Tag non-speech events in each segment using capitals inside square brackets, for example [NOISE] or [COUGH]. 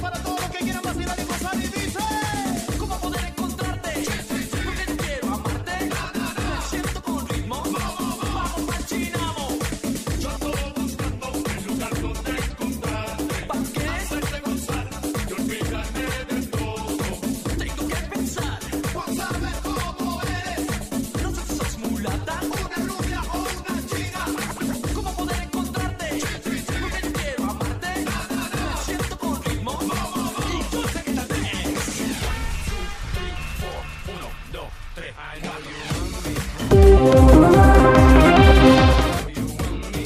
Para todos los que quieran vacilar y gozar y dice ¿Cómo poder encontrarte? Porque quiero amarte Me siento con ritmo Vamos pa' Chinamo Yo ando buscando un lugar donde encontrarte ¿Pa' qué? Hacerte gozar y olvidarme de todo Tengo que pensar Por saber cómo eres No sé si sos mulata Una rubia o una china ¿Cómo poder encontrarte? Porque quiero amarte Me siento con ritmo Y yo sé que tal vez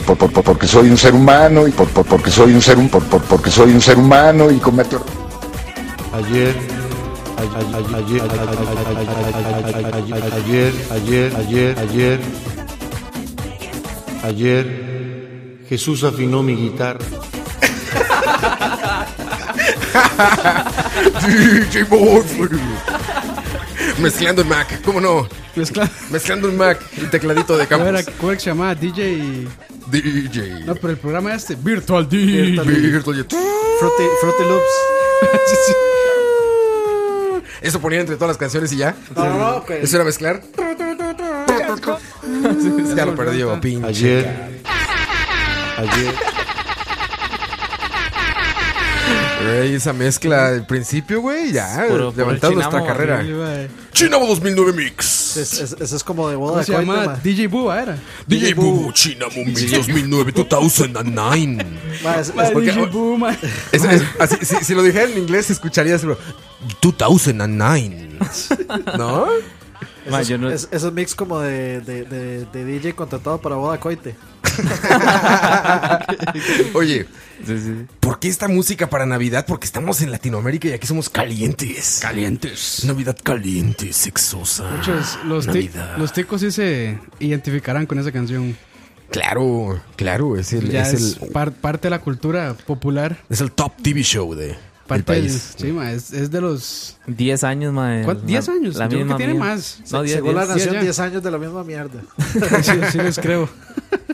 por, por- por- porque soy un ser humano y por, por- porque soy un ser hum- por, por- porque soy un ser humano y cometo Ayer, ayer, ayer, ayer, ayer, ayer, ayer, ayer, Jesús afinó mi guitarra. DJ Bowser. [LAUGHS] Mezclando el Mac, ¿cómo no? Mezcla. Mezclando el Mac, el [LAUGHS] tecladito de ¿Cómo era? Campos. ¿Cómo era que se llamaba? DJ. DJ. No, pero el programa este. Virtual DJ. Virtual- Frote, frote loops. [LAUGHS] Sí, sí. Eso ponía entre todas las canciones y ya. Eso [LAUGHS] era mezclar. Ya lo perdió, pinche. Ayer, ayer, Güey, esa mezcla al principio, güey, ya. Puro- puro levantando nuestra chinamo, carrera. Sí, va, eh. Chinamo 2009 Mix. es, es- eso es como de ¿Cómo boda se de coito, llamaba? ma. DJ Búa era. DJ Boo, Chinamo Mix 2009, 2009. Ma, es- es- Ma, porque- DJ Búho, [LAUGHS] ma. Es- es- así, si, si lo dijera en inglés, escucharías, bro. 2009. [LAUGHS] ¿No? Ma, es- yo no- [LAUGHS] es- es un mix como de, de, de- de DJ contratado para boda de coite. Oye, Sí, sí. ¿por qué esta música para Navidad? Porque estamos en Latinoamérica y aquí somos calientes. Calientes. Navidad caliente, sexosa. Muchos, los, ti- Navidad. los ticos sí se identificarán con esa canción. Claro, claro, es el, Ya es, es, el, par- parte de la cultura popular. es el top TV show de del Parte del- país. sí, ma, es, es de los. 10 años, mae. ¿Cuánto? La- 10 años. La Yo creo misma que tiene mía. más. No, 10, Según la diez, nación, ya. 10 años de la misma mierda. [LAUGHS] sí, sí [LAUGHS] les creo.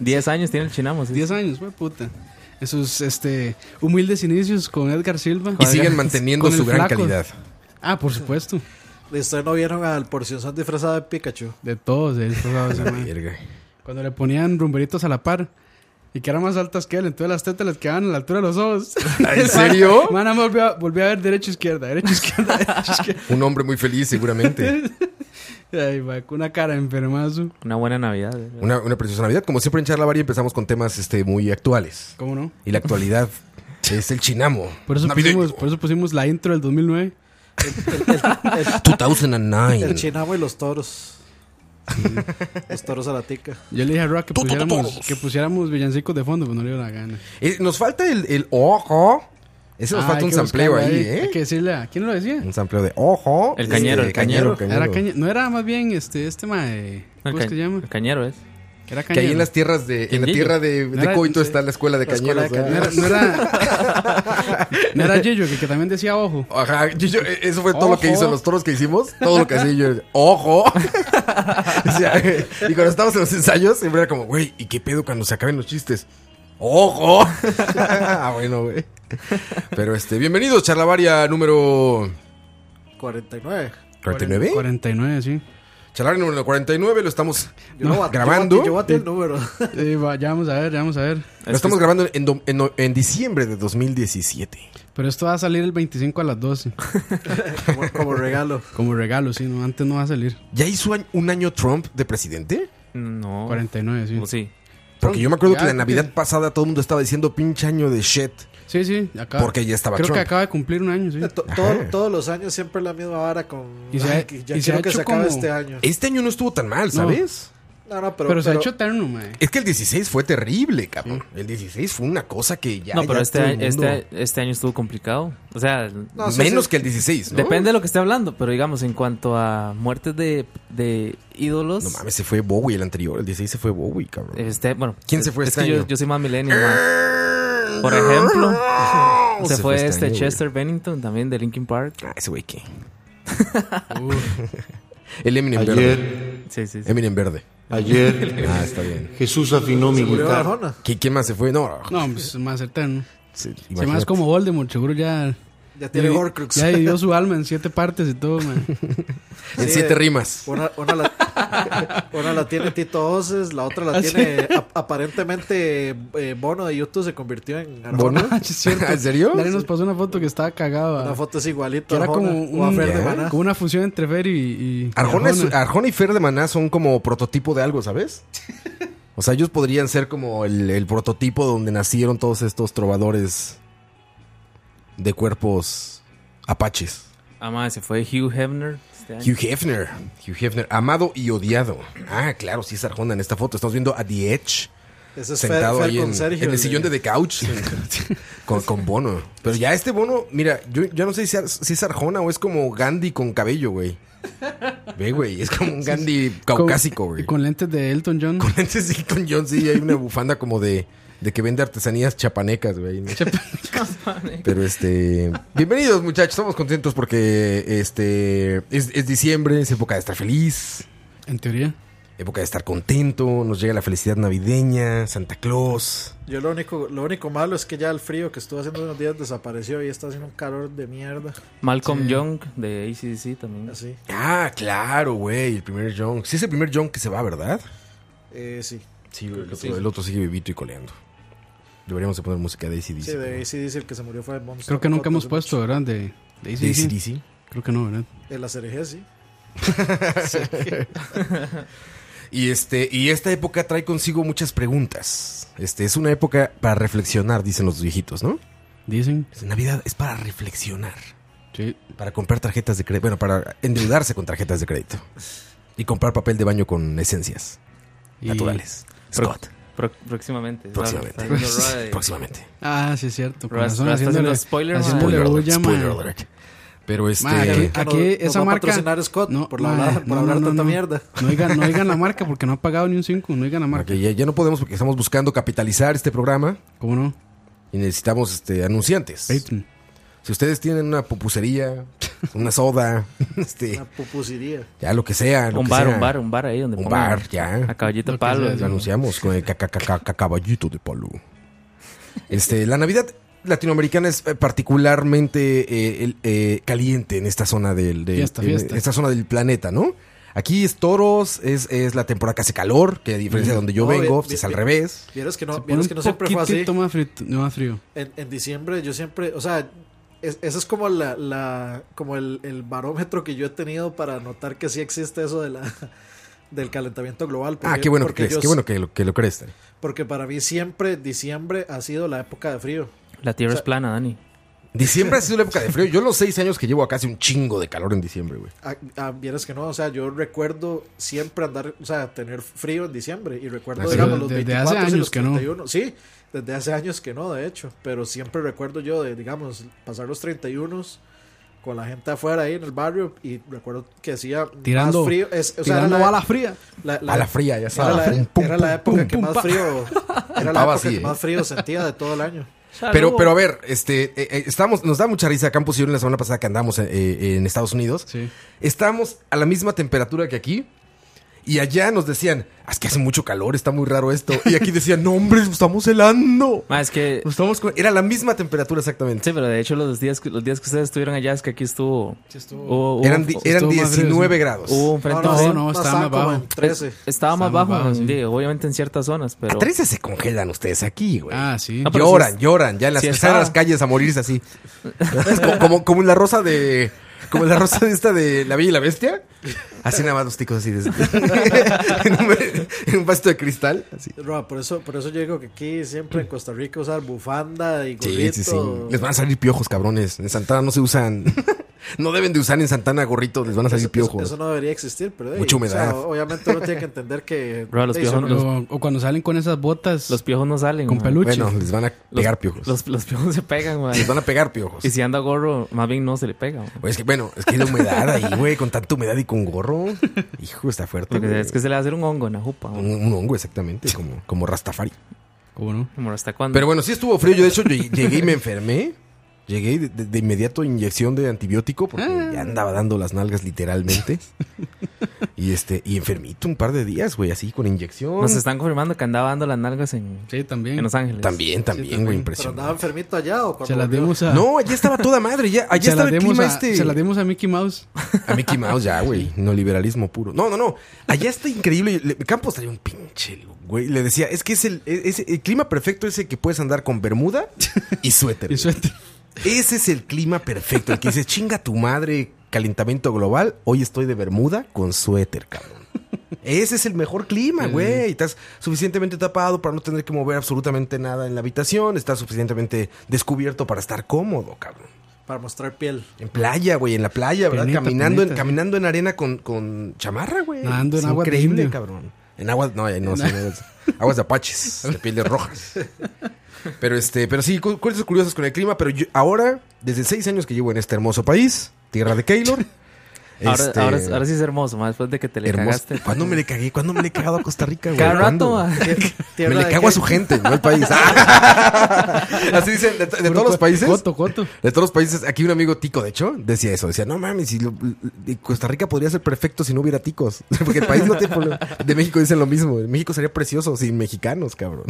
10 años tiene el Chinamo. Sí. 10 años, fue puta. Esos este, humildes inicios con Edgar Silva. Y siguen manteniendo Con el su gran flaco. calidad. Ah, por supuesto. Ustedes no vieron al porción son disfrazado de Pikachu. De todos. de pues, todos lados, [LAUGHS] ese man. Verga. Cuando le ponían rumberitos a la par. Y que eran más altas que él. Entonces las tetas les quedaban a la altura de los ojos. [LAUGHS] [LAUGHS] ¿En serio? Mana, me volví a, volví a ver derecha, izquierda, derecha, izquierda, [LAUGHS] derecha, izquierda. Un hombre muy feliz, seguramente. [LAUGHS] Ay, va, con una cara de enfermazo. Una buena Navidad. eh. Una, una preciosa Navidad. Como siempre en Charla Varia empezamos con temas este, muy actuales. ¿Cómo no? Y [LAUGHS] la actualidad es el chinamo. Por eso, pues, Navideño. pusimos, por eso pusimos la intro del 2009. [LAUGHS] El 2009. chinamo y los toros. Los toros a la tica. Yo le dije a Rock que Tu, tu, tu, pusiéramos, todos. que pusiéramos villancicos de fondo, pero no le dio la gana. Eh, nos falta el, el ojo. Ese nos Ah, falta hay un que sampleo buscarlo ahí, Hay que ¿eh? decirle a... ¿Quién lo decía? Un sampleo de ojo. Eh, El cañero, el cañero. Era cañe- no era más bien este, este mae... El, ¿Cómo es ca- que se llama? el cañero es. Que era Que ahí en cañero. las tierras de. En la Quindillo. tierra de, No de era- Coito sí. está la escuela de La escuela cañeros. ¿verdad? de No era, no era, [LAUGHS] no era Gillo, que, que también decía ojo. Ajá, yo- yo- eso fue todo lo que Ojo. hizo, los toros que hicimos, todo lo que hacía yo, ojo. [LAUGHS] O sea, y cuando estábamos en los ensayos, siempre era como, güey, ¿y qué pedo cuando se acaben los chistes? ¡Ojo! [LAUGHS] ah, bueno, güey. Pero este, bienvenidos, charlavaria número 49. 49. 49, sí. Charlavaria número 49, lo estamos Yo no, grabando. Yo, yo batí el número. [LAUGHS] Eh, va, ya vamos a ver, ya vamos a ver. Lo estamos grabando en, dom- en, en diciembre de 2017. Pero esto va a salir el 25 a las 12. Como, como regalo. Como regalo, sí, no, antes no va a salir. ¿Ya hizo añ- un año Trump de presidente? No. 49, sí. Oh, sí. Porque yo me acuerdo que Ya, la Navidad pasada todo el mundo estaba diciendo pinche año de shit. Sí, sí, acaba. Porque ya estaba Creo Trump. que acaba de cumplir un año, sí. To- todo- todos los años siempre la misma vara con. Y se ha- "Ay, que ya y se quiero ha que se hecho acabe como- eh, este año. Este año no estuvo tan mal, ¿sabes? No, no, pero. pero, se ha pero- hecho eterno, mae. Es que el 16 fue terrible, cabrón. El 16 fue una cosa que ya. no, pero ya este, todo el año- mundo- este, este año estuvo complicado. O sea, No, sí, menos sí. que el 16, ¿no? depende de lo que esté hablando. Pero digamos, en cuanto a muertes de, de ídolos. No mames, se fue Bowie el anterior. El 16 se fue Bowie, cabrón. Este, bueno, ¿Quién es- se fue es este que yo- año? Yo, soy más millennial, ma. [LAUGHS] Por ejemplo, se, Se fue, fue este año, güey. Chester Bennington también de Linkin Park. Ah, ese güey [LAUGHS] qué. [LAUGHS] el Eminem verde. Ayer. Sí, sí, sí. [LAUGHS] Em- Eminem verde. Ayer Ah, está bien. Jesús afinó mi Murió guitarra. Arjona. ¿Qui- ¿Quién más se fue? No, No, pues más eterno. sí, Se más imagínate. como Voldemort, seguro ya. Ya tiene ya- Horcrux. Ya dio su alma en siete partes y todo, [LAUGHS] man. En Sí, siete eh, rimas. [LAUGHS] Una, una la, una la tiene Tito Oces, la otra la Ah, sí. tiene ap- aparentemente eh, Bono de YouTube se convirtió en Arjona. ¿Bono? Es cierto. [LAUGHS] ¿En serio? Dani nos pasó una foto que estaba cagada. Una foto es igualito. que era Arjona, como, o a un- Fer de Ya. Maná. como una fusión entre Fer y. y- Arjona, y es- Arjona y Fer de Maná son como prototipo de algo, ¿sabes? O sea, ellos podrían ser como el, el prototipo donde nacieron todos estos trovadores de cuerpos apaches. Ah, madre, se fue Hugh Hefner. este año. [LAUGHS] Hugh Hefner, Hugh Hefner, amado y odiado. Ah, claro, sí es Arjona en esta foto. Estamos viendo a The Edge Ese es Fer- sentado Fer ahí con en, Sergio, en el de- sillón de The Couch [LAUGHS] con, con Bono. Pero ya este Bono, mira, yo ya no sé si, ar- si es Arjona o es como Gandhi con cabello, güey. Ve, güey, es como un Gandhi Con- caucásico, güey. y Con lentes de Elton John. Con lentes de Elton John, sí, hay una bufanda como de, de que vende artesanías chapanecas, güey. ¿no? Pero este. Bienvenidos, muchachos. Estamos contentos porque este. Es, es diciembre, es época de estar feliz, En teoría. época de estar contento. Nos llega la felicidad navideña, Santa Claus. Yo lo único, lo único malo es que ya el frío que estuvo haciendo unos días desapareció y está haciendo un calor de mierda. Malcolm Young de ACDC también. Así. Ah, claro, güey. El primer John. Sí, es el primer John que se va, ¿verdad? Eh, sí. Sí, el otro, el otro sigue vivito y coleando. Deberíamos de poner música de ACDC. Sí, de ACDC el que se murió fue el Monster. Creo que nunca hemos Rotos, puesto, ¿verdad? De, de De ACDC. ACDC. Creo que no, ¿verdad? El ACRG, sí. Y este, y esta época trae consigo muchas preguntas. Este, es una época para reflexionar, dicen los viejitos, ¿no? Dicen. Navidad es para reflexionar. Sí. Para comprar tarjetas de crédito. Bueno, para endeudarse con tarjetas de crédito. Y comprar papel de baño con esencias Y- naturales. Pro- Scott. pro- próximamente. Próximamente. pues, Está haciendo Roa [LAUGHS] de- Próximamente. Ah, sí, es cierto. con Ras- razón, Ras está haciendo haciéndole- spoiler, haciéndole Spoiler alert, bulla, man. spoiler alert. Pero este. Ma, Eh, aquí, Ya nos- aquí nos esa va a marca. patrocinar Scott por la- ma, por hablar tanta mierda. No digan, no digan la marca porque no ha pagado ni un 5. No digan la marca. porque ya, ya no podemos porque estamos buscando capitalizar este programa ¿Cómo no? y necesitamos este, anunciantes. Patreon. Si ustedes tienen una pupusería, una soda, este, Una pupusiría. ya lo que sea. lo Un que bar, sea. un bar, Ah, un bar ahí donde Un pongan bar, ya. A caballito de Lo que palo. sea, así. Lo anunciamos con el ca- ca- ca- ca- caballito de palo. Este, la Navidad latinoamericana es eh, particularmente eh, el- eh, caliente en esta zona del, del- Fiesta, en fiesta. esta zona del planeta, ¿no? Aquí es toros, es, es la temporada que hace calor, que a diferencia de donde yo No, eh, vengo, bien, es bien, al bien. revés. Vieras que no, Se pone vieras que un no siempre fue así. poquitito más frío. No, más frío. En, en diciembre yo siempre, o sea, es- ese es como la, la como el, el barómetro que yo he tenido para notar que sí existe eso de la [LAUGHS] del calentamiento global. ah, porque- qué bueno que porque crees, yo- qué bueno que lo, que lo crees. Dani. Porque para mí siempre diciembre ha sido la época de frío. La tierra es plana, Dani. Diciembre ha sido la época de frío. Yo los seis años que llevo acá hace un chingo de calor en diciembre, güey. Ah, ah, vieras que no, o sea, yo recuerdo siempre andar, o sea, tener frío en diciembre y recuerdo, Así digamos, es. los Desde 24 hace y años los que no. 31. Sí, desde hace años que no, de hecho, pero siempre recuerdo yo de, digamos, pasar los 31 con la gente afuera ahí en el barrio y recuerdo que hacía Tirando- más frío. Es, o sea, era Tirando la- bala fría. la- la- A la fría, ya Era sabes. la, Pum, pum, era la pum, época pum, que pum, más pa. frío era la Estaba época así, que ¿eh? más frío sentía de todo el año. Ah, Pero, pero a ver, este, eh, eh, estamos, nos da mucha risa. Campos y yo en la semana pasada que andamos eh, eh, en Estados Unidos. Sí. Estamos a la misma temperatura que aquí. Y allá nos decían, "Ah, es que hace mucho calor, está muy raro esto. [LAUGHS] Y aquí decían, no, hombre, estamos helando. Ma, es que. Estamos con- Era la misma temperatura exactamente. Sí, pero de hecho los días, que- los días que ustedes estuvieron allá es que aquí estuvo. hubo- hubo- Eran, di- eran estuvo más frío, 19 sí. grados. hubo un frente no, frío. Pues, no, estaba más como bajo. en 13. Estaba más Estaba bajo, bajo, sí. digo, obviamente en ciertas zonas, A pero 13 se congelan ustedes aquí, güey. Ah, sí. Ah, pero lloran, si es- lloran, ya en las, si están en está. las calles a morirse así. Es como, como, como en la rosa de. Como en la rosa de esta de La Bella y la Bestia. Así nada más los ticos así. de- [LAUGHS] en, un, en un vasito de cristal. Así. Roa, por eso, por eso yo digo que aquí siempre en Costa Rica usar bufanda y Sí, gorrito. sí, sí. Les van a salir piojos, cabrones. En Santana no se usan. [LAUGHS] No deben de usar en Santana gorritos, les van a salir Eso- piojos. Eso, eso no debería existir, pero hey, Mucha humedad. o sea, obviamente uno tiene que entender que [LAUGHS] Bro, los hey, piojos sobre- no- O, o cuando salen con esas botas los piojos no salen. con ma. peluche. bueno, les van a Los- pegar piojos. Los, los piojos se pegan, ma. Les van a pegar piojos. [LAUGHS] Y si anda gorro, más bien no se le pega. ma. Pues es que, bueno, es que hay la humedad ahí, güey, con tanta humedad y con gorro. Hijo, está fuerte. Porque güey. es que se le va a hacer un hongo en la jupa. ma. Un, un hongo, exactamente, como, como Rastafari. ¿Cómo no? Como hasta cuándo. Pero bueno, sí estuvo frío. Yo, de hecho, lle- llegué y me enfermé. Llegué y de, de- de inmediato inyección de antibiótico porque Ah. ya andaba dando las nalgas literalmente. y este y enfermito un par de días, güey, así con inyección. Nos están confirmando que andaba dando las nalgas en, Sí, también. en Los Ángeles. También, también, también. güey, Pero andaba impresionante. enfermito allá o cuando Se las volvió? dimos a. No, allá estaba toda madre, ya allá se estaba las el dimos clima a, este. se las dimos a Mickey [LAUGHS] Mouse. A Mickey Mouse ya, güey. No liberalismo puro. No, no, no. Allá está increíble. Le- Campos traía un pinche, güey. Le decía, es que es el, es- el clima perfecto ese que puedes andar con bermuda y suéter. [LAUGHS] Y güey. suerte. Ese es el clima perfecto. El que dices, chinga tu madre, calentamiento global. Hoy estoy de bermuda con suéter, cabrón. Ese es el mejor clima, güey. Estás suficientemente tapado para no tener que mover absolutamente nada en la habitación. Estás suficientemente descubierto para estar cómodo, cabrón. Para mostrar piel. En playa, güey, en la playa, ¿verdad? Penita, caminando, en, penita, sí. caminando en arena con, con chamarra, güey. Nadando en Es agua de Increíble, indio. cabrón. En agua, no, ahí no, sí, no, es- aguas de apaches, de pieles [LAUGHS] rojas. Pero este, pero sí, cu- cosas curiosas con el clima, pero yo ahora, desde seis años que llevo en este hermoso país, tierra de Keylor. [LAUGHS] Ahora, este, ahora, ahora sí es hermoso, más después de que te le hermoso. cagaste. ¿Cuándo me le cagué? ¿Cuándo me le he cagado a Costa Rica, güey? Cada rato, ¿Cuándo? ma. Me Tierra le de cago a su Kate. gente, no al [LAUGHS] país. [LAUGHS] Ah. Así dicen, de, de todos los países. Coto, coto. De todos los países, aquí un amigo tico, de hecho, decía eso. Decía, no mames, si lo- y Costa Rica podría ser perfecto si no hubiera ticos. [LAUGHS] Porque el país no tiene problema. De México dicen lo mismo. México sería precioso sin mexicanos, cabrón.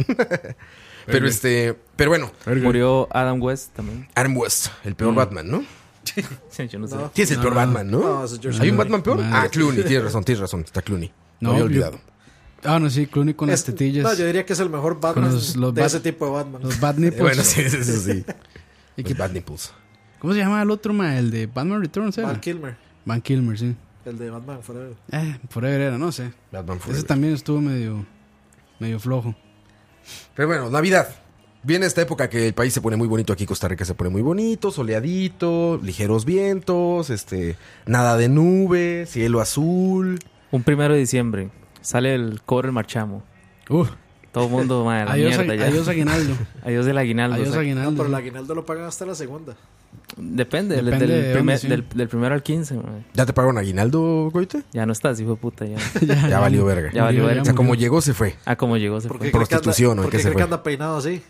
[LAUGHS] pero este, pero bueno, Murió Adam West también. Adam West, el Mm. peor Batman, ¿no? Sí, yo no sé. No. ¿Quién es el peor Batman, no? No, es George ¿Hay un Clooney. Batman peor? Ah, Madre. Ah, Clooney, tienes razón, tienes razón. Está Clooney. No, No, había yo- olvidado. Ah, no, sí, Clooney con las Es- No, tetillas. yo diría que es el mejor Batman los- los de Bat- ese tipo de Batman. Los Bad Eh, Nipples. bueno, [LAUGHS] sí, sí, sí. sí. Pues ¿Y Los qué- Bad Nipples. ¿Cómo se llama el otro, ma? El de Batman Returns, ¿era? Val Kilmer, Van Kilmer, sí. el de Batman Forever. Eh, Forever era, no sé. Batman Ese Forever. también estuvo medio, medio flojo. Pero bueno, Navidad. Viene esta época que el país se pone muy bonito. Aquí Costa Rica se pone muy bonito, soleadito, ligeros vientos, este, nada de nube, cielo azul. Un primero de diciembre sale el cobro el marchamo. Uh, Todo el mundo, madre, la adiós, mierda agui- ya. adiós Adiós, aguinaldo. del [LAUGHS] aguinaldo. adiós o sea, aguinaldo. No, pero [LAUGHS] el aguinaldo lo pagan hasta la segunda. Depende, del- Depende del, de dónde, primer- sí. del, del primero al 15. madre. ¿Ya te pagaron aguinaldo, coite? Ya no estás, hijo de puta. Ya, ya, Ya valió verga. ya valió verga. o sea, como murió. llegó, se fue. Ah, como llegó, se ¿Por fue. qué cree que Prostitución, ¿o anda, en ¿por qué qué se cree fue? que anda [LAUGHS] peinado así?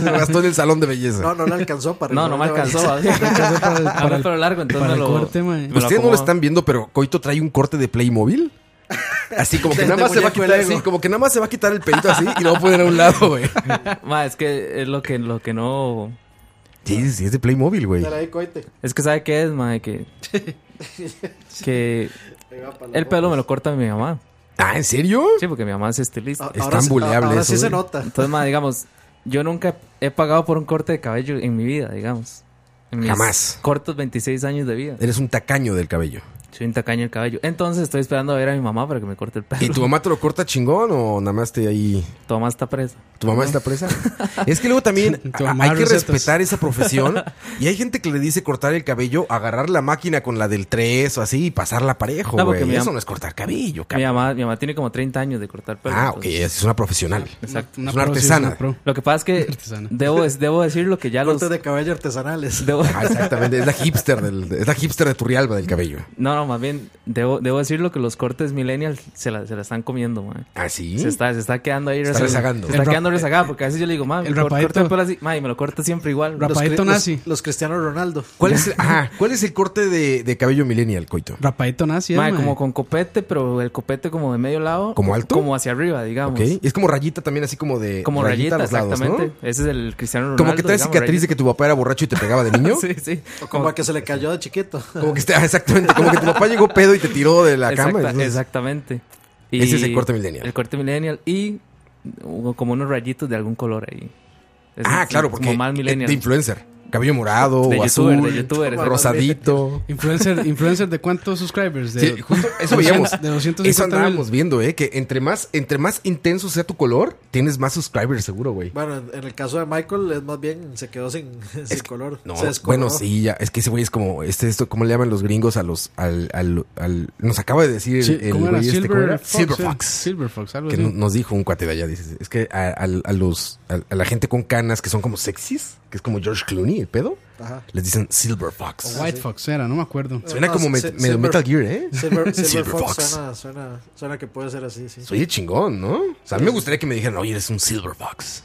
Se lo [LAUGHS] gastó en el salón de belleza. No, no le alcanzó para... No, no me alcanzó. Para- ¿vale? alcanzó para el- para Hablé el- pero largo, entonces para me el lo... corte, madre. me Ustedes no lo acomodo. están viendo, pero Coito trae un corte de Playmobil. Así como que De- nada de más se va a muñeco quitar Lego. así, como que nada más se va a quitar el pelito así y lo va a poner a un lado, güey. Ma, es que es lo que, lo que no... Sí, sí, es de Playmobil, güey. Dale ahí, cohete. Es que ¿sabe qué es, ma? Que... que Ahí va para la el pelo me lo corta mi mamá. Ah, ¿en serio? Sí, porque mi mamá es estilista. Ah, Ahora Están sí- buleable Ahora eso, sí se güey. nota. Entonces, ma, digamos, yo nunca he pagado por un corte de cabello en mi vida, digamos. En mis Jamás. Cortos 26 años de vida. Eres un tacaño del cabello. Soy un tacaño el cabello. Entonces estoy esperando a ver a mi mamá para que me corte el pelo. ¿Y [LAUGHS] tu mamá te lo corta chingón o nada más te ahí Tu mamá está presa. ¿Tu mamá está presa? es que luego [LAUGHS] también Tu mamá hay que recetas. respetar esa profesión. Y hay gente que le dice cortar el cabello, agarrar la máquina con la del 3 o así y pasarla parejo, No, porque güey. mi Eso mam- no es cortar cabello, Mi cabrón. mamá, mi mamá tiene como 30 años de cortar pelo. Ah, ok, entonces- es una profesional. Exacto. Es una pro, sí, artesana. una pro. Lo que pasa [LAUGHS] es que Artesana. debo, es- debo decir lo que ya los... Cortes de cabello artesanales. Debo, Ah, exactamente, es la hipster del, es la hipster de Turrialba del cabello. [LAUGHS] no, no, más bien, debo, debo decir lo que los cortes millennials se la, se la están comiendo, man. ¿Ah, sí? Se está, se está quedando ahí Está rezagando. Se está El quedando rap- rezagado porque a veces yo le digo, mami, el cor- rapadito. corta el pelo así. Mami, me lo corta siempre igual. Rap- Los cri- Rapadito los- nazi. Los, Cristiano Ronaldo. ¿Cuál [LAUGHS] es, el, ah, ¿Cuál es el corte de, de cabello millennial, Coito? Rapadito nazi, eh, Mae, mae. como con copete, pero el copete como de medio lado. ¿Como alto? Como hacia arriba, digamos. Ok, Es como rayita también, así como de. Como rayita, a los lados, ¿no? exactamente. Ese es el Cristiano Ronaldo. Como que traes digamos, cicatriz de que tu papá era borracho y te pegaba de [LAUGHS] niño. rayita. Sí, sí. O como a que se le cayó de chiquito. Como que [LAUGHS] está, exactamente, como que tu papá llegó pedo y te tiró de la Exacta- cama. entonces- Exactamente. Ese es el corte millennial. El corte millennial y hubo como unos rayitos de algún color ahí. Es- ah, es claro, como porque más millennial. de influencer. Cabello morado De o youtuber, azul, de youtuber, rosadito. [LAUGHS] Influencer, influencer de cuántos subscribers? De, Sí, justo eso veíamos. De Eso 250 mil. andábamos viendo, eh, que entre más, entre más intenso sea tu color, tienes más subscribers seguro, güey. [LAUGHS] Bueno, en, en el caso de Michael, es más bien se quedó sin, [LAUGHS] sin color. No, Se descoloró. bueno, sí, ya, es que ese güey es como, este, esto, ¿cómo le llaman los gringos a los, al, al, al- nos acaba de decir Sí, el ¿cómo era? güey este, ¿cómo era? Silver Fox. Silver sí. Fox. Silver Fox, algo Pues Que así. no- nos dijo un cuate de allá, dices, es que a, a- a los, a, a la gente con canas que son como sexys, que es como George Clooney, el pedo, Ajá. les dicen Silver Fox. White Fox era, no me acuerdo. Suena Oh, No, como no, me- Sil- medio Silver- Metal Gear, ¿eh? [LAUGHS] Silver, Silver Silver Fox, Fox. Suena, suena, suena que puede ser así, sí. Oye, chingón, ¿no? O sea, a mí me gustaría que me dijeran, oye, eres un Silver Fox.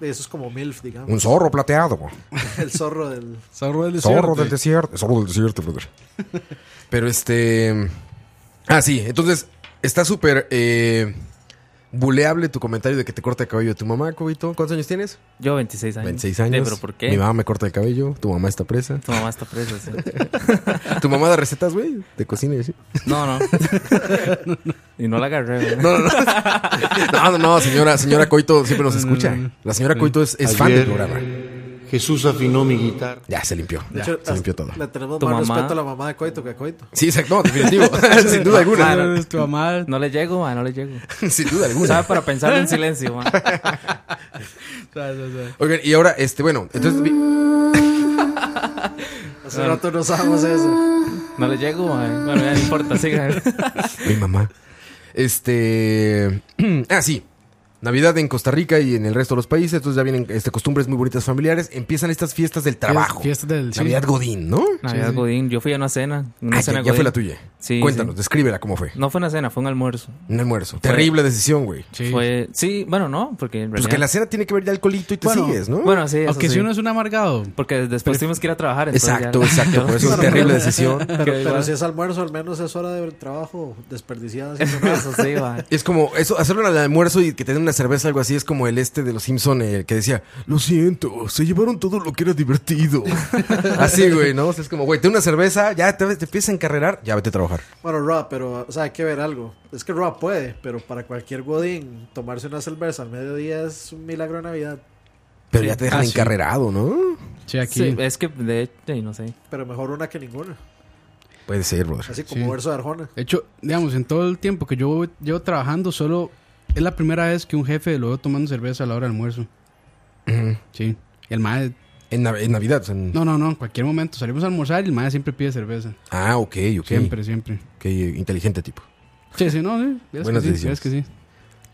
Eso es como MILF, digamos. Un zorro plateado, güey. [LAUGHS] El zorro del. Zorro del Zorro del desierto. desierto. Zorro del desierto, [LAUGHS] brother. Pero este. Ah, sí. Entonces, está súper eh, buleable tu comentario de que te corta el cabello de tu mamá, Cubito. ¿Cuántos años tienes? Yo 26 años. 26 Sí, años. ¿Pero por Mi qué? mamá me corta el cabello. Tu mamá está presa. Tu mamá está presa, sí. Tu mamá da recetas, güey, de cocina y así. No, no. [LAUGHS] y no la agarré, güey. No, no, [LAUGHS] no. No, no, no, señora, señora Coito siempre Mm. nos escucha. La señora Coito es, es fan del Ayer, programa. Jesús afinó mi guitarra. Ya, se limpió. De Ya, hecho, se limpió todo. Le tenemos Tu más mamá- respeto a la mamá de Coito que a Coito. Sí, exacto. No, [LAUGHS] definitivo. [LAUGHS] Sin duda alguna. Claro. Tu mamá No le llego, ma, no le llego. Sin duda alguna. ¿Sabes? Para pensar en silencio, ma. Oigan, y ahora, este, bueno, entonces vi- Mm. Hace rato no sabemos eso. No le llego, ma. Bueno, ya no importa, sigan. mi mamá. Este. [CLEARS THROAT] ah, sí. Navidad en Costa Rica y en el resto de los países, entonces ya vienen este, costumbres muy bonitas familiares. Empiezan estas fiestas del trabajo. fiestas del- sí. Navidad Godín, ¿no? Navidad Godín, yo fui a una cena. Una Ah, ya- cena ya, fue Godín. la tuya. Sí, Cuéntanos, sí. descríbela cómo fue. No fue una cena, fue un almuerzo. Un almuerzo. Terrible decisión, güey. Sí. Fue. Sí, bueno, no, porque en Pues realidad. que la cena tiene que ver ya alcoholito y te Bueno, sigues, ¿no? Bueno, sí, eso Aunque sí. si uno es un amargado. Porque después tuvimos que ir a trabajar. entonces exacto, ya- pues exacto. Por [LAUGHS] eso es Pero- terrible decisión. Pero, Que pero igual. si es almuerzo, al menos es hora de trabajo desperdiciada. haciendo [LAUGHS] nada. Eso sí, ma. Es como eso, hacerlo al almuerzo y que te den una cerveza algo así es como el este de los Simpson el que decía, lo siento, se llevaron todo lo que era [LAUGHS] divertido. así, güey, ¿no? O sea, es como, güey, te una cerveza, ya te, te empiezas a encarrerar, ya vete a trabajar. Bueno, Rob, pero, o sea, hay que ver algo. Es que Rob puede, pero para cualquier Godín, tomarse una cerveza al mediodía es un milagro de Navidad. Pero ya te dejan Ah, sí. encarrerado, ¿no? Sí, [LAUGHS] aquí. Sí, es que de hecho, y no sé. Pero mejor una que ninguna. Puede ser, brother. Así como Sí. verso de Arjona. De hecho, digamos, en todo el tiempo que yo llevo trabajando, solo es la primera vez que un jefe lo veo tomando cerveza a la hora del almuerzo. Sí. Y el mae, En, Nav- en Navidad, o sea, en- no, no, no, en cualquier momento salimos a almorzar y el mae siempre pide cerveza. Ah, ok, ok. Siempre, siempre. Qué inteligente tipo. Sí, sí, no, sí. vieras Buenas que sí, decisiones. vieras que sí.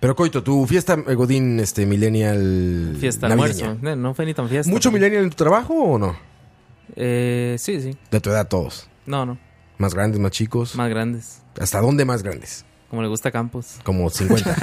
Pero Coito, tu fiesta eh, Godín, este, millennial. Fiesta, navideña. almuerzo. No, no fue ni tan fiesta. ¿Mucho pero- millennial en tu trabajo o no? Eh, sí, sí. De tu edad todos. No, no. Más grandes, más chicos. Más grandes. ¿Hasta dónde más grandes? Como le gusta a Campos. Como 50.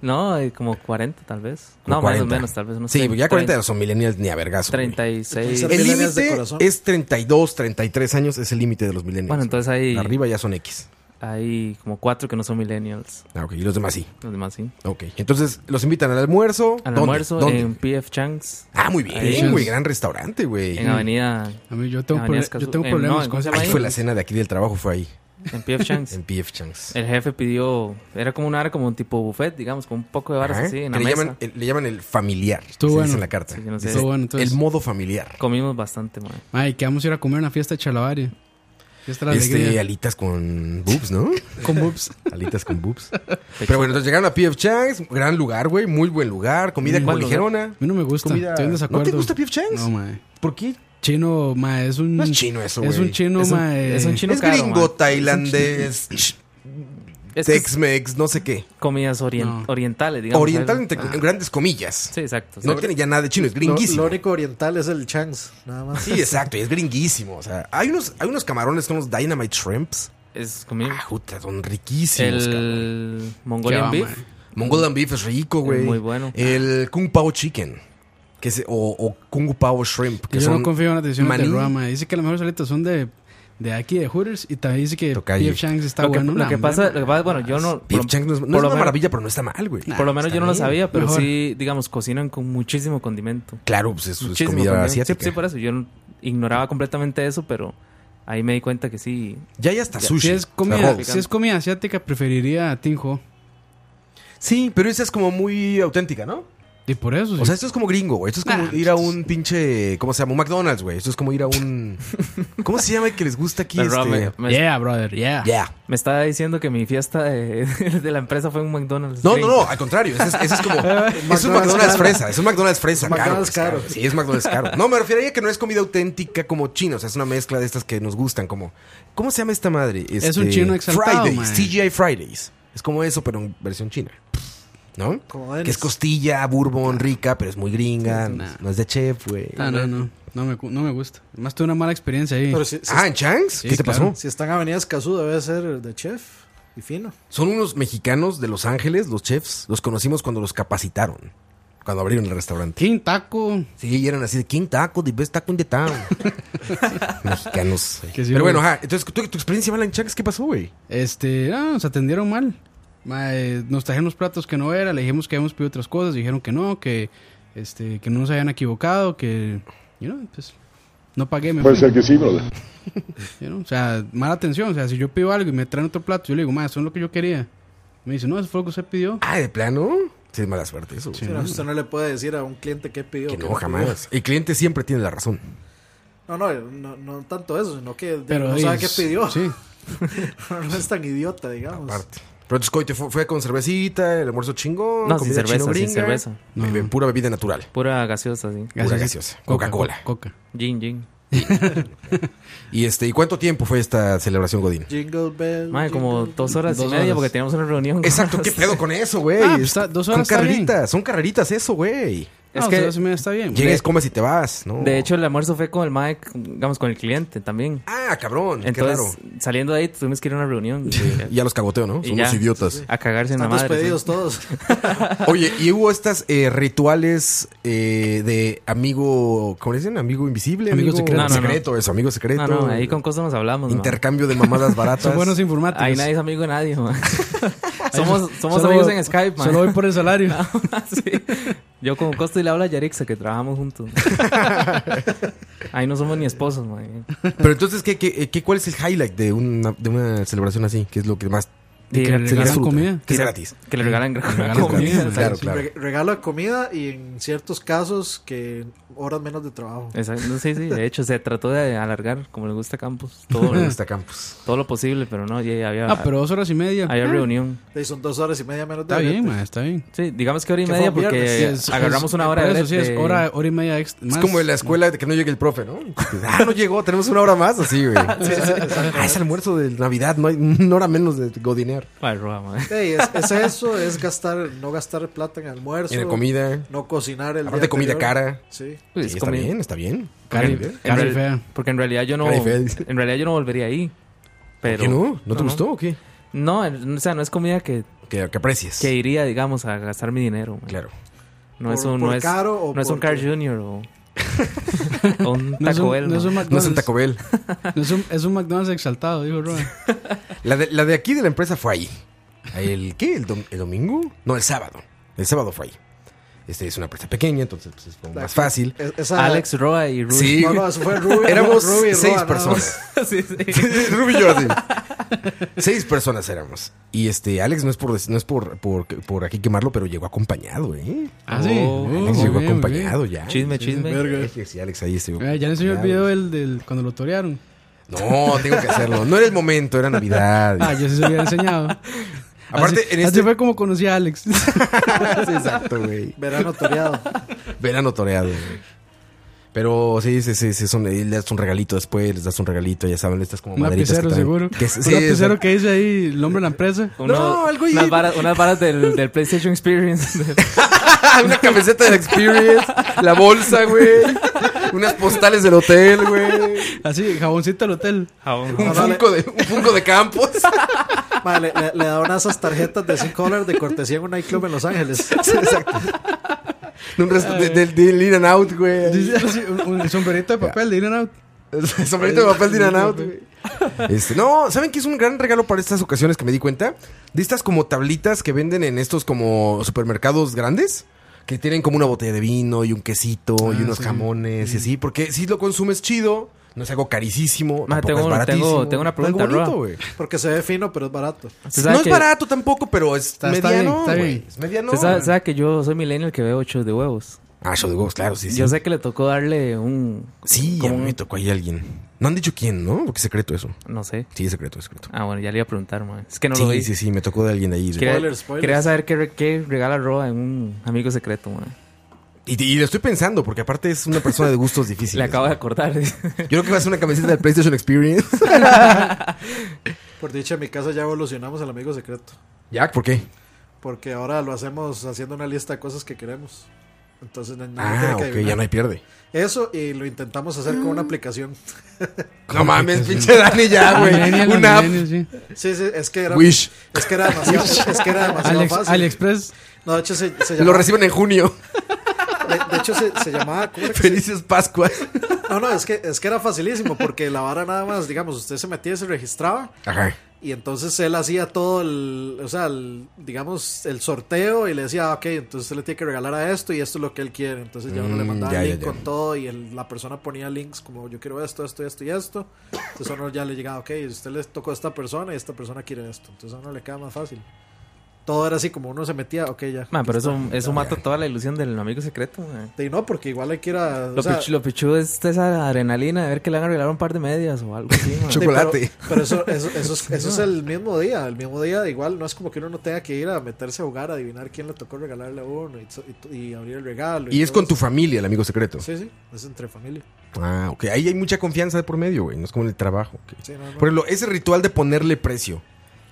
No, eh, como 40 tal vez. Como [LAUGHS] no, 40. menos, menos tal vez. unos Sí, tre- ya 40 tre- no son millennials ni a vergazo. güey. 36. Entonces, El Millennials de límite corazón. es 32, 33 años, es el límite de los millennials. Bueno, entonces ahí- Arriba ya son X. Hay como cuatro que no son millennials. Ah, ok, y los demás sí. Los demás sí. Ok, entonces los invitan al almuerzo. Al ¿Dónde? almuerzo ¿Dónde? en PF Chang's. Ah, muy Ahí bien, es. güey, gran restaurante, güey. En Avenida. A mí yo tengo, Ah, proble- Niascas- yo tengo eh, problemas no, con ¿cómo se esa llama Ahí vaina. fue la cena de aquí del trabajo, fue ahí, En PF [LAUGHS] Chang's. en PF Chunks. El jefe pidió. Era como una área como un tipo buffet, digamos, con un poco de varas Ajá, así en la que le, mesa. llaman, el- le llaman el familiar. Estuvo se bueno. dice en la carta. Sí, yo no sé. Dice, Estuvo bueno, entonces. El modo familiar. Comimos bastante, man. Mae, que vamos a ir a comer a una fiesta de Chalabaria. Fiesta de la Este, alegría. alitas con boobs, ¿no? Con boobs. [LAUGHS] Alitas con [LAUGHS] boobs. Pero bueno, entonces llegaron a PF Chang's, gran lugar, güey, muy buen lugar, comida como ¿Cuál lugar? ligerona. A mí no me gusta. Comida- Estoy en ¿No te desacuerdo. gusta P.F. Chang's? No, mae. ¿Por qué? Chino, mae, es un. No es chino eso, Es güey. un chino, Es un- mae. es un chino. es caro, gringo, man. [LAUGHS] tailandés, Es que es Tex-Mex, no sé qué. comidas orien- No. orientales, digamos. Oriental algo. entre en grandes comillas. Sí, exacto. no sí. tiene ya nada de chino, es Lo, lo gringuísimo. único oriental es el chance, [LAUGHS] nada más. Sí, exacto, y es gringuísimo. O sea, hay unos, hay unos camarones con unos Dynamite Shrimps. Es comida. Ah, puta, son riquísimos. cabrón. El Mongolian Qué va, Beef. Mongolian Beef es rico, güey. Es muy bueno. El Kung Pao Chicken. Que es, o, o Kung Pao Shrimp. Que Yo son no confío en las decisiones de maní. Roma. Dice que las mejores salitas son de, de aquí, de Hooters. Y también dice que Tocayo. P.F. Chang's está Lo que, bueno. lo Nah, que hombre, pasa, mae. lo que pasa- bueno, yo no. Beef por- Chang no es, no por es lo una menos- maravilla, pero no está mal, güey. Por lo menos yo no lo está bien. sabía, pero Mejor. sí, digamos, cocinan con muchísimo condimento. Claro, pues eso es Muchísimo comida condimento. Sí, asiática. Sí, por eso. Yo no- ignoraba completamente eso, pero ahí me di cuenta que sí. Ya hay hasta sushi. Si es, o sea, comida, rolls. si es comida asiática, preferiría a Tinjo. Sí, pero esa es como muy auténtica, ¿no? Y por eso. sí. O sea, esto es como gringo, güey. Esto es como Nah, ir a un pinche. ¿Cómo se llama? Un McDonald's, güey. Esto es como ir a [LAUGHS] un. ¿Cómo se llama el que les gusta aquí? Pero, este? me, me- yeah, brother, yeah. Yeah. me estaba diciendo que mi fiesta de, [LAUGHS] de la empresa fue en un McDonald's. No, no, no, al contrario. Ese es, [LAUGHS] ese es como. es un McDonald's McDonald's caro. fresa. Es un McDonald's fresa. Es caro, McDonald's es caro. caro. Sí, es McDonald's caro. No, me refería a que no es comida auténtica como chino. O sea, es una mezcla de estas que nos gustan. Como. ¿Cómo se llama esta madre? Este, un chino exaltado, Fridays. man. TGI Fridays. Es como eso, pero en versión china. ¿No? Como que Dennis. es costilla, bourbon, rica, pero es muy gringa. Sí, sí, no es- nah. No es de chef, güey. Ah, no, no. No me, cu- no me gusta. Además, tuve una mala experiencia ahí. Pero si, si- Ah, ¿en Changs? ¿Qué te claro. pasó? si está en Avenida Escazú, debe ser de chef y fino. Son unos mexicanos de Los Ángeles, los chefs. Los conocimos cuando los capacitaron. cuando abrieron el restaurante. King Taco. Sí, y eran así de King Taco, the best taco in the [LAUGHS] town. Mexicanos. Que sí, Pero bueno, güey. ajá, entonces tu, tu experiencia en Chancas, ¿qué pasó, güey? Este, no, nos atendieron mal. Ma, eh, nos trajeron los platos que no era, le dijimos que habíamos pedido otras cosas, dijeron que no, que este, que no nos habían equivocado, que you know, pues no pagué, me Puede Pues fui, ser que sí, brother. you know. O sea, mala atención, o sea, si yo pido algo y me traen otro plato, yo le digo, "Ma, eso es lo que yo quería." Me dice, "No, eso fue lo que usted pidió." Ah, de plano. Sí, es mala suerte eso. güey. Sí, Pero usted no le puede decir a un cliente qué pidió. Que no, qué pidió. jamás. El cliente siempre tiene la razón. No, no, no, no tanto eso, sino que Pero no ey, sabe qué es- pidió. Sí. [LAUGHS] no es tan idiota, Pues, digamos. Aparte. Pero entonces, coite, fue, fue con cervecita, el almuerzo chingón. No, sin comida cerveza, sin chinobringa. cerveza. No. Bebe- Pura bebida natural. Pura gaseosa, sí. Pura Gaseosa. gaseosa. Coca, Coca-Cola. Coca. Gin, gin. ¿Y este y cuánto tiempo fue esta celebración, Godín? Jingle bell. Madre, como jingle dos horas Dos y media horas. porque teníamos una reunión. Exacto, [LAUGHS] ¿qué pedo con eso, güey? Ah, pues, está- dos Son horas está bien. carreritas, son carreritas eso, güey. No, Es o que- sea, eso me está bien. Llegas, comes y te vas, ¿no? De hecho, el almuerzo fue con el Mae, digamos, con el cliente también. Ah, cabrón, Entonces, saliendo de ahí, tuvimos que ir a [LAUGHS] una reunión. qué raro. Ya los cagoteo, ¿no? Y Son ya. unos idiotas. A cagarse en la Están madre. despedidos ¿eh? sí. [LAUGHS] todos. Oye, y hubo estas eh, rituales eh, de amigo, ¿cómo le dicen? Amigo invisible, Amigo secreto. No, no, no. secreto, eso, amigo secreto. No, no, ahí con cosas nos hablamos. ma. intercambio de mamadas [LAUGHS] baratas. Son buenos informáticos. Ahí nadie es amigo de [LAUGHS] nadie, man. somos somos Solo- amigos en Skype, man. Solo voy por el salario. [LAUGHS] Sí. Yo con Costa y le habla a Yarixa, que trabajamos juntos. [LAUGHS] Ahí no somos ni esposos, man. Pero entonces, ¿qué, eh, qué, qué, cuál es el highlight de una, de una celebración así? ¿Qué es lo que más Y que le se regalan disfruta. comida. que es gratis? Que le regalan gran regalan [LAUGHS] comida, comida. claro. exacto. Claro. Re- regalo de comida y en ciertos casos que horas menos de trabajo. Exacto. No, Sí, sí, de hecho se trató de alargar, como le gusta a Campos, todo, Me gusta este [LAUGHS] Campus. todo lo posible, pero no, ya había, Ah, pero dos horas y media. había Ah, reunión. Y son dos horas y media menos de Está bien, brete. ma, está bien. Sí, digamos que hora y Que fue media un viernes, porque sí, Es- agarramos es- eh, una hora por de eso sí es brete. hora, hora y media extra. Es como en la escuela de que no llegue el profe, ¿no? Ah, no llegó, [LAUGHS] tenemos una hora más, así, güey. ah, es almuerzo de Navidad, no hay una hora menos de godinear. Ay, roja, madre. Ey, es, es eso, es gastar, no gastar plata en almuerzo. En la comida. No cocinar el Aparte día comida anterior. cara. Sí. Pues, Sí, es está comida. bien, está bien. Cara y- Está bien. cara En y real- fea. Porque en realidad yo no. Cara y fea, dice. En realidad yo no volvería ahí. Pero, ¿Qué no? ¿No te gustó o qué? No, en- o sea, no es comida que, Que, que aprecies. que iría, digamos, a gastar mi dinero. man. Claro. No es Por- un, no por es, caro o no es un por- Car Junior [LAUGHS] o, o un No es un, Taco Bell. no es un man. McDonald's. No es un Taco Bell. No es un- es un McDonald's exaltado, dijo [LAUGHS] Roa. La de, la de aquí de la empresa fue ahí. ¿El qué? ¿El, dom- el domingo? No, el sábado. El sábado fue ahí. Este es una empresa pequeña, entonces pues, es como más fácil. Es- esa- [LAUGHS] Alex Roa y Rudy. Sí. No, no, eso fue Ruby. [LAUGHS] Éramos Ruby y seis Roa, nada personas. [LAUGHS] Sí, sí. [LAUGHS] Ruby Jordan. seis personas éramos. Y este, Alex no es por dec- no es por, por, por aquí quemarlo, pero llegó acompañado, ¿eh? Ah, sí. Oh, Oh, muy Alex llegó bien, muy acompañado ya. Chisme, chisme. Sí, sí, sí, Alex ahí estuvo. bien. Ah, ya le enseñó el video del, del- cuando lo torearon. No, tengo que hacerlo. No era el momento, era Navidad. [LAUGHS] Ah, yo sí se lo había enseñado. [LAUGHS] Aparte, así, en así este- fue como conocí a Alex. [LAUGHS] Sí, exacto, güey. más. Verano toreado. Verano toreado, güey. Pero sí, sí, sí, sí, son, y les das un regalito después, les das un regalito, ya saben, estas como [LAUGHS] Un maderitas lapicero, que traen. seguro. Que es- un sí, lapicero es- que dice ahí el hombre de la empresa. No, algo ahí- unas varas, unas varas del, del [LAUGHS] PlayStation Experience. [LAUGHS] ¡Ah! [LAUGHS] una camiseta del Experience, la bolsa, güey. Unas postales del hotel, güey. Así, jaboncito al hotel. Un No, no, funko de un funko de Campos. [LAUGHS] Ma, le, le, le daban esas tarjetas de 5 dólares de cortesía en un nightclub en [LAUGHS] Los Ángeles. un resto de, del del In and Out, güey. Dice así, un, un sombrerito de papel de In and Out. El [LAUGHS] Sombrerito de papel de In and Out, güey. Este, no, ¿saben qué es un gran regalo para estas ocasiones que me di cuenta? De estas como tablitas que venden en estos como supermercados grandes. Que tienen como una botella de vino y un quesito y Ah, unos sí. jamones y así. Mm. Porque si lo consumes chido, no es algo carísimo, tampoco Ma, Ah, tengo- es baratísimo. tengo- tengo una Está algo pregunta, bonito, Roa. güey. Porque se ve fino, pero es barato. Usted sabe No es que- barato tampoco, pero es Está- está mediano, bien, está güey. bien. Es mediano. Usted sabe, sabe que yo soy millennial que veo shows de huevos. Ah, show de huevos, claro, sí, sí. Yo sé que le tocó darle un. Sí, a como mí me un- tocó ahí alguien. No han dicho quién, ¿no? Porque es secreto eso. No sé. Sí, es secreto, es secreto. Ah, bueno, ya le iba a preguntar, man. Es que no lo vi. sí, sí, sí, me tocó de alguien ahí. Quería, Spoilers, spoilers. quería saber qué, re- qué regala Roa en un amigo secreto, man. Y, y lo estoy pensando, porque aparte es una persona de [LAUGHS] gustos difíciles. Le acabo de acordar. Yo creo que va a ser una camiseta del PlayStation [LAUGHS] Experience. Por dicha, en mi casa ya evolucionamos al amigo secreto. Jack, ¿por qué? Porque ahora lo hacemos haciendo una lista de cosas que queremos. Entonces, no, no tiene Ah, que ok, adivinar. ya no hay [LAUGHS] pierde. Eso y lo intentamos hacer con una aplicación. No mames, pinche Dani ya, Ah, güey. Millennial, Una app. millennial, sí. Sí, sí, es que era, Wish. [LAUGHS] es que era demasiado, es que era demasiado Alex, fácil. AliExpress. No, de hecho se, se Lo [LAUGHS] llamaba, reciben en junio. De, de hecho, se, se llamaba. ¿cómo era que se- Felices Pascuas. No, no, es que, es que era facilísimo porque la vara nada más, digamos, usted se metía y se registraba. Ajá. Y entonces él hacía todo el, o sea, el- digamos, el sorteo y le decía, "Ah, ok, entonces usted le tiene que regalar a esto y esto es lo que él quiere. Entonces ya uno le Mm, mandaba ya, el ya, link ya. con todo y el- la persona ponía links como yo quiero esto, esto, esto y esto. Entonces a uno ya le llegaba, ok, usted le tocó a esta persona y esta persona quiere esto. Entonces a uno le queda más fácil. Todo era así como uno se metía, ok, ya. Man, pero aquí eso, está. eso mata toda la ilusión del amigo secreto, man. Y no, porque igual hay que ir a... o Lo, sea, pichu- lo pichudo es esa adrenalina de ver que le van a regalar un par de medias o algo así, man. Sí, Chocolate. Pero, pero eso, eso, eso [LAUGHS] es, eso es el mismo día. El mismo día, igual, no es como que uno no tenga que ir a meterse a jugar, a adivinar quién le tocó regalarle a uno y, so- y to- y abrir el regalo. Y es todo con tu eso. familia, el amigo secreto. Sí, sí, es entre familia. Ah, ok. Ahí hay mucha confianza de por medio, güey. No es como en el trabajo. ok. Sí, no, no. Por ejemplo, ese ritual de ponerle precio.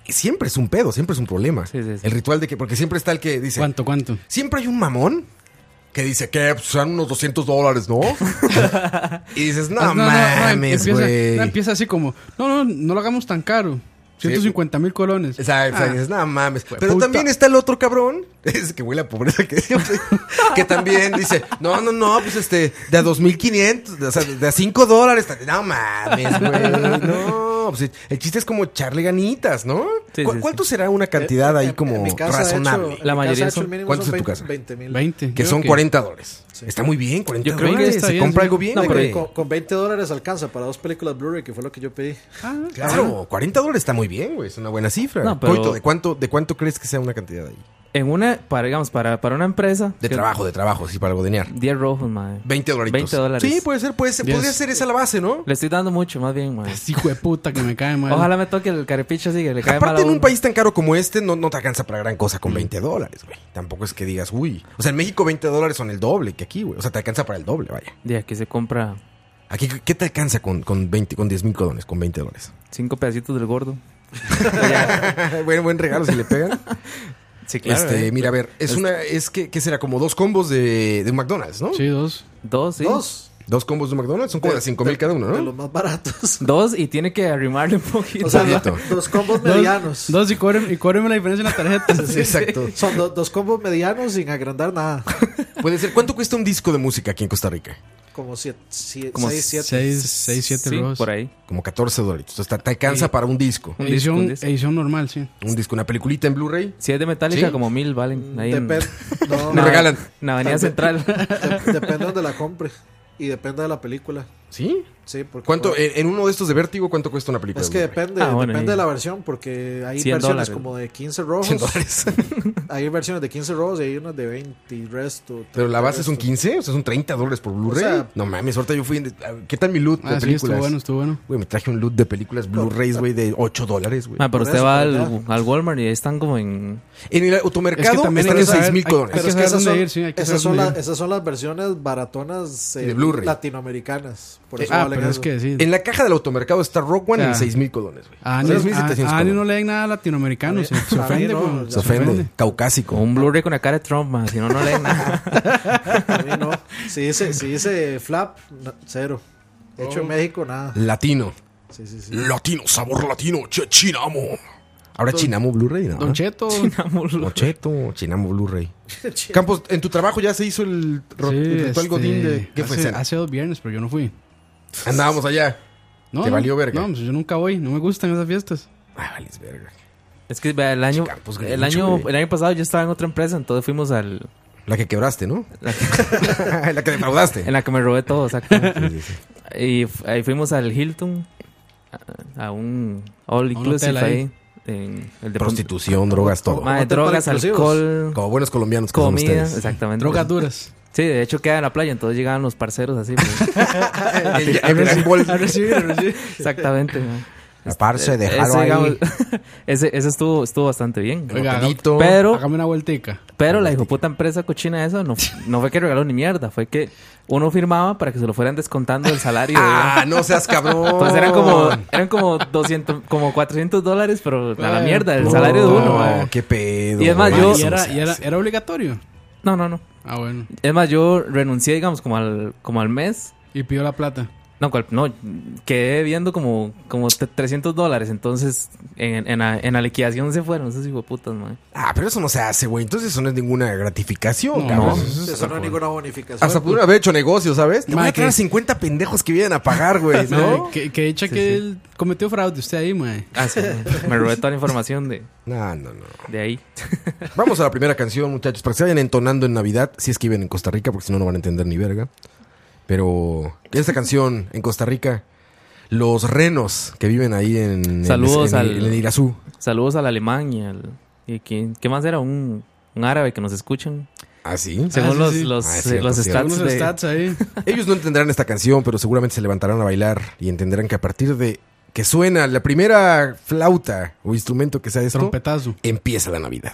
Siempre es un pedo, siempre es un problema. Sí, sí, sí. El ritual de que, porque siempre está el que dice, ¿Cuánto, cuánto? siempre hay un mamón que dice que pues, son unos 200 dólares, ¿no? y dices, no, Ah, em- mames, empieza- güey. no, empieza así como, no, no, no lo hagamos tan caro. Sí. 150 mil colones. O sea, o sea, Ah. dices, no mames. Pero puta. también está el otro cabrón. [LAUGHS] Es que huele a pobreza que siempre- Que también dice, no, no, no, pues este, de a 2.500, o sea, de a 5 dólares. No mames, güey. No, pues el chiste es como echarle ganitas, ¿no? Sí, ¿Cu- sí, ¿Cuánto será una cantidad En- ahí en- como en mi casa, de hecho, razonable? en La mi mayoría casa, de hecho, son- el mínimo ¿Cuántos son en tu 20, casa? 20 mil. 20. que yo son creo 40 dólares. Está muy bien, 40 Yo creo que dólares. está Se bien, compra sí. algo bien, No, pero güey. Con, con 20 dólares alcanza para dos películas Blu-ray, que fue lo que yo pedí. Ah, Claro, 40 dólares está muy bien, güey. Es una buena cifra. No, pero- Coito, ¿de cuánto, ¿de cuánto crees que sea una cantidad ahí? En una, para, digamos, para, para una empresa. De que- trabajo, de trabajo, sí, para godenear. 10 rojos, madre. 20 dólares. 20 dólares. Sí, pues. puede ser, puede ser. Diez. Podría ser esa la base, ¿no? Le estoy dando mucho, más bien, madre. es hijo de puta que me cae mal. Ojalá me toque el carepicho así que le cae mal Aparte, a en un uno. Mm. país tan caro como este, no, no te alcanza para gran cosa con 20 dólares, güey. Tampoco es que digas, uy. O sea, en México 20 dólares son el doble que aquí, güey. O sea, te alcanza para el doble, vaya. De aquí se compra Aquí, ¿qué te alcanza con, con, 20, con 10 mil colones, con 20 dólares? cinco pedacitos del gordo. [LAUGHS] buen, buen regalo si le pegan. Sí, este, eh. mira, a ver, es una, es que, ¿qué será? Como dos combos de, de un McDonald's, ¿no? Sí, dos. Dos, sí. Dos. Dos combos de un McDonald's son como de 5 mil cada uno, De ¿no? los más baratos. Dos y tiene que arrimarle un poquito. [LAUGHS] O sea, poquito. dos, dos combos Dos, medianos. dos y cóbreme, y cóbreme la diferencia en la tarjeta. [LAUGHS] [LAUGHS] Sí, Exacto. Son do- dos combos medianos sin agrandar nada. Puede ser. ¿Cuánto cuesta un disco de música aquí en Costa Rica? Como 6, Como 7. Seis, seis, siete sí, rojos. por ahí. Como 14 dólares. O sea, te alcanza para un disco. Un disco, Edición, un disco. edición normal, sí. Ah, Un disco, una peliculita en Blu-ray. Si es de metálica, Sí. como mil Mm, valen. Ahí en, No, Nos [LAUGHS] regalan. en Avenida [LAUGHS] Central. Dep- depende donde la compre y depende de la película. ¿Sí? Sí, porque ¿Cuánto? bueno, En, en uno de estos de Vértigo, ¿cuánto cuesta una película? es que de Blu-ray? depende, Ah, bueno, y- depende de la versión porque hay 100 versiones dólares. como de 15 100 rojos, dólares. hay versiones de 15 rojos y hay unas de 20 y resto. Pero la base son resto. 15, o sea, son 30 dólares por Blu-ray. O sea- no mames, ahorita yo fui. en- ¿Qué tal mi loot de Ah, sí, estuvo películas? bueno, estuvo bueno. Güey, me traje un loot de películas Blu-rays, güey, de 8 dólares, güey. Ah, pero Por usted eso, va por al, allá. al Walmart y ahí están como en. En el automercado Es que también están hay en que saber- 6 mil hay- colones. hay Pero es que saber esas dónde son, ir, sí, hay que esas, saber son dónde la- ir. esas son las versiones baratonas eh, De Blu-ray. latinoamericanas. Por eso Ah, valen pero es eso. que sí. En la caja del automercado está Rock One O sea, en 6 mil colones, güey. A Ani, 6,700 a- a Ani no colones. le den nada latinoamericano, se, se A mí ofende. Oh. no, güey. ya Se ofende. Con Caucásico. un Blu-ray con la cara de Trump, ma, Si no, no leen nada. A mí no. Si dice, si dice flap, no, cero. De hecho, en México, nada. Latino. Sí, sí, sí. Latino, sabor latino, che, chinamo. Ahora chinamo Blu-ray, ¿no? Don Cheto. Mocheto, Chinamo [LAUGHS] Blu-ray. Campos, en tu trabajo ya se hizo el, ro- Sí, el ritual este, Godín de. ¿Qué fue hace, cena? hace dos viernes, pero yo no fui. Andábamos allá. No, Te no, valió verga. No, pues yo nunca voy. No me gustan esas fiestas. Ah, vales verga. Es que vea, el año, Campos el, Grinch, año, güey. el año pasado yo estaba en otra empresa, entonces fuimos al. La que quebraste, ¿no? la [LAUGHS] que- La que defraudaste. en la que me robé todo, exacto. Y f- ahí fuimos al Hilton, a, a un all A un inclusive hotel ahí. ahí. en el de Prostitución, drogas, todo. Ma, de Hotel para drogas, inclusivos. alcohol, Como buenos colombianos que son comida, ustedes. exactamente. Drogas duras. Sí, de hecho queda en la playa, entonces llegaban los parceros así. pues. El- el Gran Ball. A recibir, a recibir. [LAUGHS] exactamente. ma. La parce, Ese, dejaron ahí. digamos, [LAUGHS] ese, ese estuvo, estuvo bastante bien. Oiga, haga- Hotelito. Pero, hágame una vueltica. pero la hijoputa empresa cochina esa no, no fue que regaló ni mierda, fue que uno firmaba para que se lo fueran descontando el salario. [LAUGHS] Ah, no seas cabrón. [LAUGHS] Entonces eran Pues como, eran como 200, como 400 dólares, pero a la Bueno, mierda, el no. salario de uno. No, ma. qué pedo. Y es más, man, yo- Ah, y eso no era, se y era, hace. era obligatorio. No, no, no. Ah, bueno. Es más, yo renuncié, digamos, como al, como al mes Y pidió la plata. No, cual- no, quedé viendo como, como te- 300 dólares. Entonces, en, en la, en la liquidación se fueron esos putas, man. Ah, pero eso no se hace, güey. Entonces eso no es ninguna gratificación, No, cabrón. no. Eso es- Eso no es ninguna bonificación. Hasta pudieron haber hecho negocio, ¿sabes? Te voy a Mike, traer es- 50 pendejos que vienen a pagar, güey, ¿no? Mae, que, que hecha que él cometió fraude usted ahí, mae. Ah, [LAUGHS] sí, mae. me robé toda la información de, No, no, no. de ahí. Vamos a la primera canción, muchachos, para que se vayan entonando en Navidad, si es que viven en Costa Rica, porque si no, no van a entender ni verga. Pero esta canción en Costa Rica, los renos que viven ahí en, Saludos en, en- al- en Irazú. Saludos a la Alemania. ¿Y quién, qué más era? Un, un árabe que nos escuchan. ¿Ah, sí? Según sí, los, sí. los, eh, Ah, es cierto, los cierto. stats Algunos de- stats ahí. Ellos no entenderán esta canción, pero seguramente se levantarán a bailar y entenderán que a partir de que suena la primera flauta o instrumento que sea esto, Trompetazo. empieza la Navidad.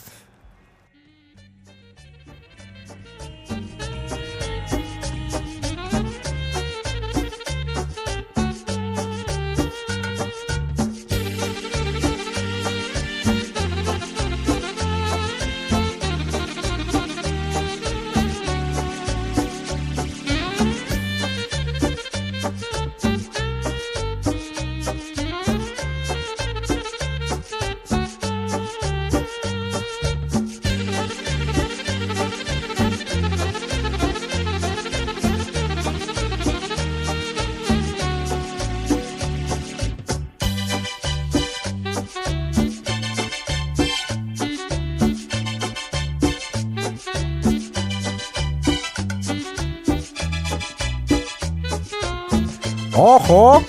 ¡Ojo!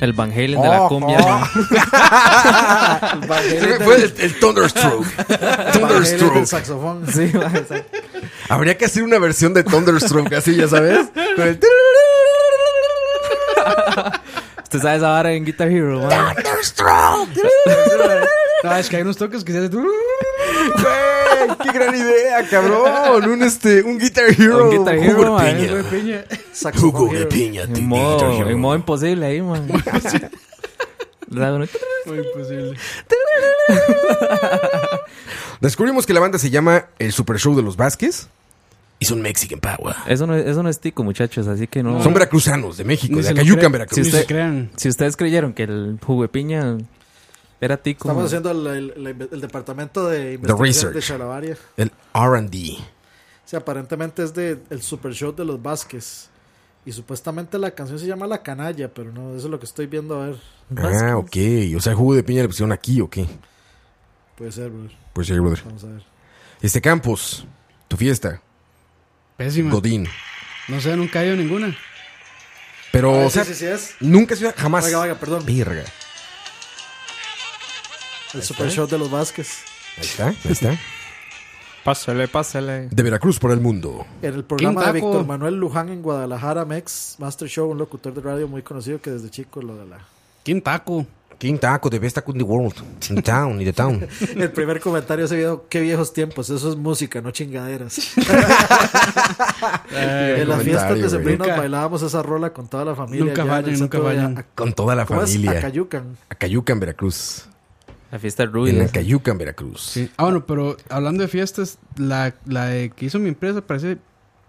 El Van Halen de la Ojo. [LAUGHS] cumbia. mae. Fue el, el [LAUGHS] Thunderstroke. Thunderstroke. Thunderstroke. El saxofón. [LAUGHS] Sí, mae, exacto. Habría que hacer una versión de Thunderstroke así, ya sabes. Con [LAUGHS] el Usted sabe esa vara en Guitar Hero, mae. No, es que hay unos toques que se hacen. Güey, ¡Qué gran idea, cabrón! Un, este, un Guitar Hero. Un Guitar Hero, Jugo de mae. piña. Güey, piña. Saxofón. hero. piña. En modo, en modo imposible [LAUGHS] ahí, man. Muy imposible. Descubrimos que la banda se llama El Super Show de los Vázquez. Y son Mexican Power. Eso no, es- eso no es tico, muchachos, así que no. Son veracruzanos Pues de Ni México, de se lo Acayucan, crean. Veracruz. Ni Si usted- se crean. Si ustedes creyeron que el jugo de piña Era tico. Estamos ma. haciendo el, el- el- el departamento de investigación de research. Chalabaria. El RD. Sí, aparentemente es de el super show de los Vázquez. Y supuestamente la canción se llama La Canalla, pero no, eso es lo que estoy viendo a ver. Ah, ok. O sea, jugo de piña le pusieron aquí, ok. Puede ser, brother. Pues sí, brother. Vamos a ver. Este Campos, tu fiesta, Pésima. Godín. No sé, nunca he ido a ninguna. Pero, Ah, o sí, sea, sí, sí es. nunca se jamás. Oiga, oiga, perdón. Virga. El super show de los Vázquez. Ahí está, ahí está. Pásale, pásale. De Veracruz para el mundo. En el programa de taco! Víctor Manuel Luján en Guadalajara, Mex Master Show, un locutor de radio muy conocido que desde chico lo de la. ¿Quién taco? King Taco, the best taco in the world. In the town, in [LAUGHS] the town. [LAUGHS] El primer comentario de ese video, qué viejos tiempos, eso es música, no chingaderas. [LAUGHS] en las fiestas comentario, de Sembrinas güey. bailábamos esa rola con toda la familia. Nunca allá en el fallan, nunca centro de fallan. A- Con toda la ¿Cómo es? familia. Acayucan. Acayuca, en Veracruz. La fiesta de En Ruby. Acayuca, en Veracruz. Sí. Ah, bueno, pero hablando de fiestas, la, la de que hizo mi empresa parece.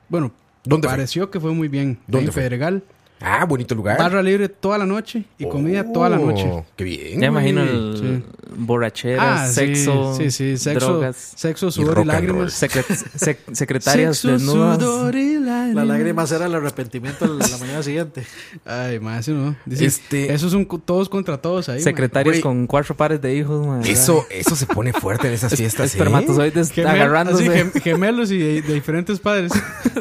Bueno, ¿Dónde fue? pareció que fue muy bien. ¿Dónde en fue? Pedregal. Ah, bonito lugar. Barra libre toda la noche y comida toda la Oh, noche. Qué bien. Ya imagino güey. el sí. Ah, borrachera, sí, sexo, sí, sí, sexo, drogas, sexo, rock sudor y, and roll. lágrimas. secret- sec- [LAUGHS] secretarias desnudas. y La lágrima era el arrepentimiento en la mañana siguiente. Ay, más, ¿no? Dice, Este- Eso es un cu- todos contra todos ahí. Secretarias Güey. con cuatro pares de hijos, ma. Eso, eso se pone fuerte en [LAUGHS] esas fiestas. ¿eh? Espermatozoides man. Gemel- así, [LAUGHS] agarrándose. gem- gemelos y de, de diferentes padres.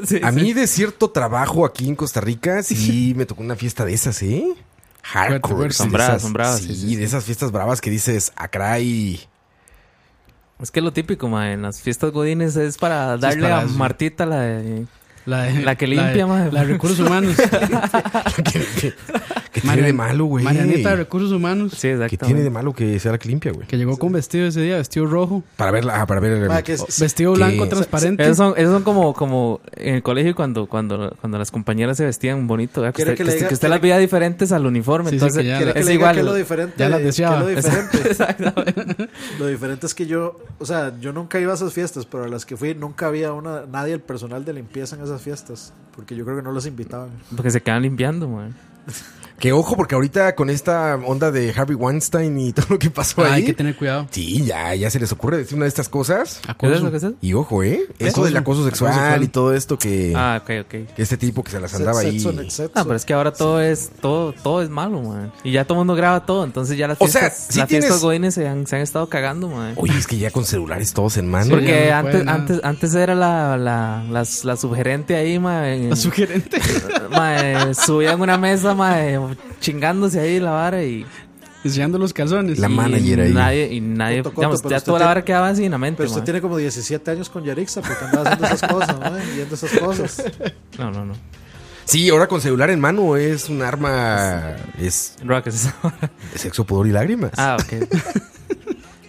Sí, A sí. mí de cierto trabajo aquí en Costa Rica sí me tocó una fiesta de esas, ¿eh? Fuerte, Hardcore. fuerte. de Son bravas, esas, son bravas, Sí, sí, sí, sí. de esas fiestas bravas que dices, a caray. Es que es lo típico, ma. En las fiestas godines es para darle a para- Martita la de... La, de- La que de- limpia, man. La de recursos [LAUGHS] humanos. ¿Qué, qué tiene Marian- de malo, güey? Marianita de recursos humanos. ¿Qué Sí, tiene de exactamente. malo que sea la que limpia, güey? Que llegó con vestido ese día, vestido rojo, Para verla, ah, para ver el... Ma, que es- vestido ¿Qué? blanco transparente. Esos son, esos son como, como en el colegio cuando, cuando, cuando las compañeras se vestían bonito, ¿verdad? Que ¿Quiere usted, que que le usted- diga- que usted quiere las veía diferentes al uniforme. Sí, sí, entonces que ya- ¿Quiere que es le diga igual. que [LAUGHS] lo diferente? ya las que deseaba. lo [LAUGHS] diferente? Exactamente. lo diferente es que yo, o sea, yo nunca iba a esas fiestas, pero a las que fui nunca había una, nadie del personal de limpieza en esas fiestas, porque yo creo que no los invitaban. Porque se quedan limpiando, man. Que ojo, porque ahorita con esta onda de Harvey Weinstein y [LAUGHS] todo lo que pasó Ah, ahí... hay que tener cuidado. Sí, ya, ya se les ocurre decir una de estas cosas. ¿Qué es Acoso. eso? ¿Qué es eso? Y ojo, ¿eh? Eso del acoso sexual, sexual. y todo esto que... Ah, ok, ok. que este tipo que se las andaba Set- ahí... sexo en exceso. Ah, pero es que ahora todo es todo todo es malo, man. Y ya todo el mundo graba todo, entonces ya las O sea, fiestas, sí las tienes- fiestas godines se han, se han estado cagando, man. Oye, es que ya con celulares todos en mano. Sí, Porque ya no antes, pueden, nada. antes, antes era la, la, la, la subgerente ahí, ma, en- La sugerente. [LAUGHS] ma, eh, subían una mesa, ma, eh, chingándose ahí la vara y, Enseñando los calzones. La y manager ahí. nadie, y nadie, Coto, coto, digamos, pero ya usted toda la tiene- vara quedaba así en la mente, Pero usted ma. tiene como 17 años con Yarixa, porque andaba haciendo esas cosas, ¿no? eh? Viendo esas cosas. No, no, no. Sí, ahora con celular en mano es un arma. Es Rock es esa vara. sexo, pudor y lágrimas. Ah, ok.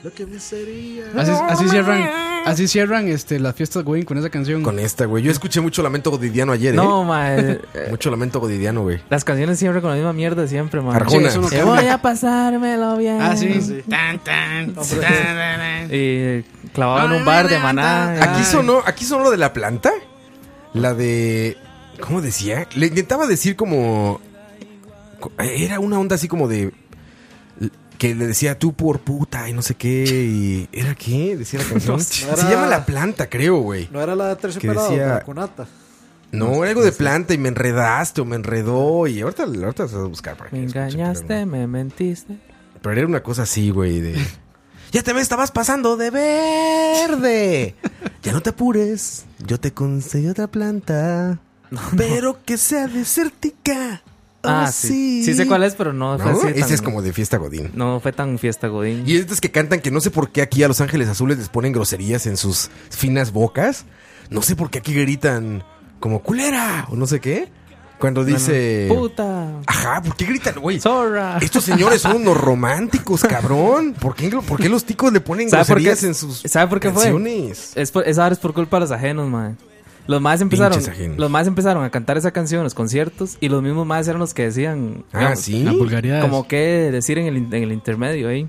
Lo que me sería. Así, así cierran, así cierran este, las fiestas Godín con esa canción. Con esta, güey. Yo escuché mucho lamento godidiano ayer, ¿eh? No, ma. eh, Mucho lamento godidiano, güey. Las canciones siempre con la misma mierda, siempre, man. Arjona. eso no Te voy a pasármelo bien. Ah, sí. Sí. Tan, tan, tan, Hombre. tan, tan. Y clavaban un bar de maná. Aquí Ay. sonó, aquí sonó lo de la planta. La de. ¿Cómo decía? Le intentaba decir como. co- Era una onda así como de. Que le decía tú por puta y no sé qué. Y, ¿Era qué? Decía la canción. No Se era- llama La Planta, creo, güey. No era la de terciopelado, decía- de la cunata. No, era algo de planta y me enredaste o me enredó. Y ahorita, ahorita vas a buscar para que Me lo escuchen, engañaste, pero, me mentiste. pero era una cosa así, güey, de. Ya te me estabas pasando de verde. Ya no te apures. Yo te conseguí otra planta. Pero que sea desértica. Ah, sí. Sí sé cuál es, pero no fue ¿No? así. tan- Ese es como de fiesta godín. No fue tan fiesta, Godín. Y estas que cantan que no sé por qué aquí a Los Ángeles Azules les ponen groserías en sus finas bocas. No sé por qué aquí gritan como culera o no sé qué. Cuando dice... Puta. Ajá, ¿por qué gritan, güey? Zorra. Estos señores son unos románticos, cabrón. ¿Por qué, por qué los ticos le ponen ¿Sabe por qué? groserías en sus ¿Sabe por qué fue? Eh, canciones? Es por, esa vara es por culpa de los ajenos, man. Los más empezaron, Pinches ajenos. los más empezaron a cantar esa canción en los conciertos y los mismos más eran los que decían, Ah, digamos, ¿sí? Las vulgaridades. como que decir en el, in- en el intermedio ahí.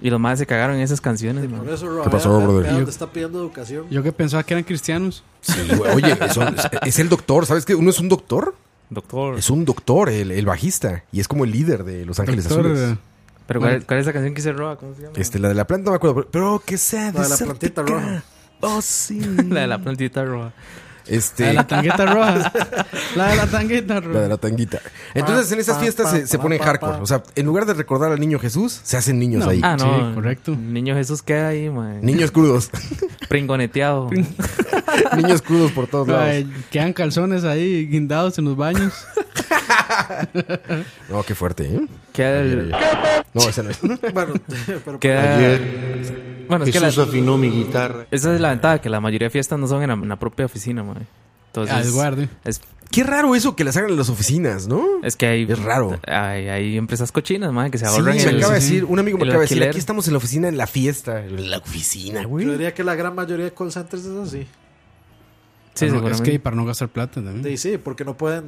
Y los más se cagaron en esas canciones, man. Por eso, Roa, ¿Qué pasó, vea- vea- brother? vea Yo- dónde está pidiendo educación. Yo que pensaba que eran cristianos. Sí, güey. Oye, son- es el doctor. ¿Sabes qué? Uno es un doctor. Doctor. Es un doctor, el, el bajista. Y es como el líder de Los Ángeles Doctor, Azules. eh, Pero ¿cuál, cuál es la canción que hice roba? ¿Cómo se llama? Este, la de la planta no me acuerdo. Pero, pero que sea La de la desértica. plantita roja. Oh, sí. [LAUGHS] La de la plantita roja. Este, La de la tangueta roja. La de la tangueta roja. la de la tanguita. Entonces, en esas pa, fiestas pa, se, se pa, ponen pa, hardcore. pa. O sea, en lugar de recordar al niño Jesús, se hacen niños No. ahí. Ah, no. Sí, correcto. Niño Jesús queda ahí, man. Niños [LAUGHS] crudos. Pringoneteado. niños crudos por todos lados. Ay, quedan calzones ahí guindados en los [LAUGHS] baños. No, qué fuerte, ¿eh? Queda el. No, ese [LAUGHS] no es. Bueno, [LAUGHS] pero Queda... Ayer Bueno, es que la- Jesús afinó mi guitarra. esa es la ventaja, que la mayoría de fiestas no son en la, en la propia oficina, man. Entonces. Al Ah, guarde. Es, Qué raro eso que las hagan en las oficinas, ¿no? es que hay. Es raro. Hay, hay empresas cochinas, man, que se Sí, ahorran me el- acaba de sí. decir, un amigo me el acaba de decir, alquiler. aquí estamos en la oficina, en la fiesta. La oficina, güey. yo diría que la gran mayoría de call centers es así. Para no- es Sí, [LAUGHS] seguramente. que para no gastar plata también. Sí, sí, porque no pueden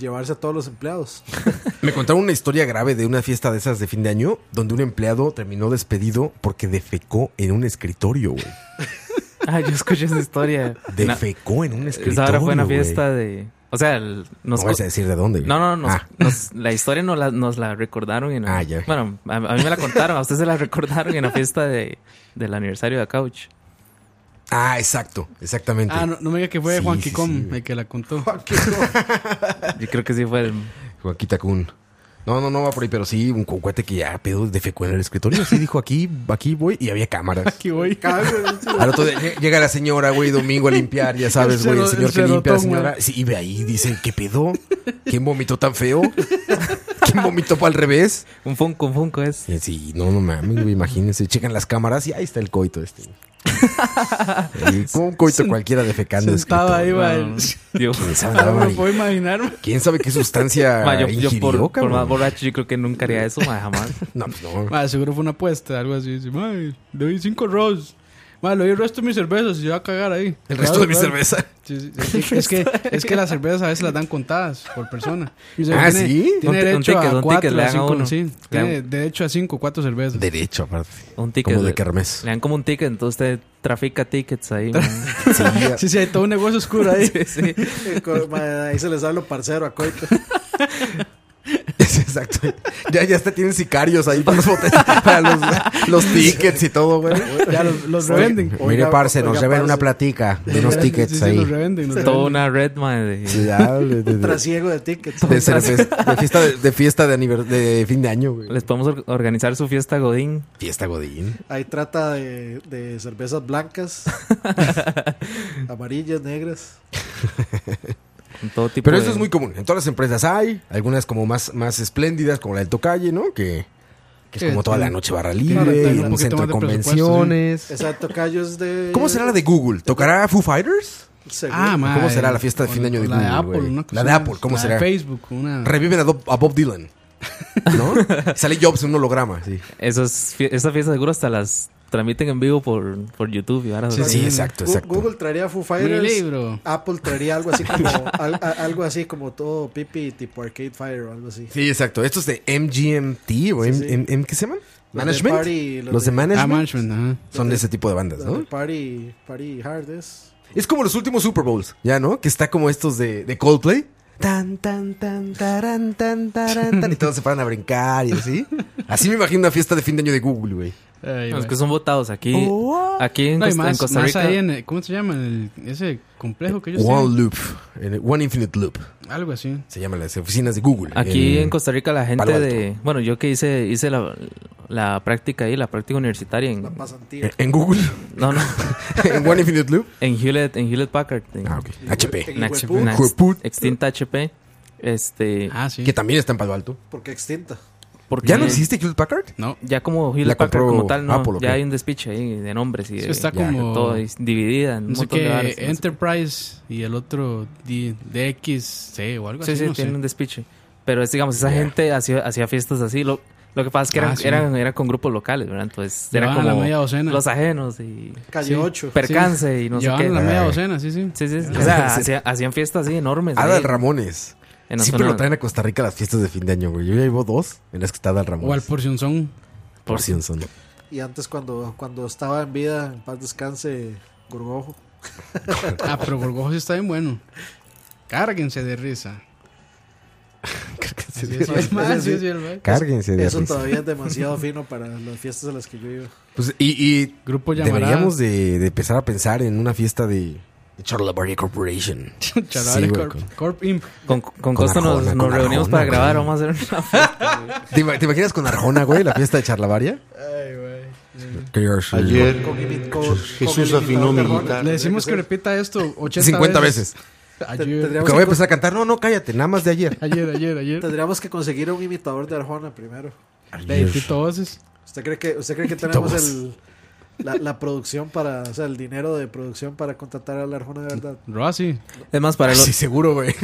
llevarse a todos los empleados. [LAUGHS] Me contaron una historia grave de una fiesta de esas de fin de año donde un empleado terminó despedido porque defecó en un escritorio, [LAUGHS] güey. Ah, yo escuché esa historia. Na- Defecó en un escritorio. Esa hora fue una güey. fiesta de. O sea, el- nos. No vas a decir de dónde. güey. No, no, nos- Ah, nos- la historia nos la, nos la recordaron en la- Ah, ya. Bueno, a, a mí me la contaron, a ustedes se la recordaron en la fiesta de, del aniversario de Couch. ah, exacto, exactamente. Ah, no, no me diga que fue Sí, Juan sí, Quicón sí, güey. el que la contó. Yo creo que sí fue el... Joaquita Kun. No, no, no va por ahí, pero sí, un cuate que ya pedo defecó en el escritorio. Sí dijo aquí, aquí voy y había [LAUGHS] cámaras. Aquí voy. [LAUGHS] Cada vez- Al otro día lle- llega la señora, güey, domingo a limpiar, ya sabes, El güey, el cero- señor el que limpia, la cerotón, señora. güey. Sí, y ve ahí, dice, ¿qué pedo? ¿Quién vomitó tan feo? ¿Quién vomitó para al revés? Un funko, un funko es. Y Sí, no, no mames, güey, imagínense, checan las cámaras y ahí está el coito este. Y Como un coito cualquiera defecando. en Sentado ahí, escritorio. va. No, Yo, ¿Quién sabe, No daba me ahí? puedo imaginar. ¿Quién sabe qué sustancia [LAUGHS] Ma, yo- yo ingirió, por, por cabrón? más borracho yo creo que nunca haría eso, ma, jamás. No, pues no. Ma, seguro fue una apuesta, algo así. Dice, "Ma, le doy cinco rolls. Ma, le doy el resto de mis cervezas y se va a cagar ahí. El resto de mi cerveza. Sí, sí, sí. Es, que, es que las cervezas a veces las dan contadas por persona. Y se Ah, tiene, ¿sí? Tiene Un ti- un derecho ticket, a un cuatro, ticket le a dan a cinco, uno. sí. Le dan- Tiene derecho a cinco, cuatro cervezas. Derecho, aparte. Un ticket. Como de Le, kermés. le dan como un ticket, entonces usted trafica [LAUGHS] tickets ahí, ma. [LAUGHS] Sí, sí, hay todo un negocio oscuro ahí. [LAUGHS] Sí, sí. co- ma, ahí se les da lo parcero a Coito. [LAUGHS] Sí, Exacto. Ya, ya hasta tienen sicarios ahí para los, botellas, para los, los tickets y todo, güey. Ya los, los revenden. Oiga, mire, parce, nos oiga, deben parce. una platica de Sí, sí, los revenden. los Toda revenden. una red, ma, de- de, de- de- Trasiego de tickets. de cerveza- de fiesta, de, de fiesta de, aniver- de fin de año, güey. Les podemos or- organizar su fiesta Godín. Fiesta Godín. Ahí trata de, de cervezas blancas, amarillas, negras. Con todo tipo Pero de- eso es muy común. En todas las empresas hay, algunas como más, más espléndidas, como la del Tocalle, ¿no? Que, que es Eh, como toda la tiene- noche barra tiene libre, un y un poquito centro más de de presupuesto, convenciones. Esa tocayo es de. ¿Cómo será la de Google? ¿Tocará Foo Fighters? Seguro. Ah, ma, ¿Cómo será eh, la fiesta de fin de año de La de Google, Apple, güey? una La de cosa Apple, ¿cómo la será? De Facebook, una. Reviven a, Do- a Bob Dylan. ¿No? Sale Jobs en un holograma. Sí, Esas, fie- esas fiestas seguro hasta las transmiten en vivo por, por YouTube y ahora Sí, sí. exacto, Gu- exacto. Google traería Foo Fighters. Mi Ah, libro. Apple traería algo [LAUGHS] así como al- a- algo así como todo pipi tipo Arcade Fire o algo así. Sí, exacto. Estos de MGMT o M- M- M- ¿qué se llaman? Los de Management. party, los, los de, de- Ah, management management, ajá. son de ese tipo de bandas, La ¿no? de Party, party Hard es. Es como los últimos Super Bowls, ya, ¿no? Que está como estos de, de Coldplay. Tan, tan, tan, taran, tan, taran, tan. Y todos se paran a brincar y así. Así me imagino una fiesta de fin de año de Google, güey. Oh, Ay, Los güey. que son votados aquí. Aquí en, No, y Costa, en más, Costa más Rica. ahí en, el- ¿cómo se llama? En el- ese complejo que ellos One Loop. en el- One Infinite Loop. tienen. Algo así. Se llaman las oficinas de Google. Aquí en Costa Rica la Eh, Palo gente Alto. de... Bueno, yo que hice hice la, la práctica ahí, la práctica universitaria en... La pasantía. En en Google. [LAUGHS] No, [LAUGHS] no. en One Infinite Loop. En Hewlett, en Hewlett Packard. En, Ah, ok. HP. en HP, Hueput. en ex- Hueput. extinta HP. Este... Ah, sí. Que también está en Palo Alto. Porque extinta. porque ¿Ya no existe Hewlett Packard? No, Ya como La Hewlett Packard compró como tal, no. Apple, ¿o qué? ya hay un despiche ahí de nombres y de... eso está ya, como... todo es dividida en un No sé montón de qué, bares, no sé. Enterprise y el otro D- DXC o algo Sí, así. sí, no sé. tienen un despiche. Pero es, digamos, esa gente hacía, hacía fiestas así. Lo, lo que pasa es que Ah, eran, sí. eran, eran con grupos locales, ¿verdad? Entonces Llevaban eran a la como media docena. los ajenos y Calle Sí. 8. percance y no sé Llevaban qué. la media Ah, Ay. docena, sí, sí. Sí, sí, sí. [LAUGHS] O sea, hacía- hacían fiestas así enormes. Adal ahí Ramones. en la Siempre zona- lo traen a Costa Rica a las fiestas de fin de año, güey. Yo ya llevo dos en las que está Adal Ramones. O al [LAUGHS] porcionzón. por Simpson. Y antes cuando, cuando estaba en vida, en paz descanse, Gorgojo. Ah, [LAUGHS] pero Gorgojo sí está bien bueno. Cárguense de risa. Sí, sí, el mae, sí, sí, el mae. Cárguense de Eso risa. todavía [LAUGHS] es demasiado fino para las fiestas a las que yo iba. Pues, y, y Grupo Llamarada. deberíamos de, de empezar a pensar en una fiesta de de Charlavaria Corporation. Charabale Sí, güey, Corp. con- Corp Imp. Con, con Con Costa nos, Arjona, nos con reunimos Arjona, para güey. grabar, vamos a hacer una [LAUGHS] ¿Te, ima- te imaginas con Arjona, güey, la fiesta de Charlavaria? Ay, güey. Ayer Con imi- con- con Jesús imitador afinó de mi Ron. guitarra. Le decimos que repita esto 80 50 veces. Ayer, Que voy a empezar a cantar. No, no, cállate, nada más de ayer. ayer, ayer, ayer. Tendríamos que conseguir un imitador de Arjona primero. Ve, Tito Voces. ¿Usted cree que, usted [LAUGHS] cree que tenemos Vos. el, la, la producción para, o sea, el dinero de producción para contratar al Arjona de verdad? Rossi. Es más, para el, Sí, seguro, güey.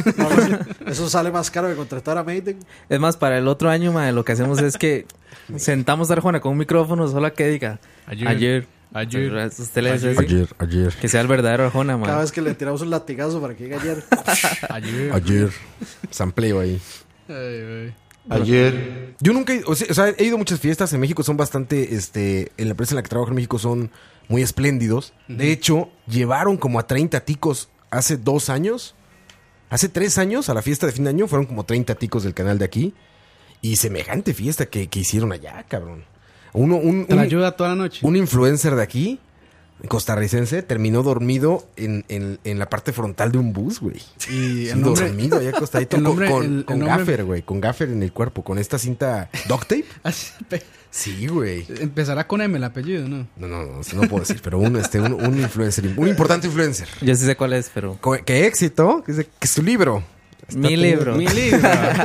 Eso sale más caro que contratar a Maiden. es más, para el otro año, mae, lo que hacemos es [LAUGHS] que sentamos a Arjona con un micrófono solo a que diga Ayer. ayer. Ayer. Usted le dice así, Ayer, ayer, que sea el verdadero Arjona, mae. Cada vez que le tiramos un latigazo para que llegue ayer. Ayer. ayer. Sampleo ahí. Ay, güey. Ayer Yo nunca, he- o sea, o sea, he ido a muchas fiestas en México, son bastante, este, en la empresa en la que trabajo en México son muy espléndidos. De hecho, llevaron como a 30 ticos hace dos años, hace tres años, a la fiesta de fin de año, fueron como 30 ticos del canal de aquí. Y semejante fiesta que, que hicieron allá, cabrón. Uno, un, Te la un- ayuda toda la noche. un influencer de aquí, costarricense, terminó dormido en, en- en la parte frontal de un bus, güey. Y Sí, el nombre. dormido allá acostadito el con- nombre- con, el- con el nombre- gaffer, güey. Con gaffer en el cuerpo, con esta cinta duct tape. Sí, güey. Empezará con M el apellido, ¿no? No, no, no, no puedo decir, pero un, este, un, un influencer, un importante influencer. Yo sí sé cuál es, pero... Co- Que éxito, que, se- que su libro. Está Mi libro. teniendo- Mi [LAUGHS]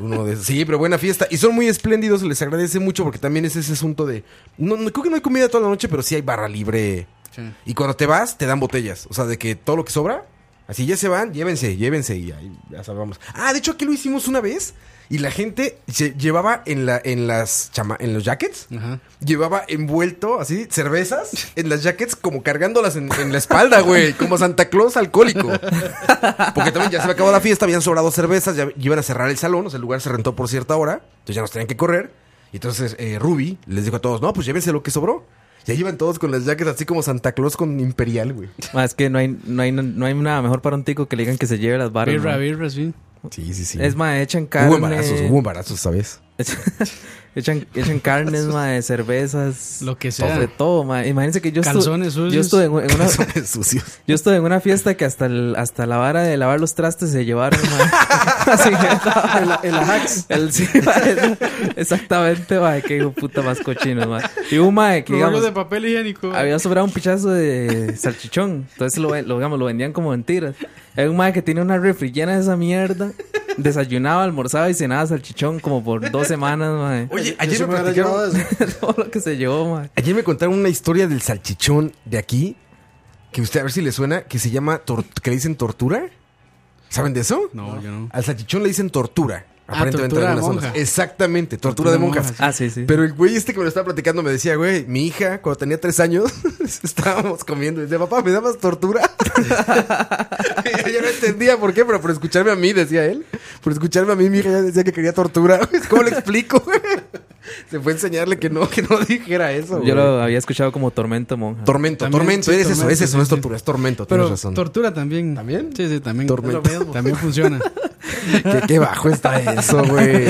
Uno de esos. Sí, pero buena fiesta. Y son muy espléndidos, les agradece mucho porque también es ese asunto de... No, no, creo que no hay comida toda la noche, pero sí hay barra libre. Sí. Y cuando te vas, te dan botellas. O sea, de que todo lo que sobra, así ya se van, llévense, llévense y ahí ya salvamos. Ah, de hecho aquí lo hicimos una vez y la gente lle- llevaba en, la, en, las chama- en los jackets. Ajá. Llevaba envuelto así cervezas en las jackets como cargándolas en, en la espalda, güey. Como Santa Claus alcohólico. Porque también ya se había acabado la fiesta, habían sobrado cervezas, ya iban a cerrar el salón, o sea, el lugar se rentó por cierta hora, entonces ya nos tenían que correr. Y entonces eh, Ruby les dijo a todos, no, pues llévense lo que sobró. Ya iban todos con las jackets así como Santa Claus con Imperial, güey. Mae, es que no hay, no, hay, no hay nada mejor para un tico que le digan que se lleve las barras. Birra, mae. birra, sí. Sí, sí, sí. Es más, echan carne. hubo embarazos, hubo embarazos, ¿sabes? echan, [LAUGHS] echan carnes, mae, cervezas. Lo que sea. sobre todo, mae. Imagínense que yo estuve, Calzones sucios. yo estuve en en [LAUGHS] una, [LAUGHS] sucios. yo estuve en una fiesta que hasta el- hasta la vara de lavar los trastes se llevaron, mae. [LAUGHS] Así que estaba- El Ajax. el- sí, mae, exactamente, mae, que hijo de puta más cochino, mae. Y un mae que Rollos de digamos papel higiénico. había sobrado un pichazo de salchichón. Entonces lo, lo, digamos, lo vendían como mentiras. Hay un mae que tiene una refri llena de esa mierda. Desayunaba, almorzaba y cenaba salchichón como por dos semanas, mae. [LAUGHS] [LAUGHS] Oye, Yo ayer sí me, me hubiera platicaron- llevado [LAUGHS] eso. Todo lo que se llevó, mae. ayer me contaron una historia del salchichón de aquí, que usted a ver si le suena, que se llama, tor- que le dicen tortura. ¿Saben de eso? No, yo no. Al salchichón le dicen tortura. Ah, aparentemente tortura en de algunas monja. zonas. Exactamente, tortura, de monjas. Ah, sí, sí. Pero el güey este que me lo estaba platicando me decía, güey, mi hija, cuando tenía tres años, [LAUGHS] estábamos comiendo. Y decía, papá, ¿me dabas [LAUGHS] tortura? yo, yo no entendía por qué, pero por escucharme a mí, decía él. Por escucharme a mí, mi hija ya decía que quería tortura. [LAUGHS] ¿Cómo le explico? güey? Se fue a enseñarle que no, que no dijera eso, güey. Yo lo había escuchado como tormento monja. Tormento, También, tormento, sí, eres eso, tormento, es eso, sí, no es sí. tortura, es tormento, Pero tienes razón. tortura también. ¿También? Sí, sí, también. Tormento. Es lo mismo. También funciona. qué, qué bajo está eso, [LAUGHS] güey.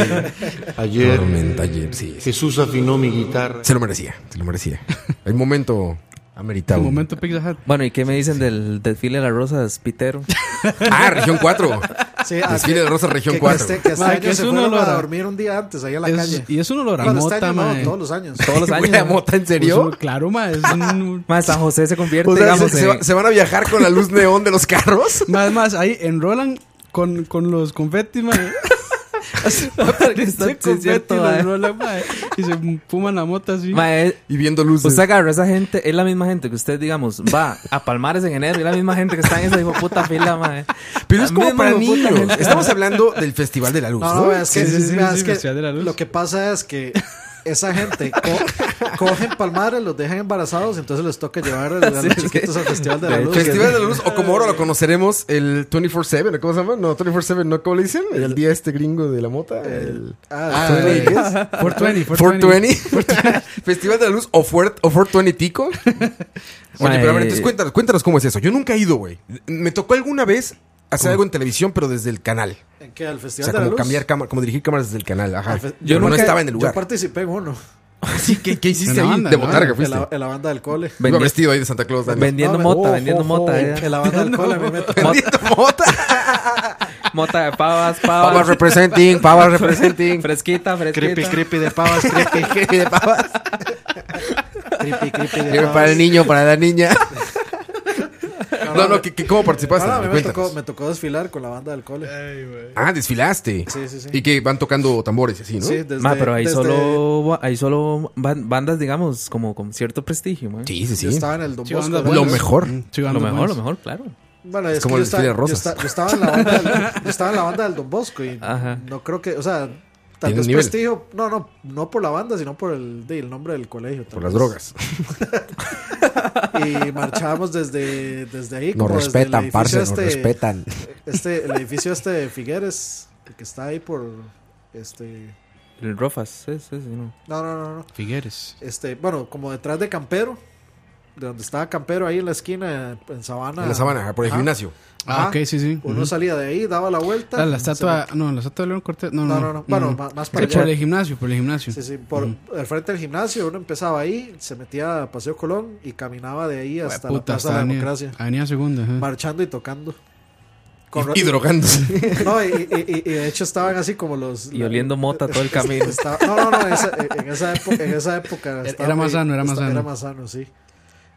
Ayer Tormento ayer, sí, sí. Jesús afinó mi guitarra. Se lo merecía, se lo merecía. El momento ameritado. El momento Pizza Hut. Bueno, ¿y qué me dicen del desfile de las rosas, Pitero? Ah, región 4. Sí, ah, Desfile de Rosa Región que, que 4. este- que este Mae, año que es se un fueron olor a a- dormir un día antes ahí a la Es- calle. y es un olor a Bueno, este mota, año no, mae. todos los años. Todos los años. [LAUGHS] Güey, ¿a ma. mota, ¿en Es un- serio? Claro, ma. Es [LAUGHS] un... Ma, San José se convierte, O sea, digamos, se, se eh. en- va- se van a viajar con la luz neón de los carros. Más, más, ahí enrolan con, con los confetis, [LAUGHS] ma. Porque está- [LAUGHS] sí, es confeti cierto, los ma. enrolan, ma, Y se fuman la mota así. [LAUGHS] Ma, es- Y viendo luces. usted agarra a esa gente, es la misma gente que usted, digamos, va a Palmares en enero, es la misma gente que está en esa hijo puta fila, ma. pero La es como misma para hijo puta niños. gente. Estamos hablando del Festival de la Luz, No, ¿no? no, es que, Sí, sí, sí, vea, sí, es sí, que Festival de la Luz. lo que pasa es que esa [LAUGHS] gente co- cogen palmares, los dejan embarazados, entonces les toca llevar a los Sí, sí. chiquitos al Festival de la El Luz. Festival de la Luz, o como ahora lo conoceremos, el 24-7, ¿o ¿cómo se llama? No, 24-7, ¿no? ¿Cómo le dicen? El día este gringo de la mota. El... Ah, ¿Tú sí. le dices? 420, 420. [LAUGHS] 420. Festival de la Luz o, fuert- o 420 Tico. Oye, pero a Ma, ver, eh, entonces cuéntanos, cuéntanos cómo es eso. Yo nunca he ido, güey. Me tocó alguna vez hacer algo en televisión, pero desde el canal. ¿En qué? ¿Al O Festival sea, de la como Luz? cambiar cámara, como dirigir cámaras desde el canal. Ajá. Al fe- Yo no nunca- estaba en el Yo lugar. participé en uno. [LAUGHS] Sí, ¿qué, qué hiciste En la ahí banda, de en la botarga? banda. En Fuiste. la, en la banda del cole. Iba Vendi- vestido ahí de Santa Claus. Dani. [LAUGHS] vendiendo No, mota, ojo, vendiendo ojo, mota. eh. En la banda del cole me meto. Vendiendo mota. Mota de pavas, Pava [LAUGHS] pavas. representing, pava [LAUGHS] representing. Fresquita, fresquita. Creepy, creepy de pavas, creepy. de pavas. [LAUGHS] Creepy, creepy de Era Para el niño, para la niña. [LAUGHS] No, no, ¿qué- qué- ¿cómo participaste? Ahora me Cuéntanos. tocó, me tocó desfilar con la banda del cole. Eh, Ah, desfilaste. Sí, sí, sí. Y que van tocando tambores y así, ¿no? Sí, desde, Ma, pero ahí desde- solo, ahí solo ban- bandas, digamos, como con cierto prestigio, man. sí, sí. sí. Yo estaba en el Don Sí, Bosco. bandas ¿no? Lo buenas. mejor. Sí, Lo bandas mejor, buenas. lo mejor, claro. Bueno, es, como que yo el desfile estaba, de yo, rosas. esta- yo estaba en la banda del, yo estaba en la banda del Don [LAUGHS] Bosco y Ajá. no creo que, o sea, tal Tiene vez nivel. prestigio, no, no, no por la banda, sino por el, de- el nombre del colegio. tal Por las vez. drogas. Y marchábamos desde, desde ahí. Nos como desde el respetan, edificio parce, nos este- respetan. Este, el edificio este de Figueres, el que está ahí por, este, El Rofas, sí, sí, sí, no. no, no, no, no. Figueres. este, bueno, como detrás de Campero, de donde estaba Campero ahá en la esquina, en Sabana. En la sabana, por el Ajá. gimnasio. Ah, Ajá. ok, sí, sí. Uno salía de ahí, daba la vuelta. Ah, la se estatua. No, la estatua de León Cortés. No, no, No, no, no. Bueno, ma- más para Sí, por allá. el gimnasio, por el gimnasio. Sí, sí, por al frente del gimnasio, uno empezaba ahí, se metía a Paseo Colón y caminaba de ahí hasta la Puta, Ah. Plaza hasta de la Avenida- Democracia, Avenida Segunda. ajá. marchando y tocando. Con ra- Y, y drogándose. no, y, y- y- y de hecho estaban así como los... Y oliendo mota todo [LAUGHS] el camino. estaba- no, no, no, esa- en, esa época, en esa época... Era estaba- más sano, era más estaba- sano. Era más sano, sí.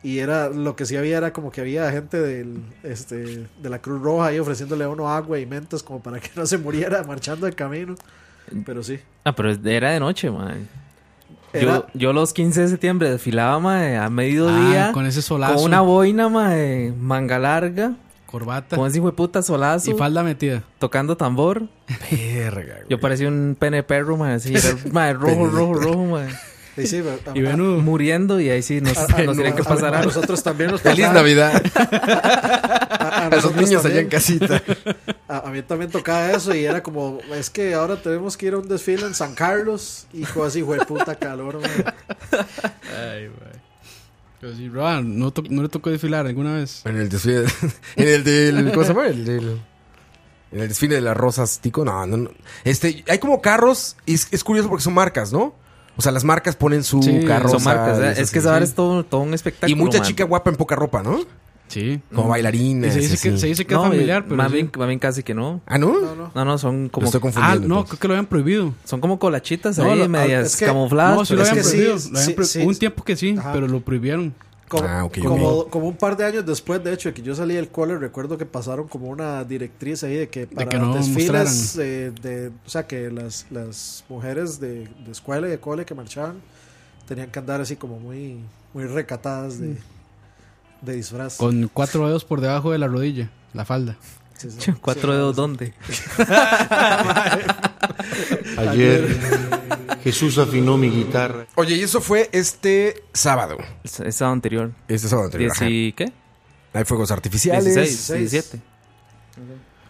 Y era, lo que sí había era como que había gente del, este, de la Cruz Roja ahí ofreciéndole a uno agua y mentas como para que no se muriera marchando el camino. Pero sí. Ah, pero era de noche, man. Era- Yo, yo los 15 de septiembre desfilaba, mae, a Ah, mediodía. con con, ese solazo. una boina, mae, manga larga. corbata. Con ese hijo de puta solazo. Y falda metida. tocando tambor. Yo parecía un pene de perro, mae, así. [LAUGHS] era, mae, rojo, rojo, rojo, mae. Y sí, a- Y a- venudo. Muriendo y ahí sí [LAUGHS] [LAUGHS] nos, nos no, tienen que a- pasar a algo. nosotros también nos Feliz pasaba. Navidad. A, a A esos nosotros niños allá también, en casita. a, a mí también tocaba eso y era como, es que ahora tenemos que ir a un desfile en San Carlos y cosas hijo de puta calor, man. Ay, güey. Pero sí, Roa, ¿no, to- ¿no le tocó desfilar alguna vez? En el desfile. En [LAUGHS] el del. ¿Cómo se llama? El del- En el desfile de las rosas, Tico. No, no, no. Este, hay como carros. Y es, es curioso porque son marcas, ¿no? O sea, las marcas ponen su Sí, carro. Son marcas, ¿eh? es que esa vara es todo, todo un espectáculo. Y mucha mae. chica guapa en poca ropa, ¿no? Sí. Como Mm. Y bailarines. se dice, que, así. se dice que No, es familiar, eh, pero. más, sí. bien, más bien casi que no. Ah, ¿no? No, no. No, no, son Lo como estoy Ah, no, confundiendo. pues. entonces. creo que lo habían prohibido. son como colachitas No, ahí lo- medias es que- camufladas. No, sí lo pero es habían que- sí, prohibido. sí, lo habían pro- sí. Hubo un tiempo que sí, Ajá. pero lo prohibieron. Como, Ah, ok, como, como un par de años después, de hecho, de que yo salí del cole, recuerdo que pasaron como una directriz ahí de que para que no desfiles, eh, de, o sea, que las, las mujeres de, de escuela y de cole que marchaban tenían que andar así como muy, muy recatadas de, de disfraz. Mm. Con cuatro dedos por debajo de la rodilla, la falda. Sí, sí. [LAUGHS] Cuatro [LAUGHS] dedos, ¿dónde? Ayer Jesús afinó mi guitarra. Oye, y eso fue este sábado. Esa esa anterior. Este sábado anterior. ajá. Dieci, ¿Qué? Hay fuegos artificiales. 16, 17.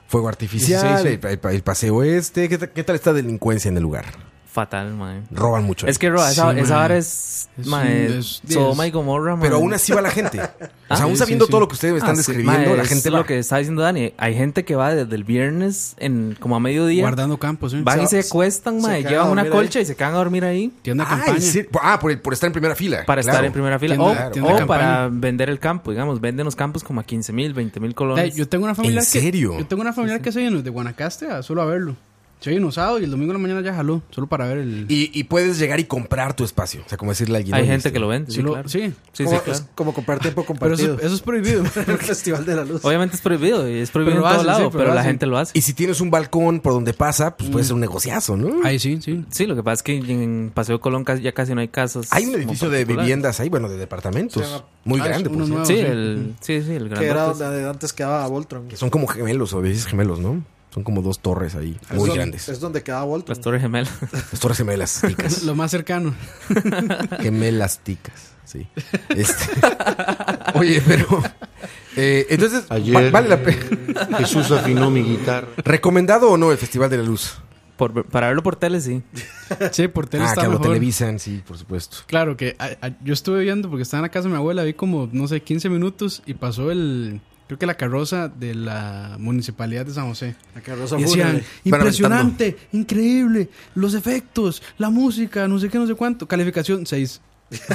Fuego artificial. 16, el, el- el paseo este. ¿Qué, ta- qué tal está delincuencia en el lugar? Fatal, man. Roban mucho. Es que Roa, Sí, esa, esa man. vara es, Es man, un- es es- Sodoma es- y Gomorra, man. Pero aún así va la [LAUGHS] gente. O sea, aún sí, sabiendo sí, sí. todo lo que ustedes me están Ah, sí, describiendo, man, la es gente va. lo que está diciendo Dani. Hay gente que va desde el viernes en como a mediodía. Guardando campos, ¿eh? van y se se- cuestan, se man. quedan a Llevan una dormir ahí. colcha y se quedan a dormir ahí. Tienda Ah, campaña. en serio. Ah, por, el- por estar en primera fila. Para claro. estar en primera fila. Tienda- o claro. o tienda de para campaña. vender el campo, digamos. Venden los campos como a 15 mil, 20 mil Ay, colones. yo tengo una familia ¿En que, serio? Yo tengo una familia que se vino de Guanacaste a solo a verlo. Se vino un sábado y el domingo en la mañana ya jaló, solo para ver el... Y, y puedes llegar y comprar tu espacio. O sea, como decirle a alguien. Hay oye, gente este, que lo vende, sí, sí, lo- claro. sí. Sí, sí, como, claro. es como comprar tiempo Pero eso, compartido. eso es [LAUGHS] prohibido. el Festival de la Luz. Obviamente es prohibido, y es prohibido Pero lo en todo hacen, lado, sí, pero pero, lo la hacen. gente lo hace. Y si tienes un balcón por donde pasa, pues Mm. puede ser un negociazo, ¿no? Hay, Ahí sí, sí. Sí, lo que pasa es que en Paseo Colón casi- ya casi no hay casas. un como edificio de particulares. viviendas ahí, bueno, de departamentos. Se llama- muy Ah, es grande, por uno nuevo. cierto. Sí, Sí. el, sí, sí, el que era grandote. donde antes quedaba Voltron. Que son como gemelos o edificios gemelos, ¿no? Son como dos torres ahí, Es muy donde- grandes. Es donde quedaba Las Voltron. Torres Gemelas. [LAUGHS] Las torres gemelas, [LAUGHS] ticas. Lo más cercano. gemelas ticas, [LAUGHS] sí. Este, Oye, pero... eh, entonces, va- Ayer vale la pena. Jesús afinó mi guitarra. ¿Recomendado o no el Festival de la Luz? Por- para verlo por tele, sí. Sí, por tele ah, está que lo mejor. televisan, sí, por supuesto. [LAUGHS] Claro que a- a- yo estuve viendo porque estaba en la casa de mi abuela, vi como, no sé, 15 minutos y pasó el, creo que la carroza de la municipalidad de San José. La carroza Y decían, fúnebre. impresionante, increíble, los efectos, la música, no sé qué, no sé cuánto. Calificación 6.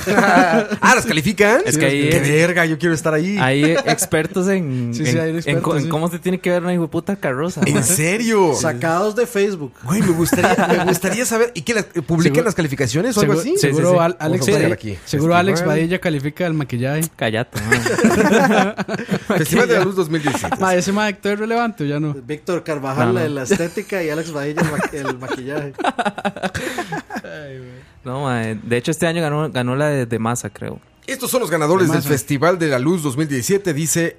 ah, ¿las califican? Es que ahí ¡Qué es- verga! Yo quiero estar ahí. Hay eh, expertos en, Sí, sí, en- hay en expertos, co- en sí. cómo se tiene que ver una hijo puta carroza. ¿En serio? Sacados de Facebook. Güey, me gustaría, me gustaría saber. ¿Y qué las, publican Seguro- las calificaciones o Pues algo así? sí, seguro sí. Al- Alex, Vamos a buscar Padilla- aquí. Este, seguro Alex Festival. Padilla califica el maquillaje. Callate, man. [LAUGHS] Festival de la Luz 2017. Ma, ese ma actor es relevante o ya no. Víctor Carvajal, No, no. la de la estética, y Alex Badilla, el, ma- el maquillaje. No, mae, De hecho, este año ganó, ganó la de, de masa, creo. Estos son los ganadores del Además, Festival de la Luz 2017, dice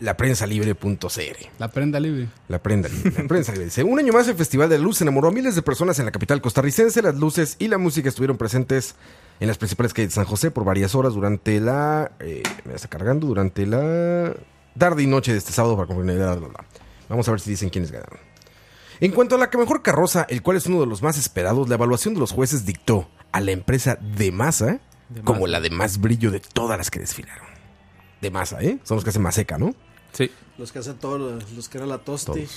laprensalibre.cr. La prenda libre. La prenda, libre, la prensa libre. Dice, un año más el Festival de la Luz enamoró a miles de personas en la capital costarricense. Las luces y la música estuvieron presentes en las principales calles de San José por varias horas durante la... eh, me está cargando, durante la tarde y noche de este sábado para confirmar. bla, bla, bla. Vamos a ver si dicen quiénes ganaron. En cuanto a la que mejor carroza, el cual es uno de los más esperados, la evaluación de los jueces dictó a la empresa de masa como la de más brillo de todas las que desfilaron. De masa, ¿eh? Son los que hacen más seca, ¿no? Sí. Los que hacen todos los, los que era la tosti.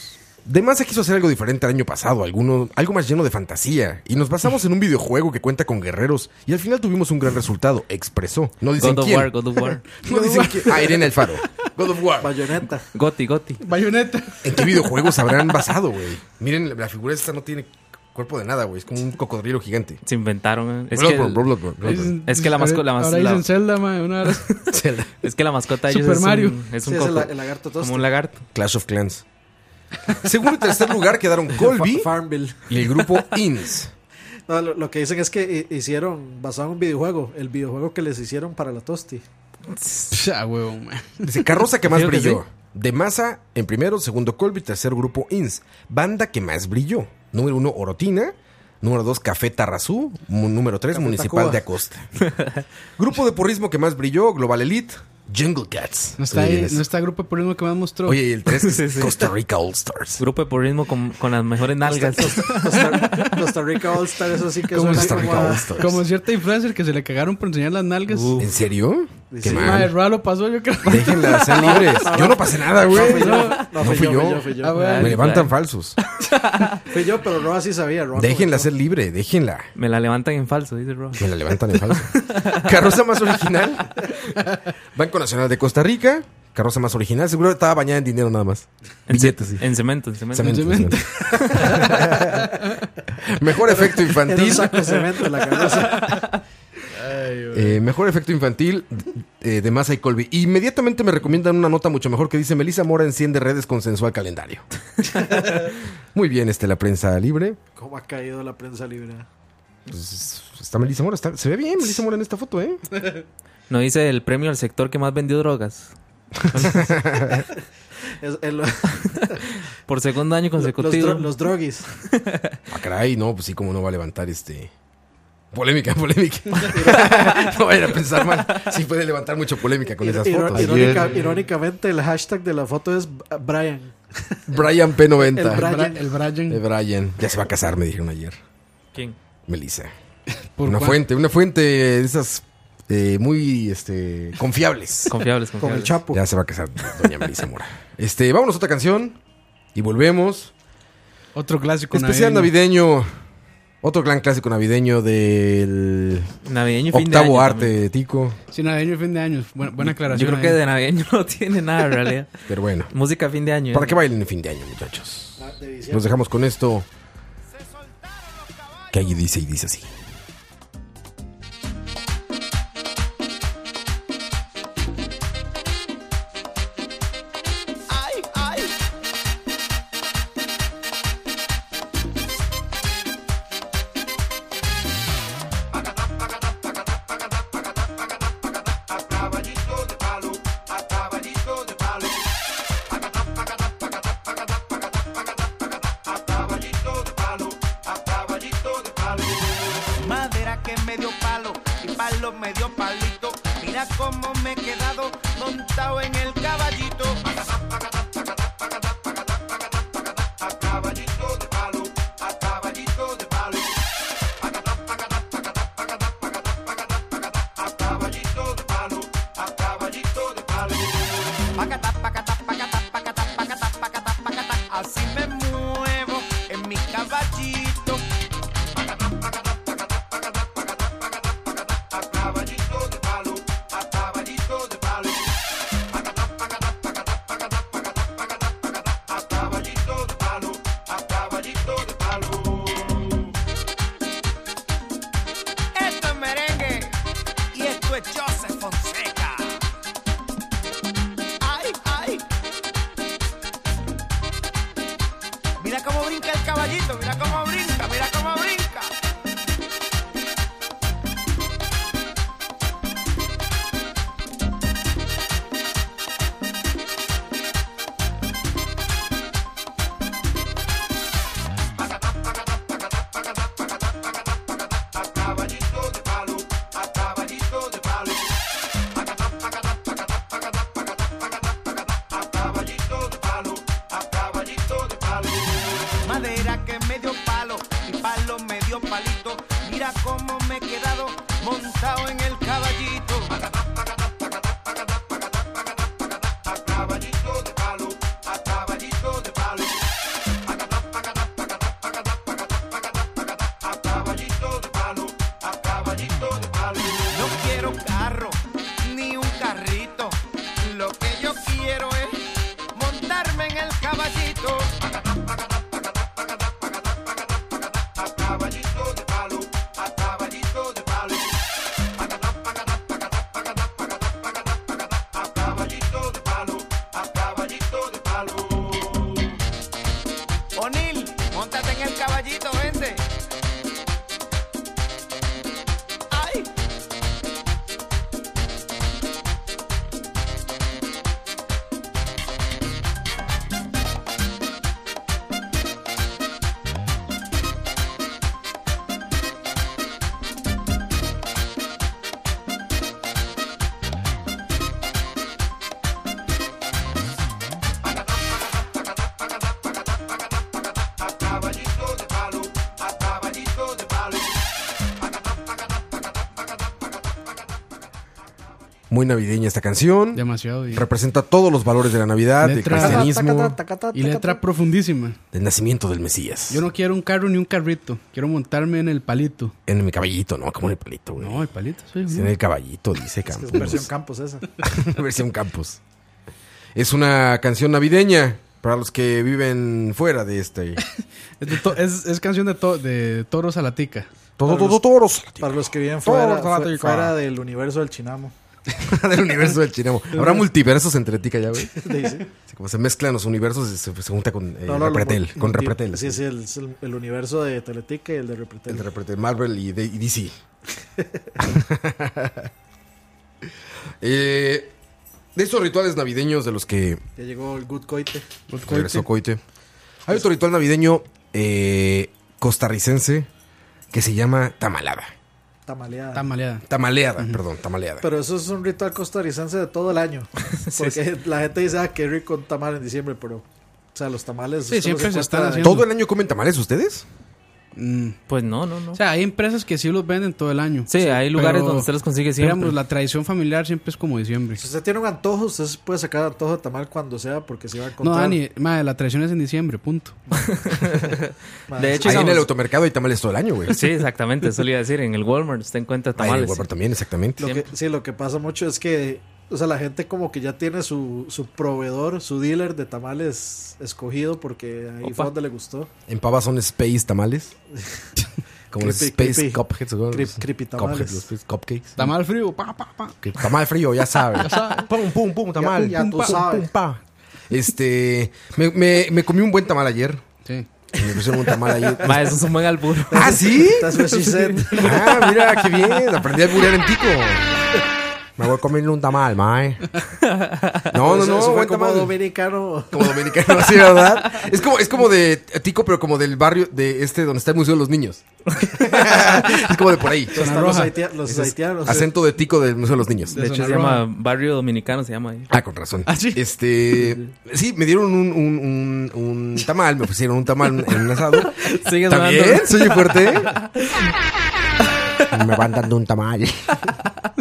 Demasa quiso hacer algo diferente al año pasado, alguno, algo más lleno de fantasía, y nos basamos en un videojuego que cuenta con guerreros, y al final tuvimos un gran resultado, expresó. No dicen God of quién. War, God of [LAUGHS] War. No dicen quién. Ah, Irene Alfaro. God of War. Bayoneta. Goti, Goti. Bayoneta. ¿En qué videojuegos habrán basado, güey? Miren, la figura esta no tiene cuerpo de nada, güey. Es como un cocodrilo gigante. Se inventaron. eh. Es que, Bloodborne, Bloodborne, [LAUGHS] Bloodborne. Es que la masco- la mas- Ahora la- dicen Zelda, ma, una hora. Zelda. es que la mascota de ellos Super es Mario. un, es Sí, un es el, coco- el lagarto tosti. como un lagarto. Clash of Clans. Segundo y tercer lugar [LAUGHS] quedaron Colby Fa- Farmville. y el grupo Inns. No, lo, lo que dicen es que hi- hicieron, basado en un videojuego, el videojuego que les hicieron para la tosti. Ah, huevón, ma. Dice, carroza que más Creo que brilló. sí. De masa, en primero, segundo Colby, tercer grupo Ins. Banda que más brilló. Número uno, Orotina. Número dos, Café Tarrazú. Mu- Número tres, Café Municipal Tacuba. de Acosta. [LAUGHS] grupo de porrismo que más brilló, Global Elite, Jungle Cats. No está, Oye, ahí, es- no está el grupo por mismo que más mostró. Oye, y el tres, Sí, sí. Costa Rica All Stars. Grupo de purismo con, con las mejores nalgas. [LAUGHS] Costa, Costa Rica All Star, eso sí que ¿Cómo suena Costa como Rica a- All Stars. Como cierta influencer que se le cagaron por enseñar las nalgas. Uh, ¿En serio? Sí. Qué Ma, el mal. ralo pasó, yo creo. [LAUGHS] [LAUGHS] Déjenla ser libres. Yo no pasé nada, güey. fui yo, No, no fui yo. fui yo. Ah, bueno. Me levantan falsos. Fui yo, pero Roa sí sabía. Roa Déjenla comentó. ser libre, déjenla. me la levantan en falso, dice Rob. Me la levantan en falso. Carroza más original. Banco Nacional de Costa Rica. Carroza más original. Seguro estaba bañada en dinero nada más. En, ce- Billetes, sí. en cemento, en cemento. Cemento, cemento. cemento. [LAUGHS] mejor efecto Era [LAUGHS] un infantil. saco de cemento en la cabeza. eh, mejor efecto infantil eh, de Massa y Colby. Inmediatamente me recomiendan una nota mucho mejor que dice: Melissa Mora enciende redes con sensual calendario. Muy bien, este, la prensa libre. ¿Cómo ha caído la prensa libre? Pues, está Melissa Mora. está- se ve bien Melissa Mora en esta foto, ¿eh? No dice el premio al sector que más vendió drogas. Es- el- Por segundo año los, consecutivo. dro- los droguis. Ah, caray, no, pues sí, como no va a levantar este. Polémica, [LAUGHS] polémica. no vayan a pensar mal. Sí puede levantar mucha polémica con esas Iro- fotos. irónica- Ayer. irónicamente, el hashtag de la foto es B- Brian. Brian El P90. El, Bra- Brian. el Brian. Eh, Brian. Ya se va a casar, me dijeron ayer. ¿Quién? Melissa. ¿Por una cuál? fuente, una fuente de esas eh, muy este, confiables. Confiables, Con el confiables. Chapo. ya se va a casar, doña Melissa Mora. Este, vámonos a otra canción y volvemos. Otro clásico Especial navideño. Otro gran clásico navideño del Navideño y fin de año. octavo arte también. de Tico. Sí, navideño y fin de año. Buena, buena Yo aclaración. creo que ahí. de navideño [LAUGHS] no tiene nada en realidad. Pero bueno. Música fin de año. Para eh. que bailen en fin de año, muchachos. Ah, de diciembre. Nos dejamos con esto. Que allí dice y dice así. Ay, ay. madera que me dio palo y palo me dio palito. Mira cómo me he quedado montado en el caballito. A caballito de palo, a caballito de palo. A caballito de palo, a caballito de palo. Pacatá, pacatá, pacatá, pacatá. caballito, mira cómo brinca, mira cómo brinca. Madera que me dio palo y palo me dio palito. Mira cómo me he quedado montado en el caballito. No quiero carro ni un carrito. Lo que yo quiero es montarme en el caballito. O'Neill, montate en el caballito, vente. ¡Ay! Muy navideña esta canción. Demasiado. Y, Representa todos los valores de la Navidad, del Letra. cristianismo, y letra profundísima. del nacimiento del Mesías. Yo no quiero un carro ni un carrito. Quiero montarme en el palito. En mi caballito, ¿no? Como en el palito, güey. No, el palito, sí. Sí, en el caballito, dice Es que Campos. es versión campos esa. [LAUGHS] Versión Campos. Es una canción navideña para los que viven fuera [LAUGHS] de este. Es, de to- es- es canción de, to- de toros a la tica. Todo, todo, toros. Para los que viven Todo fuera, automático. fue- fuera del universo del chinamo. [LAUGHS] del universo del chinamo. Habrá multiversos entre tica, ya, güey. Sí, sí. Así este, Como se mezclan los universos, y se, se junta con eh, No, no, lo- Repretel. lo- con lo- Repretel. Sí, sí, el, es el- el universo de Teletica y el de Repretel. El de Repretel, Marvel y, de- y [LAUGHS] DC. Eh, de esos rituales navideños de los que Ya llegó el Good Coite. regresó Coite. Hay otro ritual navideño eh, costarricense que se llama tamalada. Tamaleada. Está maleada. Tamaleada, perdón, tamaleada. Pero eso es un ritual costarricense de todo el año. Porque la gente dice, ah, qué rico un tamal en diciembre, pero. O sea, los tamales. Sí, usted siempre los se encuentra están de- ¿Todo el año comen tamales ustedes? Mm. Pues no, no, no. O sea, hay empresas que sí los venden todo el año. Sí, hay lugares pero- donde usted los consigue siempre. Digamos, la tradición familiar siempre es como diciembre. Si usted tiene un antojo, usted se puede sacar antojo de tamal cuando sea porque se va a No, encontrar. Dani, madre, la tradición es en diciembre, punto. Madre, de sí. hecho, Ahí en digamos- el automercado hay tamales todo el año, güey. [LAUGHS] Sí, exactamente, eso le iba a decir. En el Walmart usted encuentra Ahí en el tamales. Walmart también, exactamente. Lo que, sí, lo que pasa mucho es que, o sea, la gente como que ya tiene su, su proveedor, su dealer de tamales escogido porque ahí Opa. fue donde le [LAUGHS] gustó. En Pava son Space [LAUGHS] tamales. Como los Creepy, Space creepy. Cupheads. güey. Creep- Los creepy cupheads, tamales. los space Cupcakes. Está mal frío, pa, pa, pa. Que Tamal frío, ya sabes. Pum, pum, pum, tamal. Ya- ya Pum, tú pa, sabes. pum, pa. Este. Me, me, me comí un buen tamal ayer. Sí. Me pusieron un tamal [LAUGHS] ayer. Ma, eso es un buen [LAUGHS] albur. ¿Ah, sí? That's what she said. Ah, mira, qué bien. Aprendí a alburear en pico. Me voy a comer un tamal, [LAUGHS] mae. No, no, Eso- no, eso fue buen como tamal. dominicano. Como dominicano, sí, ¿verdad? Es como, es como de Tico, pero como del barrio de este donde está el Museo de [LAUGHS] los Niños. es como de por ahí. Están los, Roja. haitia- los Ese es haitianos. Acento de Tico del Museo de los Niños. De hecho, se llama Barrio Dominicano, se llama ahí. Ah, con razón. Este, sí, me dieron un, un, un, un tamal, me ofrecieron un tamal en un asado. Sigue También, [LAUGHS] sonando. soy fuerte. [LAUGHS] me van dando un tamal.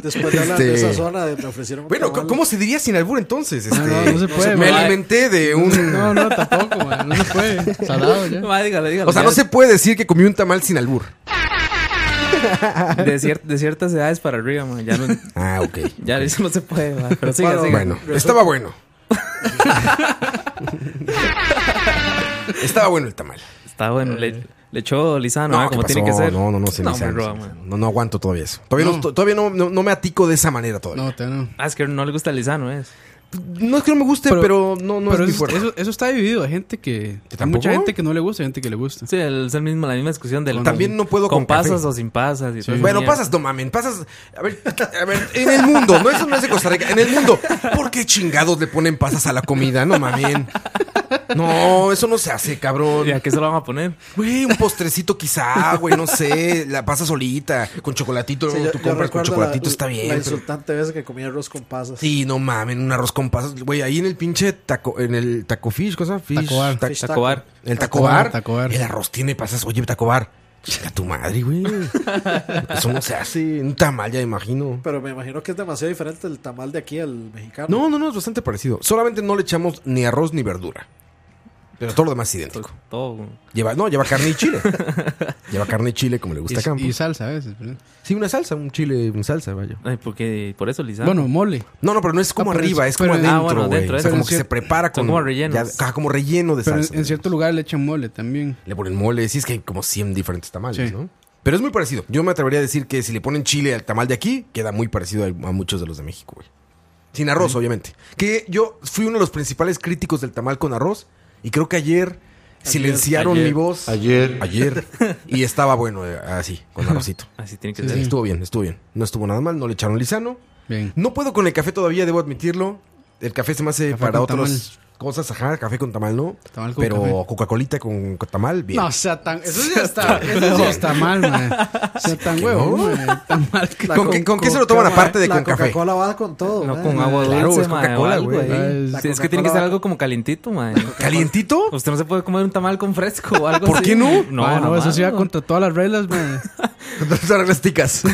Después de, hablar de Este- esa zona de- me ofrecieron. un Bueno, tamal. ¿cómo se diría sin albur entonces? Este, No, no, no se puede, me ¿verdad? alimenté de un... No, no, tampoco, madre, no se puede. Salado [LAUGHS] ya. Ma, dígale, dígale. O sea, no se puede decir que comí un tamal sin albur. De, cier- de ciertas edades para arriba, ma, Ya, no, Ah, ok. ya eso no se puede, ma, Pero siga, Bueno, siga. Bueno, estaba bueno. estaba bueno el tamal. Está bueno. Le, le echó No, lisano, ma, ¿qué Ah, como tiene que pasó? ser. No, no, no, se me No, hizo, me se roba, me hizo. ma. no, no aguanto todavía eso. Todavía no, todavía no, no- no me atico de esa manera todavía. No, te no. Ah, es que no le gusta el lisano, es. No es que no me guste, Pero- pero, no, no Pero es mi eso, fuerte. eso, eso está dividido. Hay gente que. ¿Que Hay mucha tampoco? gente que no le gusta, hay gente que le gusta. Sí, el- es el mismo, la misma discusión del. Con- También no puedo con con café. pasas o sin pasas. Y Sí. todo eso. Bueno, Mierda. pasas, no mamen, pasas. A ver, a ver, en el mundo, no eso no es de Costa Rica, en el mundo. ¿Por qué chingados le ponen pasas a la comida? No mamen. No, eso no se hace, cabrón. ¿Y a qué se lo van [LAUGHS] a poner? Güey, un postrecito quizá, güey, no sé, la pasa solita, con chocolatito, Sí, yo- tú yo compras con recuerdo chocolatito, la- está bien. La pero- insultante vez que comía arroz con pasas. Sí, no mamen, un arroz con pasas, güey, ahí en el pinche taco, en el taco fish, cosa, fish, Taco bar. ta- Fish taco. Tacobar. el Taco taco bar, bar, taco bar. el arroz tiene pasas, oye, taco bar, chinga tu madre, güey, eso no se hace, un tamal ya imagino. Pero me imagino que es demasiado diferente el tamal de aquí al mexicano. No, no, no, es bastante parecido, solamente no le echamos ni arroz ni verdura, pero todo lo demás es idéntico. Todo. Lleva, no, lleva carne y chile, lleva carne y chile como le gusta a Y, Campos. y salsa a veces. ¿verdad? Sí, una salsa, un chile, una salsa, vaya. Ay, porque por eso Lizardo. Bueno, mole. No, no, pero no es como Ah, pero arriba, es- es, como pero- ah, adentro, bueno, güey. adentro, o sea, adentro. como que Son se prepara son con... como rellenos. ya- ajá, como relleno de Pero en, salsa. en cierto lugar le echan mole también. Le ponen mole, sí, es que hay como 100 diferentes tamales, Sí. ¿no? Pero es muy parecido. Yo me atrevería a decir que si le ponen chile al tamal de aquí, queda muy parecido a, a muchos de los de México, güey. Sin arroz, obviamente. Que yo fui uno de los principales críticos del tamal con arroz. Y creo que ayer silenciaron ayer, mi voz. Ayer, Ayer. y estaba bueno, eh, así, con arrocito. Así tiene que Sí, ser. sí. Estuvo bien, estuvo bien. No estuvo nada mal, no le echaron lisano. Bien. No puedo con el café todavía, debo admitirlo. El café se me hace Café para con otras cosas, ajá, café con tamal, ¿no? Tamal con Pero café. Coca-Colita con, con tamal, bien. No, o sea, tan, eso [LAUGHS] ya está, eso ya está mal, man. O sea, tan ¿Qué huevo, no? man, tan mal que... La ¿Con, qué- con qué se lo toman Coca- aparte de con la café? Coca-Cola va con todo. ¿eh? No man. con agua Claro, dulce, es mae, o Coca-Cola, algo güey. ahí. La Sí, es que tiene que ser algo como calientito, mae. [LAUGHS] ¿Calientito? [LAUGHS] Usted no se puede comer un tamal con fresco o algo ¿Por así. qué no? No, Ah, no, jamás, eso sí va no. contra todas las reglas, [LAUGHS] man. Las reglas ticas. El,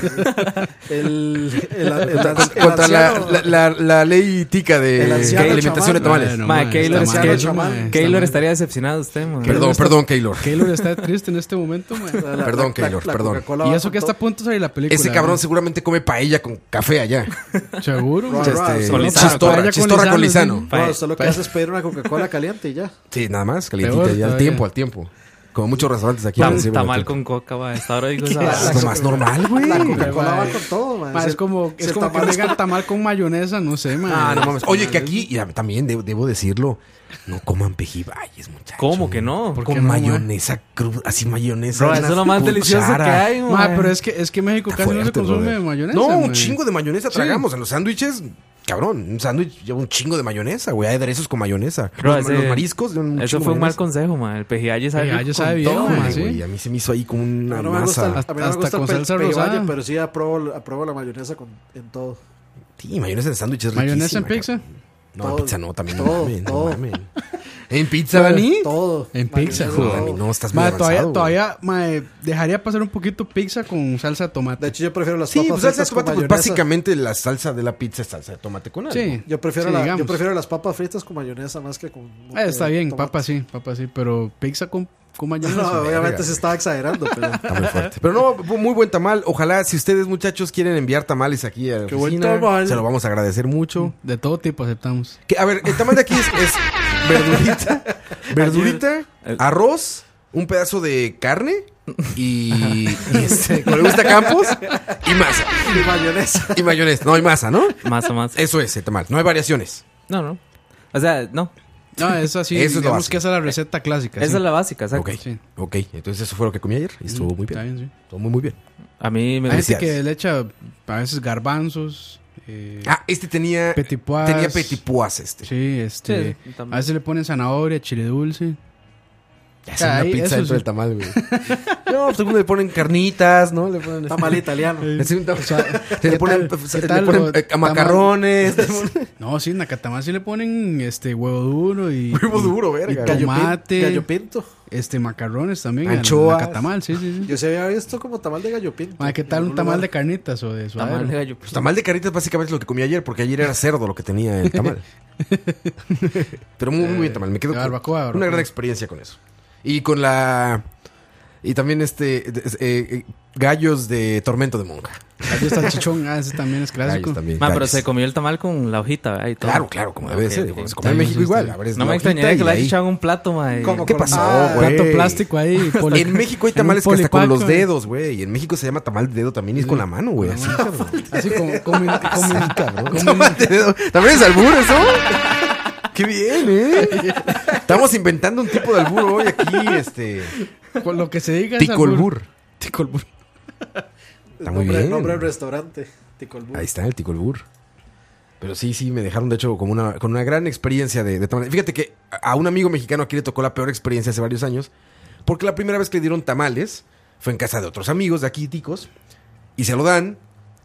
el, el- el- Con- [LAUGHS] el Contra la, anciano- la- la- la ley tica de El anciano alimentación de chamán. tamales. Bueno, Mae, man, Keylor, está es mal, que- man, está Keylor mal. estaría decepcionado de usted, mae. Perdón, perdón, Keylor. Keylor está triste en este momento, man. la- la- Perdón, la- Keylor, la perdón. Coca-Cola Y va eso con que está a todo. punto de salir la película. Ese cabrón man. seguramente come paella con café [LAUGHS] allá. [LAUGHS] Seguro, man. Chas- Este, Con lisano. chistorra, Paella con chistorra con lisano, lisano. No, solo que haces es pedir una Coca-Cola caliente [LAUGHS] y ya. Sí, nada más, calientita. Peor ya al todavía. tiempo, al tiempo. Como muchos restaurantes aquí. Tam- sí, bueno, tamal tiempo. con coca, mae. Hasta ahora [LAUGHS] digo esa Es vara. lo más normal, güey. La Coca-Cola va con todo, man. Man, Si- es como, si es el como que tamal es venga tamal con mayonesa, no sé, man. Ah, no mames. Oye, [LAUGHS] que aquí, y a- también debo, debo decirlo, no coman pejibayes, muchachos. ¿Cómo que no? ¿Por qué Con no, man? mayonesa cruda, así mayonesa. Bro, una eso es lo más cuchara. delicioso que hay, Man, mae. pero es que, es que en México Está casi no se fuerte, consume brother. mayonesa, No, un man. chingo de mayonesa Sí. tragamos en los sándwiches. Cabrón, un sándwich lleva un chingo de mayonesa, güey. Hay aderezos con mayonesa. Bro, los, ese- los mariscos. llevan un Eso chingo fue de un mal mayonesa. consejo, mae. El pejialle sabe Pejiaye rico sabe con bien, todo, mae, mae. Ay, sí. güey, a mí se me hizo ahí como una A mí no me gusta, masa. a mí no me Hasta gusta el con pe- salsa pepperoni, rosada. pero sí apruebo, apruebo la mayonesa con, en todo. Sí, mayonesa en sándwiches es ¿Mayonesa riquísima, en pizza? cabrón. No, en Todo, pizza no, también no todo, mamen, no todo. mamen. ¿En pizza, Dani? Todo. En pizza, Mayonesa, joder. todo. Dani, no, estás muy Man, todavía, avanzado, güey. todavía, man, dejaría pasar un poquito pizza con salsa de tomate. De hecho, yo prefiero las Sí, papas pues salsa de fritas con tomate, pues mayonesa. básicamente la salsa de la pizza es salsa de tomate con algo. sí. Yo prefiero, sí, la- yo digamos. prefiero las papas fritas con mayonesa más que con. Ah, eh, está bien, tomate. papa sí, papa sí, pero pizza con, con [LAUGHS] mayonesa. [LAUGHS] No, obviamente verga, se estaba exagerando, [LAUGHS] pero. Está muy [LAUGHS] fuerte. Pero no, fue muy buen tamal. Ojalá si ustedes muchachos quieren enviar tamales aquí a la Qué buen oficina, tamal. se lo vamos a agradecer mucho. De todo tipo aceptamos. Que, a ver, el tamal de aquí es, [LAUGHS] es verdurita, verdurita, arroz, un pedazo de carne y, y este, como le gusta a Campos, y masa. Y mayonesa. Y mayonesa. No hay masa, ¿no? Más o más. Eso es el tamal. No hay variaciones. No, no. O sea, no. No, es así, [LAUGHS] Eso es lo digamos básico. que esa es la receta clásica. Esa sí. es la básica, exacto. Ok, Sí. ok. Entonces eso fue lo que comí ayer y Mm. estuvo muy Está bien. bien, sí. Estuvo muy, muy bien. A mí me Hay gusta. gente Felicidades. que le echa a veces garbanzos, eh, Ah, este [LAUGHS] tenía... petit pois. Tenía petit pois este. Sí, este. Sí, a también. veces le ponen zanahoria, chile dulce. Ya se ve una Ahí, eso pizza dentro sí. del tamal, güey. [LAUGHS] No, pues algunos le ponen carnitas, ¿no? Le ponen... [LAUGHS] Tamal italiano. Es un tam- Se [LAUGHS] le ¿qué ponen, tal- se qué le tal ponen, lo- eh, tamal? macarrones. le ponen- No, [LAUGHS] sí, en Nakatamá sí le ponen este huevo duro y. [LAUGHS] [LAUGHS] Huevo y- duro, y verga. Gallo, pin- tomate. gallo pinto. Este macarrones también. Anchoas. Nacatamal, sí, sí, sí. Yo se había visto como tamal de gallo pinto. Ma, Ah, ¿Qué tal un tamal de carnitas o de suadero? Tamal de gallo. Pues tamal de caritas básicamente es lo que comí ayer, porque ayer era cerdo lo que tenía [LAUGHS] el tamal. Pero muy, muy bien tamal, me quedo de con Eh, barbacoa, una barbacoa. gran experiencia con eso. Y con la Y también este de- eh, eh, gallos de tormento de monja. Ahí está el chichón, ah, ese también es clásico. Gallos también. Ma, pero gallos. se comió el tamal con la hojita, ¿verdad? Y todo. Claro, claro, como debe Ok, ser. ok. como se come en México igual. abres No la me hojita extrañaría y que le hayas ahí- echado un plato, ma. y- ¿Cómo? ¿Qué pasó, Ah, güey? Plato [LAUGHS] plástico ahí. poli- En México hay en un tamales que hasta con los polipaco, eh. dedos, güey. Y en México se llama tamal de dedo también y es con la mano, güey. [LAUGHS] Así, cabrón. Así como, como, como- como- Tamal de dedo. También es albur eso. Qué bien, [LAUGHS] ¿eh? Estamos inventando un tipo de albur hoy aquí, este. [LAUGHS] con lo que se diga. es Ticolbur. Ticolbur. Está muy nombre, bien. nombre del restaurante. Ticolbú. Ahí está el Ticolbur. Pero sí, sí, me dejaron de hecho como una, con una gran experiencia de, de tamales. Fíjate que a a un amigo mexicano aquí le tocó la peor experiencia hace varios años, porque la primera vez que le dieron tamales fue en casa de otros amigos de aquí, ticos, y se lo dan,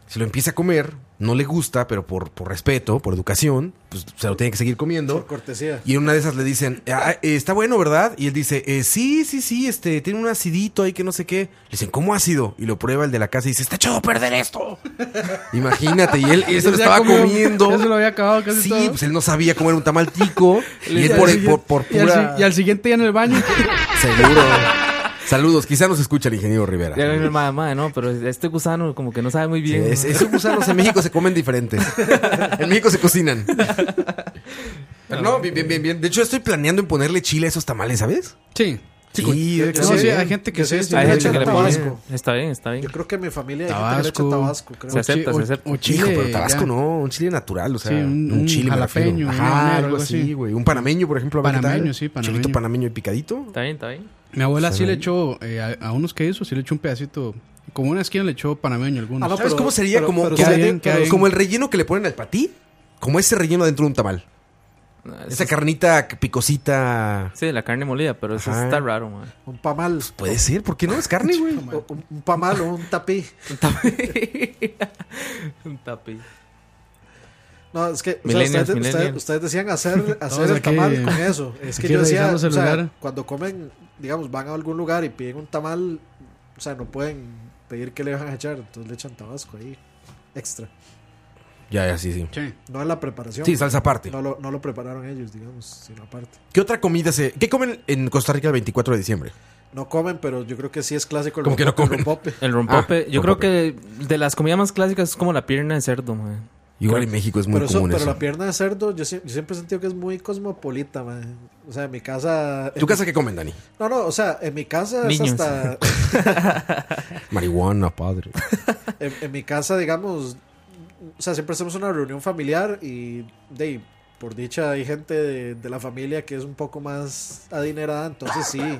se lo empieza a comer, no le gusta, pero por, por respeto, por educación, pues se lo tiene que seguir comiendo. Por cortesía. Y en una de esas le dicen, "Ah, eh, está bueno, ¿verdad? Y él dice, "Eh, sí, sí, sí, este, tiene un acidito ahí que no sé qué. Le dicen, ¿cómo ácido? Y lo prueba el de la casa y dice, está echado a [LAUGHS] perder esto. Imagínate, y él eso lo Ya estaba comió, comiendo. Ya se lo había acabado casi Sí, todo. pues él no sabía cómo era un [LAUGHS] tamal tico. y él al por, siguiente- por, por y al si- pura... y al siguiente día en el [LAUGHS] baño. Seguro. Saludos, quizá nos escucha el ingeniero Rivera. Ya mi hermana, ma, no, pero este gusano como que no sabe muy Sí, bien. es- esos gusanos en México se comen diferentes. En México [LAUGHS] se cocinan. Pero no, bien, bien, bien, bien. De hecho, estoy planeando en ponerle chile a esos tamales, ¿sabes? Sí. Sí, No, sí, sí, sí. hay gente que Sí, sí. sí, Hay le gente que le echan pone. tabasco. Está bien, está bien. Yo creo que en mi familia hay gente que le echa Tabasco. tabasco, creo. Se acepta, o- se acepta. O Hijo, chile. pero Tabasco ya. no, un chile natural, o sea, Sí, un, un- chile un me refiero. jalapeño, un Ajá, habanero, algo algo así, así. güey. Un panameño, por ejemplo. a ver qué Panameño, tal. sí, panameño. Chilito panameño y picadito. Está bien, está bien. Mi abuela sí Sabe. le echó, eh, a, a unos que hizo, sí le echó un pedacito. Como una esquina le echó panameño algunos. Ah, no, ¿Sabes pero- pues, cómo sería? pero- como pero como- está bien, está bien. como el relleno que le ponen al patí. Como ese relleno dentro de un tamal. No, eso Esa es- carnita picosita. Sí, la carne molida, pero eso Ajá. está raro, man. Un pamal. Puede ser, ¿por qué no? Es carne, güey. O- Un, un pamal o un tapí. Un tapi. Un tapi. No, es que o sea, Millennials, ustedes, ustedes- millennials. ustedes [LAUGHS] decían hacer, hacer Todos el aquí, eh, tamal con eso. Es que aquí yo decía, o revisamos el sea, lugar. cuando comen, digamos, van a algún lugar y piden un tamal, o sea, no pueden pedir que le van a echar, entonces le echan tabasco ahí, extra. Ya, ya, sí, sí. [LAUGHS] Sí. No en la preparación. Sí, salsa aparte. no, lo, no lo prepararon ellos, digamos, sino aparte. ¿Qué otra comida se.? ¿Qué comen en Costa Rica el 24 de diciembre? No comen, pero yo creo que sí es clásico el ¿Cómo que no rompope, comen? [LAUGHS] el rompope. El rompope, Ah, rompope. yo creo que de las comidas más clásicas es como la pierna de cerdo, man. Igual en México es muy Pero, eso, común pero eso. la pierna de cerdo, yo, sie- yo siempre he sentido que es muy cosmopolita, man. O sea, en mi casa... ¿Tu casa qué comen, Dani? No, no, o sea, en mi casa Niños. es hasta... Marihuana, padre. en, en mi casa, digamos, o sea, siempre hacemos una reunión familiar y de ahí, por dicha hay gente de, de la familia que es un poco más adinerada, entonces sí,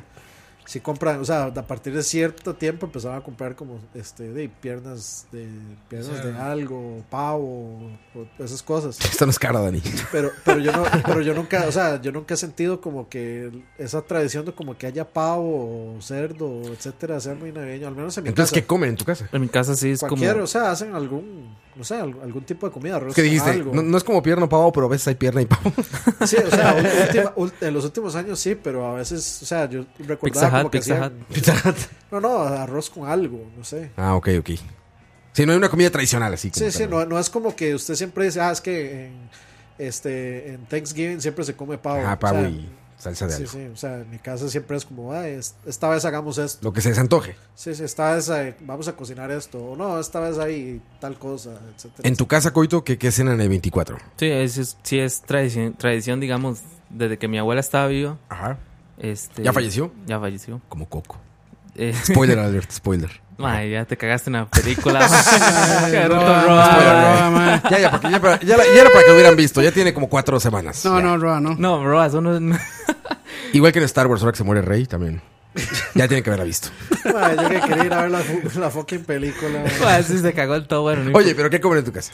sí compran, o sea, a partir de cierto tiempo empezaban a comprar como este de ahí, piernas de piernas de algo, pavo, o esas cosas. [LAUGHS] Esta no es cara, Dani. Pero pero yo no pero yo nunca, o sea, yo nunca he sentido como que esa tradición de como que haya pavo o cerdo, etcétera, sea muy navideño, al menos en mi Entonces, casa. ¿qué comen en tu casa? En mi casa sí es como Cualquier, o sea, hacen algún, no sé, al- algún tipo de comida, arroz ¿Qué con dijiste? algo. No, no es como pierna o pavo, pero a veces hay pierna y pavo. Sí, o [LAUGHS] sea, última- ult- en los últimos años sí, pero a veces, o sea, yo recordaba Pizza como Hut, que Pizza hacían- [LAUGHS] No, no, arroz con algo, no sé. Ah, ok, ok. Sí, no hay una comida tradicional así. como Sí, sí, tal. no, no es como que usted siempre dice, ah, es que en, este, en Thanksgiving siempre se come pavo. Ah, O pavo sea, y salsa de Sí, algo. sí, o sea, en mi casa siempre es como, ah, es- esta vez hagamos esto. Lo que se desantoje. Sí, sí, esta vez eh, vamos a cocinar esto. O no, esta vez hay tal cosa, etcétera. En tu casa, Coito, ¿qué, qué cenan el 24? Sí, es, es- sí es tradición, tradición, digamos, desde que mi abuela estaba viva. Ajá. Este, ¿Ya falleció? Ya falleció. Como coco. Eh, [LAUGHS] Spoiler alert, spoiler. ma, ya te cagaste en la película. [LAUGHS] ma. Ay, Qué roba, roba, roba, ma. ma. Ya, ya, para que- ya, para- ya la- ya era para que lo hubieran visto. Ya tiene como cuatro semanas. No, Ya. no, Roa, no. No, bro, eso no no- Igual que en Star Wars, ahora que se muere Rey también. Ya tiene que haberla [LAUGHS] visto. [LAUGHS] Madre, yo que quería ir a ver la, fu- la [LAUGHS] fucking película. ma, Ah, sí se cagó el todo, bueno. no Oye, ¿pero qué comen en tu casa?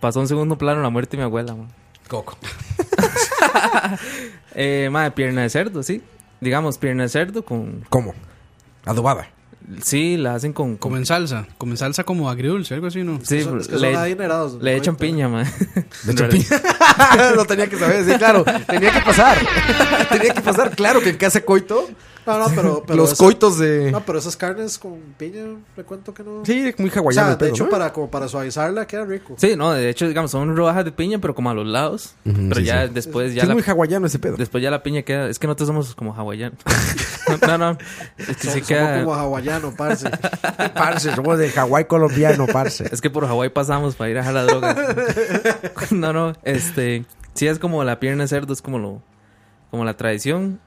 Pasó un segundo plano la muerte de mi abuela, ma. Coco. Eh, ma, pierna de cerdo, sí. Digamos, pierna de cerdo con... ¿Cómo? Adobada. Sí, la hacen con... Como con en salsa. Como en salsa como agridulce, algo así, ¿no? sí, Son- es que le, son adinerados. don le echan Coito. piña, ma. De champiñón. [LAUGHS] Lo tenía que saber, sí, claro. Tenía que pasar. tenía que pasar, claro, que en casa Coito No, no, [LAUGHS] pero. pero Los es- coitos de. No, pero esas carnes con piña, le cuento que no. Sí, pues muy o hawaiano. sea, el de pedo, hecho, ¿no? para, como para suavizarla queda rico. [LAUGHS] Sí, no, de hecho, digamos, son rodajas de piña, pero como a los lados. Ujú, pero sí, ya después, Sí, ya es la, muy hawaiano ese pedo. después ya la piña queda. Es que nosotros somos como hawaianos. [LAUGHS] no, no. Es que Son- sí somos queda. como hawaiano, parce. [LAUGHS] Parce, somos de Hawái colombiano, parce. Es que por Hawái pasamos para ir a dejar [LAUGHS] la droga. no, no, este. Sí, es como la pierna de cerdo, es como lo. Como la tradición.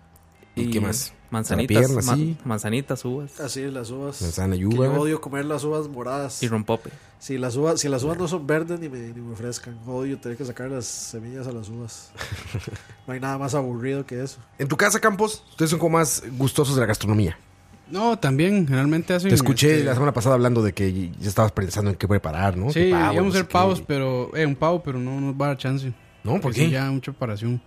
¿Y qué más? Manzanitas. La pierna, ma- sí. Manzanitas, uvas Así las uvas. Manzana y Que uva. Yo odio comer las uvas moradas. y rompope. Si las uvas, si las uvas no son verdes ni me, ni me ofrezcan, odio tener que sacar las semillas a [LAUGHS] las uvas. No hay nada más aburrido que eso. [LAUGHS] En tu casa, Campos, ustedes son como más gustosos de la gastronomía. No, también, generalmente hacen. Te escuché este, la semana pasada hablando de que ya estabas pensando en qué preparar, ¿no? Sí, Que pavo, íbamos no a sé hacer pavos, qué. pero. Eh, un pavo, pero no nos va a dar chance. No, ¿por Porque sí, qué? ya mucha preparación.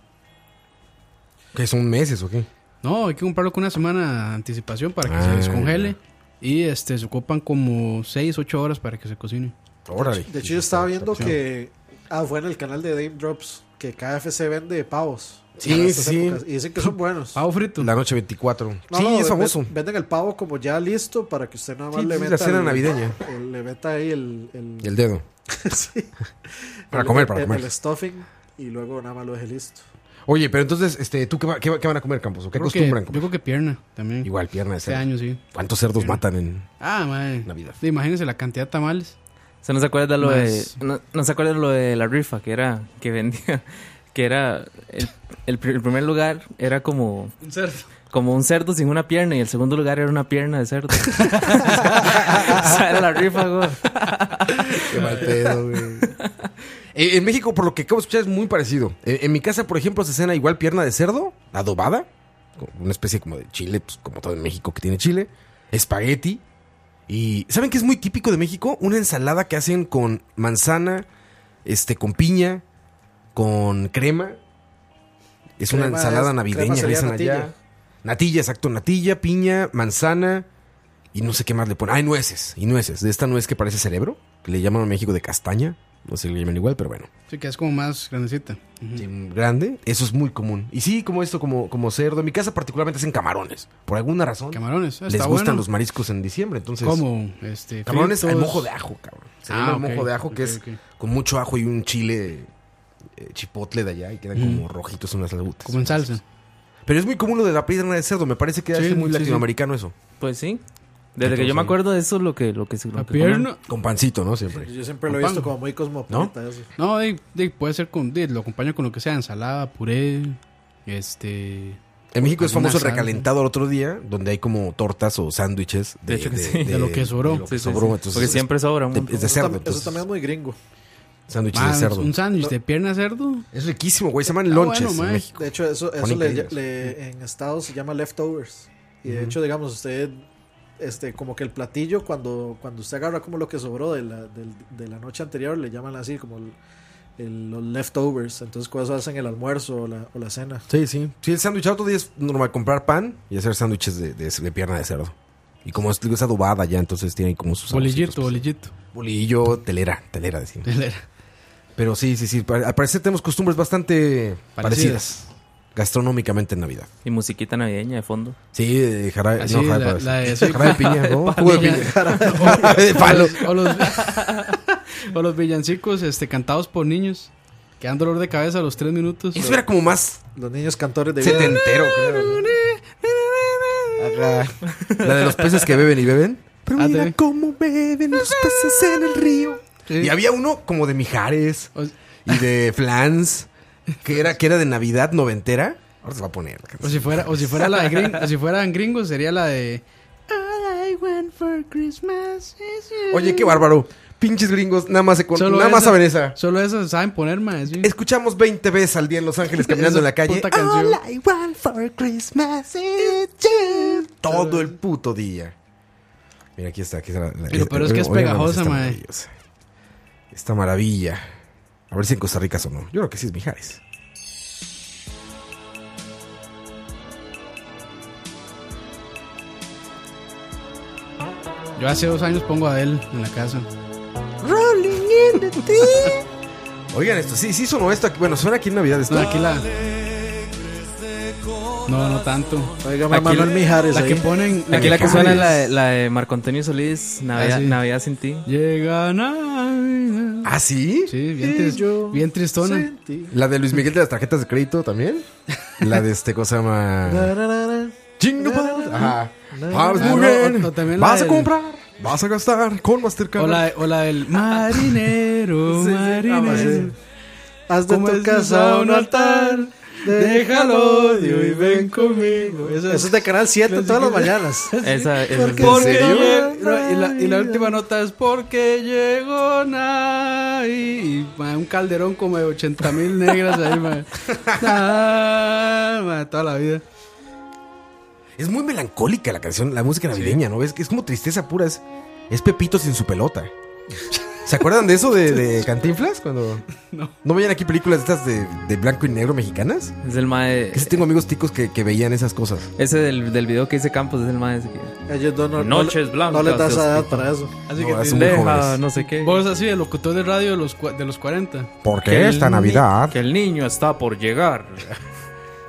¿Qué son meses o qué? No, hay que comprarlo con una semana de anticipación para que Ah, se descongele. Y este, se ocupan como 6, 8 horas para que se cocine. Órale. De hecho, yo estaba viendo que. Ah, fue en el canal de Dame Drops que KFC vende pavos. Sí, para estas sí. Ah, épocas, Y dicen que son buenos. Pavo frito. La noche 24. No, sí, no, es ve- famoso. Venden el pavo como ya listo para que usted nada más Sí, le sí, la meta. cena el- navideña. el- le meta ahí el. el- Y el dedo. [LAUGHS] sí, Para el- comer, para el- comer. El stuffing y luego nada más lo deje listo. Oye, pero entonces, este, ¿tú qué, va- qué, va- qué van a comer, Campos? ¿O qué Creo que- acostumbran yo comer? creo que pierna también. Igual, pierna de este cerdo. año sí. ¿Cuántos cerdos matan en...? Ah, madre. Navidad. Sí, Imagínense la cantidad de tamales. O sea, no se acuerdan lo Más- de. No, no se acuerdan lo de la rifa que era. Que vendía. Que era. El, el pr- el primer lugar era como. Un cerdo. Como un cerdo sin una pierna. Y el segundo lugar era una pierna [LAUGHS] de cerdo. [LAUGHS] o sea, era la rifa, güey. Qué [LAUGHS] mal pedo, güey. Eh, En México, por lo que acabo de escuchar, es muy parecido. Eh, En mi casa, por ejemplo, se cena igual pierna de cerdo, adobada, con una especie como de chile, pues, como todo en México que tiene chile, espagueti. Y ¿saben qué es muy típico de México? Una ensalada que hacen con manzana, este, con piña, con crema. Es una Crema ensalada es- navideña, crema le sería dicen allá. natilla. Natilla, exacto, natilla, piña, manzana y no sé qué más le ponen. Ah, y nueces, y nueces. De esta nuez que parece cerebro, que le llaman a México de castaña. No sé si le llaman igual, pero bueno. Sí, que es como más grandecita. Ujú. Sí, Grande, eso es muy común. Y sí, como esto, como, como cerdo. En mi casa particularmente hacen camarones. Por alguna razón Camarones. ah, les Está gustan bueno. los mariscos en diciembre. Entonces, Como este. camarones al fritos. mojo de ajo, cabrón. Se Ah, llama ok, mojo de ajo, que ok, es ok. con mucho ajo y un chile eh, chipotle de allá y quedan como rojitos unas lagutas. Mm. Como en salsa. Pero es muy común lo de la pierna de cerdo. Me parece que Sí, es muy sí, sí. latinoamericano eso. Pues sí. Desde que yo me acuerdo de eso, lo que, lo que se La lo que comen. pierna. Con pancito, ¿no? Siempre. Yo siempre lo he Con visto pan. como muy cosmopolita. eso. No, di- di, puede ser con. di, lo acompaño con lo que sea: ensalada, puré. Este. En México es Alguna famoso el salsa. recalentado al otro día, donde hay como tortas o sándwiches De hecho que sí. De lo que sobró. de lo que Sí, sí, sobró, sí. entonces Porque es- siempre sobra. un de- montón. es de Eso, cerdo, tam- eso entonces, también es muy gringo. sándwiches ah, de cerdo. Un sándwich de pierna de cerdo. Eso es riquísimo, güey. Se llaman Está lonches bueno, en mae. México. De hecho, eso, eso Ponen le, grillos. le- en Estados se llama leftovers. Y de hecho, digamos, usted, este, como que el platillo, cuando, cuando usted agarra como lo que sobró de la, del- de la noche anterior, le llaman así como el- el- los leftovers. Entonces, con eso hacen el almuerzo o la, o la cena. Sí, sí. Sí, el sándwich al otro día es normal comprar pan y hacer sándwiches de, de- de pierna de cerdo. Y como es, digo, es adobada ya, entonces tienen como sus Bolillito, saborcitos, bolillito. pues. Bolillo, telera, telera decimos. Pero sí, sí, sí. pa- Al parecer tenemos costumbres bastante parecidas. Parecidas. Gastronómicamente en Navidad. Y musiquita navideña de fondo. Sí, de jarabe, Así, no, jarabe, la- para- la de- soy- jarabe de [LAUGHS] piña, ¿no? Jugo de piña. Jarabe de O palo. los, [LAUGHS] o los- o los villancicos este, cantados por niños que dan dolor de cabeza a los tres minutos. Eso era como más Los niños cantores de vida. setentero, creo. Eh, Ajá. La de los peces que beben y beben. Pero Ah, mira sí. cómo beben los peces en el río. Sí. Y había uno como de Mijares O, y [LAUGHS] de Flans, que era, que era de Navidad noventera. Ahora se va a poner. la o canción. si fuera, o si fuera la de gring- o si fueran gringos sería la de All I want for Christmas is you". Oye, qué bárbaro. Pinches gringos, nada más, se con- Solo nada más esa- saben esa. Solo eso saben poner más. Escuchamos 20 veces al día en Los Ángeles Esa caminando en la calle. puta canción. All I want for Christmas is you. Todo el puto día. Mira, aquí está. Aquí está la- la- Pero- pero es que es oigan nada más pegajosa, esta mae. maravillosa. Esta maravilla. A ver si en Costa Rica sonó. Yo creo que sí es Mijares. Yo hace dos años pongo a él en la casa. Rolling in the Oigan esto, sí, sí sonó esto. aquí- Bueno, suena aquí en Navidad esto. No, aquí la. No, no tanto. Oígame, Aquí Manuel la- Mijares. La ahí. que ponen. Aquí la que suena es la ponen de, la de Marco Antonio Solís, Navidad, Ah, sí. Navidad sin ti. Llega Navidad. ¿Ah, sí? Sí, bien, Y tris- yo bien tristona. sentí- La de Luis Miguel de las tarjetas de crédito también. La de este, [LAUGHS] cosa más. Tararara. Chingo, pa- Ajá. Ah, pues Ah, muy no, bien. o- o también la vas a del- comprar, vas a gastar con Mastercard. O la, o la del marinero, [LAUGHS] Sí, sí, ah, marinero. sí. Haz de ¿Cómo tu es casa usar un un altar. Déjalo odio y ven conmigo. Eso es de Canal 7 todas [LAUGHS] las mañanas. Esa, esa, Porque- Porque ¿En serio? lleg- no, y, la, y la última nota es porque llegó Nay. Y, ma, un calderón como de 80 mil negras ahí, ma. Nay, ma, toda la vida. Es muy melancólica la canción, la música navideña, ¿no? Es, es como tristeza pura. Es, es Pepito sin su pelota. ¿Se acuerdan de eso de, [LAUGHS] de Cantinflas? Cuando... No. ¿No veían aquí películas estas de, de blanco y negro mexicanas? es el mae. Que sí tengo amigos ticos que, que veían esas cosas. Ese del, del video que hice Campos es el mae. ese que- Ellos no, no, Noches no, blancas. no les das Dios edad mío. para eso. Así No, que es te- Son muy Deja, jóvenes. no sé qué. Vos así de locutor de radio de los, cua- de los 40. Porque Que el esta ni- Navidad. Que el niño está por llegar.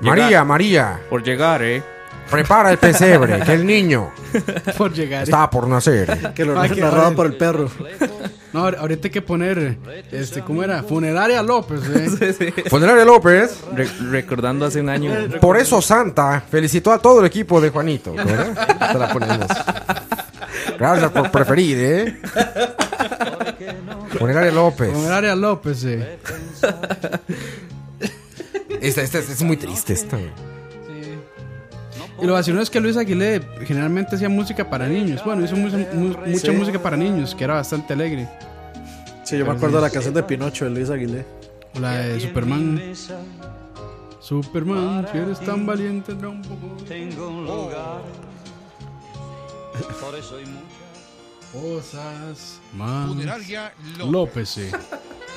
María, María, Por llegar, eh. prepara el pesebre, que el [LAUGHS] niño [LAUGHS] Por llegar. está por nacer. Que lo [LAUGHS] Ah, qué narrado joder. por el perro. No, ahor- ahorita hay que poner, este, ¿cómo era? Funeraria López, [LAUGHS] eh. Funeraria López, Re- recordando hace un [LAUGHS] año. por eso Santa felicitó a todo el equipo de Juanito. ¿verdad? Te la ponemos. Gracias por preferir, ¿eh? Funeraria López. Funeraria López, eh. Esta, esta- esta es muy triste. Esta. Y lo vacilón es que Luis Aguilé generalmente hacía música para niños. Bueno, hizo mu- mu- mucha música para niños, que era bastante alegre. Sí, yo me acuerdo de la canción de Pinocho de Luis Aguilé. O la de Superman. Superman, si eres tan valiente, no un poco. Cosas más. López, eh.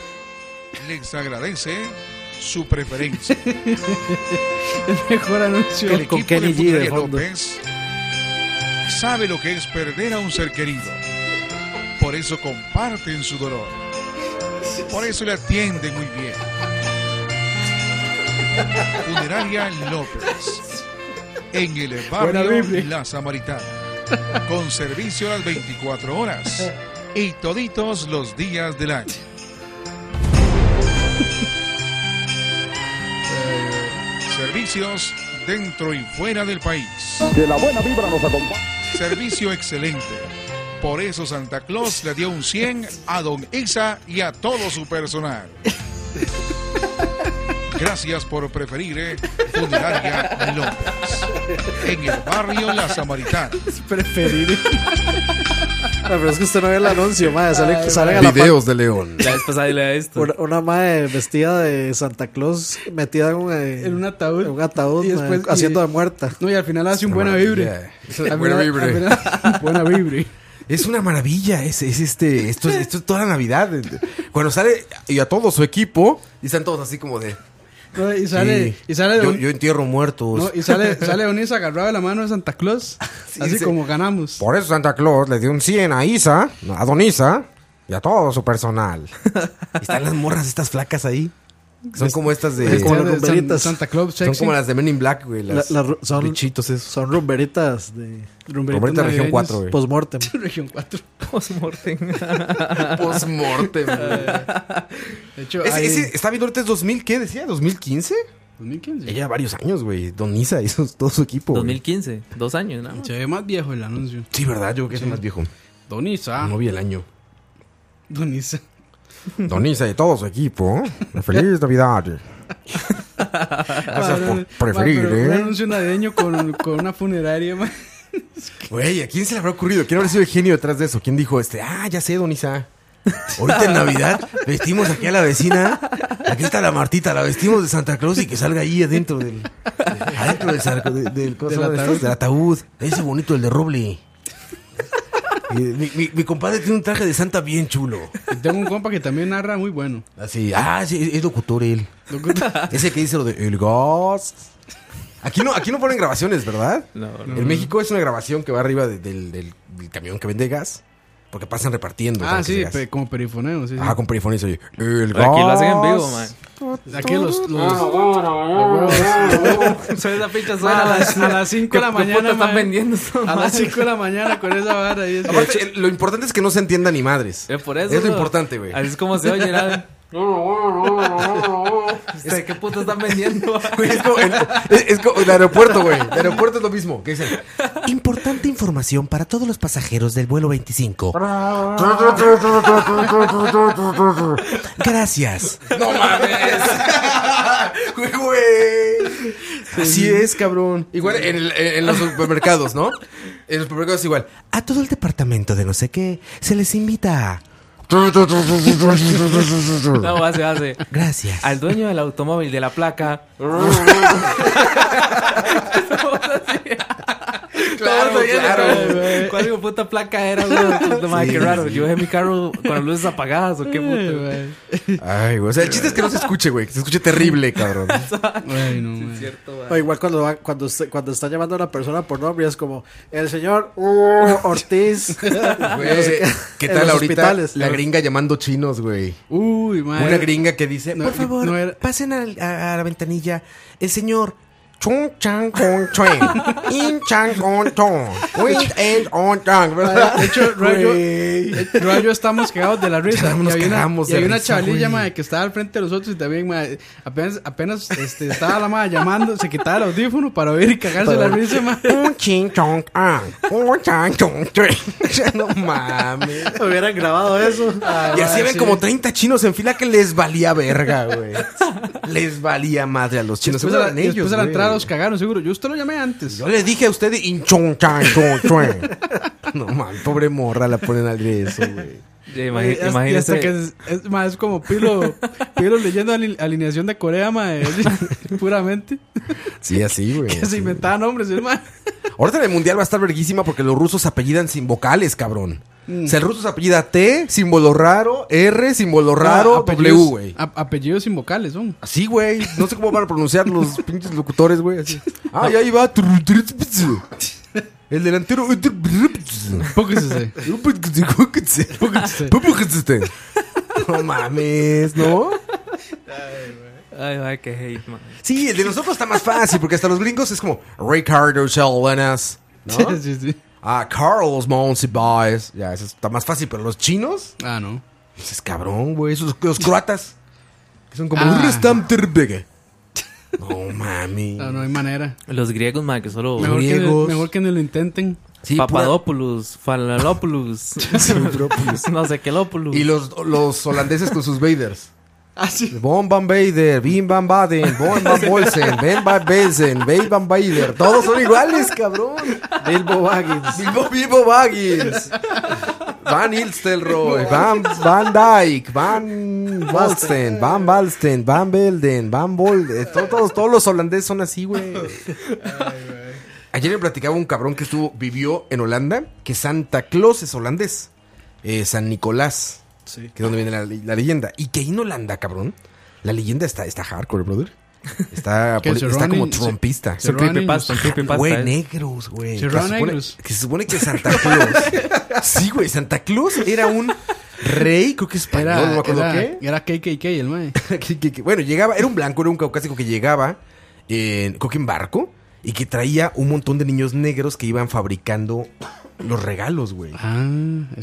[LAUGHS] Les agradece su preferencia. El mejor anuncio. El [LAUGHS] Con equipo de Kenny G de Funeraria fondo. López sabe lo que es perder a un ser querido. Por eso comparten su dolor. Por eso le atienden muy [LAUGHS] bien. Funeraria López. En el barrio Biblia. La Samaritana. Con servicio a las 24 horas y toditos los días del año. Eh, Servicios dentro y fuera del país. Que la buena vibra nos acompañe. Servicio excelente. Por eso Santa Claus le dio un 100 a Don Isa y a todo su personal. Gracias por preferir eh, Funeraria López. En el barrio La Samaritana. Preferir. Ah, Pero es que usted no ve el anuncio, madre. Sale, salen a la par- Videos de León. La vez pasada le he visto. [LAUGHS] una, una madre vestida de Santa Claus metida en un, eh, En un ataúd. en un ataúd, Y mae, después- haciendo y- de muerta. No, y al final hace un buena vibre. Es una buena vibra. Buena vibre. Es una maravilla, es, es este, esto, es- esto es toda Navidad. Cuando sale y a todo su equipo, y están todos así como de. No, y sale, sí, y sale, yo, Don- yo entierro muertos. no, y [LAUGHS] sale, sale Don Isa agarrado de la mano de Santa Claus. así sí. como ganamos. Por eso Santa Claus le dio un 100 a Isa, a Don Isa y a todo su personal. Y [LAUGHS] están las morras estas flacas ahí. Son como estas de. Es como Vestida las de San- rumberitas. Santa Claus son sexy. como las de Men in Black, güey. Las, La- la ru- son- bichitos esos. Son rumberitas de Rumberitas Roberta navideñas. Región 4, güey. postmortem. [LAUGHS] Región 4. [LAUGHS] Postmortem. [LAUGHS] Postmortem, güey. De hecho, [LAUGHS] Ese- hay- ese- está viendo ahorita es 2000, ¿qué decía? ¿2015? 2015. Ya lleva varios años, güey. Don Isa y su- [LAUGHS] todo su equipo. güey. 2015, [LAUGHS] dos años, ¿no? Se ve más viejo el anuncio. Sí, ¿verdad? Yo creo que es más viejo. Don Isa. Ah, No vi el año. Don Isa. Don Isa y todo su equipo. Feliz Navidad. Gracias Ah, por preferir, Ma, pero Un ¿eh? anuncio navideño [LAUGHS] con, con una funeraria, ma. Güey, ¿a quién se le habrá ocurrido? ¿Quién habrá sido el genio detrás de eso? ¿Quién dijo este? Ah, ya sé, don Isa. Ahorita en Navidad vestimos aquí a la vecina. Aquí está la Martita, la vestimos de Santa Claus y que salga ahí adentro del. Adentro del, sarco- de- del, ¿cómo se Del llama de ataúd. estos? Del ataúd. Ese bonito, el de roble. Y Mi, mi- mi compadre tiene un traje de Santa bien chulo. Y Tengo un compa que también narra muy bueno. Así, ah, sí, es- es locutor él. Lo que- [LAUGHS] Ese que dice lo de el gas. Aquí no, aquí no ponen grabaciones, ¿verdad? No, no. En México es una grabación que va arriba de- del, del- del camión que vende gas. Porque pasan repartiendo. Ah, para que sí, veas. pe- como perifoneo. Sí, sí. Ajá, con perifonía soy. El Pero aquí lo hacen en vivo, gas. man. Aquí los. los... [LAUGHS] Soy la pincha Man, suena a las, a las 5 de la mañana. están man. vendiendo A las 5 de la mañana con esa vara. Y es Aparte, el- lo importante es que no se entienda ni madres. Es por eso. Es lo ¿no? importante, güey. Así es como se oye, [LAUGHS] nada. Usted, ¿Qué puto están [LAUGHS] vendiendo? Güey, es como el, es- es como el aeropuerto, güey. El aeropuerto es lo mismo. Que dicen, importante información para todos los pasajeros del vuelo 25. Gracias. No mames. [LAUGHS] Güey, güey. Así es, cabrón. Igual en, el- en- en los supermercados, ¿no? En los supermercados igual. A todo el departamento de no sé qué se les invita. No, hace, hace. Gracias. Al dueño del automóvil de la placa. Claro, claro. claro. ¿Cuál hijo puta placa era? [LAUGHS] güey? No, madre, qué raro. Yo dejé mi carro con las luces apagadas o qué [LAUGHS] puto. Ay, güey. O sea, el chiste es que no se escuche, güey. Que se escuche terrible, cabrón. Ay, no, man. O igual cuando, va- cuando, se- cuando está llamando a una persona por nombre, es como el [LAUGHS] señor uh, Ortiz. Güey, Eh, ¿Qué en tal los ahorita hospitales. la gringa llamando chinos, güey? Uy, man. Una gringa que dice, por favor, no era- pasen al- a, a la ventanilla. El señor Chung Chang Kong [LAUGHS] Chuen. In Chang Kong Tong. Wind and On Chang. ¿verdad? De [LAUGHS] hecho, Rayo, eh, Rayo estamos cagados de la risa. Ya Y nos había una, cagamos y de había una risa, chavalilla, güey. madre, que estaba al frente de nosotros y también, madre, apenas, apenas este, estaba la madre llamando, se quitaba el audífono para oír y cagarse de la risa, madre. Un ching chong ang. Un chang chong [LAUGHS] chuen. No mames. Hubieran grabado eso. Y así ven como 30 chinos en fila que les valía [LAUGHS] verga, güey. Les valía madre a los chinos. Después de la, Seguro eran después de la güey. entrada los cagaron, seguro. Yo usted lo llamé antes. Yo le dije a usted inchon chan chon chuen. No man, pobre morra la ponen al de eso, güey. Ya, Y imagi- hasta- y hasta que Imagínese. es, es, madre, es como Pilo, Pilo leyendo ali- alineación de Corea, madre, [LAUGHS] puramente. Sí, así, güey. Que se así, güey. inventaban nombres, hermano. Ahorita en el mundial va a estar verguísima porque los rusos apellidan sin vocales, cabrón. O sea, el ruso se apellida T, símbolo raro, R, símbolo raro, W, Ah, Apellidos- güey. a- Apellidos sin vocales son. Así, güey. No sé cómo van a pronunciar los pinches locutores, güey. así. Ah, y ahí va. El delantero. Póquese. No mames, ¿no? Ay, ay, qué hate, man. Sí, el de nosotros está más fácil, porque hasta los gringos es como Ricardo Salinas, [LAUGHS] ¿no? Sí, sí, sí. Ah, Carlos Monsiváis. Ya, eso está más fácil, pero los chinos, Ah, no. ese es cabrón, güey. Esos los croatas, que son como. Ah. "Rustam Terbege". No mami. Ah, No, no hay manera. Los griegos, man, que solo. Mejor que, griegos. mejor que ni lo intenten. Sí, pura- Papadopoulos, [LAUGHS] Falalopoulos, [LAUGHS] no sé qué Lopoulos. Y los, los holandeses con sus Vaders. [LAUGHS] Ah, sí. Bom Van Vader, Bim Van Baden, Bom Van Bolsen, Ben Van Belsen, Bay Van Vader. Todos son iguales, cabrón. Bilbo Baggins. Bilbo, Bilbo Baggins. Van Ilstelrooy, Van, Van Dyke, Van Balsten, Van Balsten, Van Belden, Van Bolden. Todos, todos, todos los holandeses son así, güey. Ayer me platicaba un cabrón que estuvo, vivió en Holanda, que Santa Claus es holandés. Eh, San Nicolás, Sí. que es donde viene la, la leyenda. Y que ahí en Holanda, cabrón, la leyenda está, está hardcore, brother. [LAUGHS] Está, Que poli- se está roban como y- se- trompista. se roban y- creepypasta, un creepypasta. Güey, eh. negros, güey. Se roban supone- negros. que se supone que Santa [LAUGHS] Claus. sí, güey, Santa Claus era un rey, creo que español, Era, no me acuerdo era, qué. [LAUGHS] era KKK el mae. Que- que- que- bueno, llegaba, era un blanco, era un caucásico que llegaba, en, creo que en barco, y que traía un montón de niños negros que iban fabricando los regalos, güey. Ah,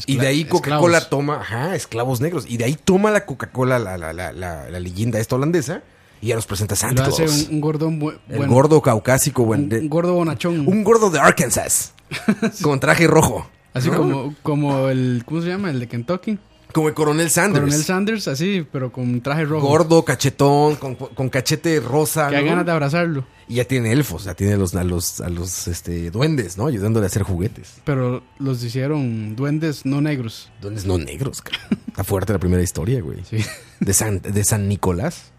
Y de ahí escla- Coca-Cola esclavos. toma, ajá, esclavos negros. Y de ahí toma la Coca-Cola, la, la, la, la, la leyenda esta holandesa, y ya nos presenta a Lo Santa hace Claus. un, un gordón bu- el bueno, gordo caucásico, buen- un, de- un gordo bonachón. un gordo [LAUGHS] de Arkansas. Con traje rojo. así ¿no? como, como el, ¿cómo se llama? El de Kentucky. Como el coronel Sanders. Coronel Sanders, así, pero con traje rojo. Gordo, cachetón, con, con cachete rosa. Que hay ¿no? ganas de abrazarlo. Y ya tiene elfos, ya tiene los, a los, a los este, duendes, ¿no? Ayudándole a hacer juguetes. Pero los hicieron duendes no negros. Duendes no negros, cabrón. Está fuerte la primera historia, güey. Sí. De, San, de San Nicolás.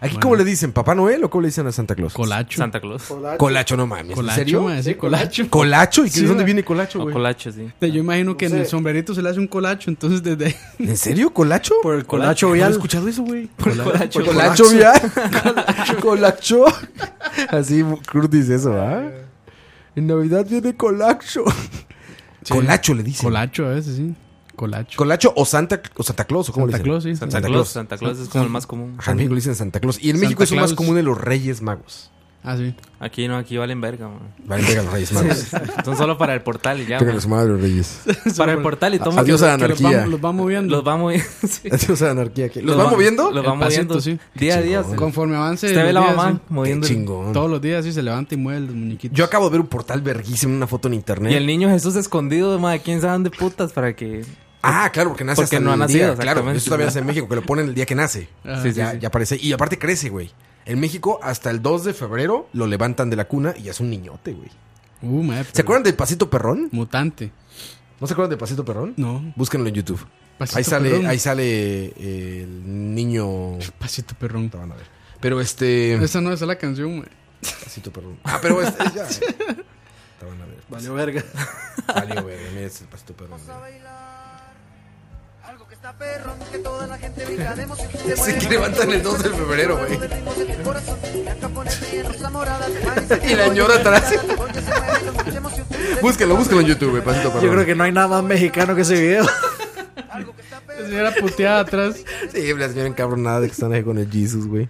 ¿Aquí cómo le dicen? ¿Papá Noel o cómo le dicen a Santa Claus? Colacho. Santa Claus. Colacho, no mames. Colacho, ¿En serio? mae, sí, colacho. ¿Colacho? ¿Y de Sí, dónde mae. viene colacho, O güey? Colacho, sí. Yo imagino que en sé. el sombrerito se le hace un colacho, entonces desde ahí. ¿En serio? ¿Colacho? Por el colacho vial. escuchado eso, güey? Colacho. Colacho, vial. Colacho. Así Cruz dice eso, ¿ah? En Navidad viene colacho. Colacho le dice. Colacho a veces, sí. Colacho. Colacho o Santa, o Santa Claus, ¿o cómo Santa le dicen? Claus, sí. Santa Claus, Santa Claus es como el más común. Ajá, en México le dicen Santa Claus. Y en Santa México es el más Claus. común de los Reyes Magos. Ah, sí. Aquí no, aquí valen verga, [LAUGHS] man. Vale, venga, los Reyes Magos. Son solo para el portal y ya. Venga, man. los madres los [LAUGHS] Reyes. Para el portal y todo. Adiós a la Que los anarquía. va- Los va moviendo. Los [LAUGHS] vamos Adiós a la anarquía. ¿qué? ¿Los va moviendo? Los El vamos pasito, moviendo. sí. Día a día. se- Conforme avance. Usted ve los la días, mamá sí. Qué moviendo. el- chingón. Todos los días, sí, se levanta y mueve los muñequitos. Yo acabo de ver un portal verguísimo, una foto en internet. Y el niño Jesús escondido, madre, quién sabe dónde putas para que. Ah, claro, porque nace Porque hasta no ha el nacido, día. Claro, exactamente. Ah, eso todavía hace en México, que lo ponen el día que nace. Sí, sí, ya, sí. ya aparece. Y aparte crece, güey. En México, hasta el 2 de febrero, lo levantan de la cuna y ya es un niñote, güey. Uh, mae, ¿Se acuerdan del Pasito Perrón? Mutante. ¿No se acuerdan del Pasito Perrón? No. Búsquenlo en YouTube. Pasito Ahí sale, Perrón. ahí sale eh, el niño. Pasito perrón. Te van a ver. Pero este. Esa no, esa es la canción, mae. Pasito Perrón. Ah, pero este. [LAUGHS] Ya, te van a ver. Valió verga. Valió, güey. Mira, este es el Pasito Perrón. Pues, güey. Algo que está perrón, que toda la gente [LAUGHS] brinca de emoción. Se Sí, mueve. que levantan el 2 de febrero, güey. Con el ritmo de mi corazón, blanca ponete y en rosa morada, se [LAUGHS] parece. Y la ñora atrás. [LAUGHS] Oye, se mueve con mucha emoción. Búsquenlo, búsquenlo en YouTube, güey. Pasito Perrón. Yo creo que no hay nada más mexicano que ese video. La señora puteada atrás. Sí, la señora encabronada de que están ahí con el Jesus, güey.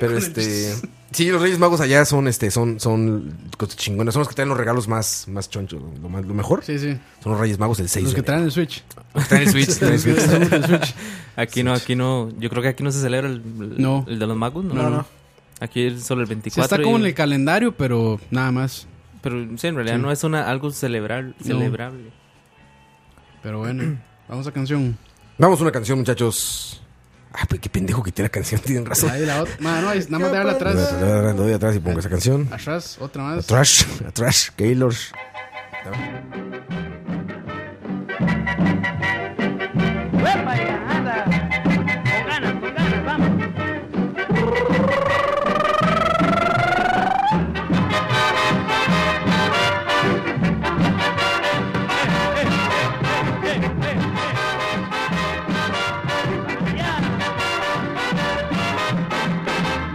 Pero este. Sí, los Reyes Magos allá son, este, son, son cosas chingonas. Son los que traen los regalos más, más chonchos. Lo, más- lo mejor Sí, sí. son los Reyes Magos el 6. Los de que enero. traen el [LAUGHS] Switch. Los que traen el Switch. traen el Switch. Aquí no, aquí no. Yo creo que aquí no se celebra el, el- No. el de los magos, ¿no? No, no. Aquí es solo el Sí, 24. está como y- en el calendario, pero nada más. Pero sí, en realidad Sí. no es una, algo celebrar, celebrable. Pero bueno, [CLEARS THROAT] vamos a canción. Vamos a una canción, muchachos. Ah, pues qué pendejo que tiene la canción, [LAUGHS] tienen razón. Ahí la otra. Ma, no, es nada más darle atrás. Lo doy atrás y pongo esa canción. Atrás, otra más. Atrás, atrás, Gaylord. ¡Epa, ya, anda! Con ganas, con ganas, vamos.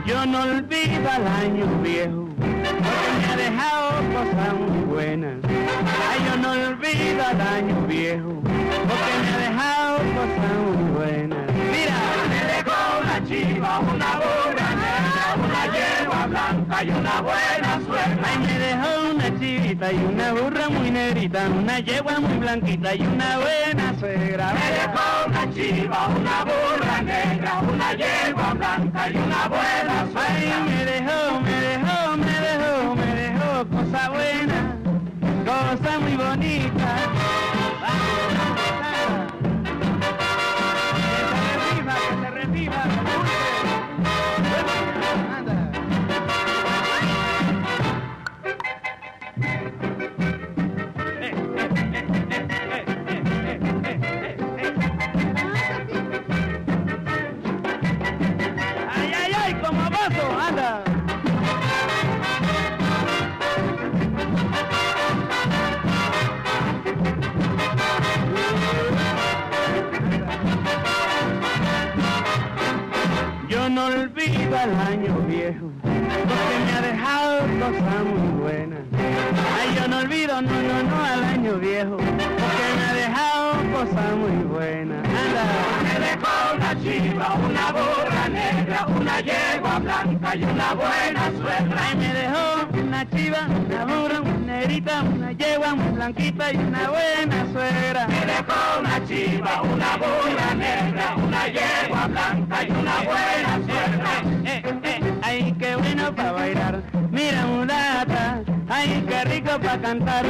Yo no olvido al año viejo, porque me ha dejado cosas muy buenas. Ay, yo no olvido al año viejo, porque me ha dejado cosas muy buenas. Mira, me dejó una chiva, una burra, una yegua blanca y una buena suerte. Ay, me dejó una chivita y una burra muy negrita, una yegua muy blanquita y una buena suegra. Me dejó una chiva, una burra negra, una yegua blanca y una buena suegra. Ay, me dejó, me dejó, me dejó, me dejó cosa buena, cosa muy bonita. Vamos, que se reviva, que se reviva, que anda. Ay, ay, ay, como vaso, anda. Yo no olvido al año viejo, porque me ha dejado cosas muy buenas. Ay, yo no olvido, no, no, no al año viejo, porque me ha dejado cosas muy buenas. Anda. Me dejó una chiva, una burra negra, una yegua blanca y una buena suegra. Ay, me dejó una chiva, una burra, una negrita, una yegua, muy blanquita y una buena suegra. Me dejó una chiva, una burra negra, una yegua blanca y una buena suegra. Eh, eh, eh, ay, qué bueno para bailar. Mira mulata, ay, qué rico para cantar.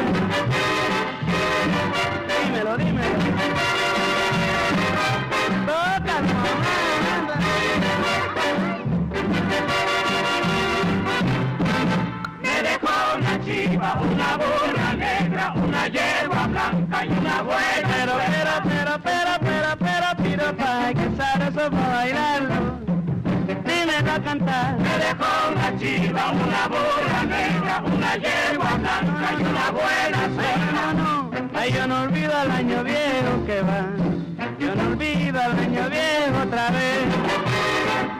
Dímelo, dímelo. Toca, mamá, anda. Me dejó una chiva, una burra negra, una yegua blanca y una buena. Pero, pero, pero, pero, pero, pero, pido para que sabroso para bailarlo. Dímelo a cantar. Me dejó una chiva, una burra negra, una yegua blanca y una buena suegra. No, no, ay, yo no olvido al año viejo que va. Yo no olvido al año viejo otra vez.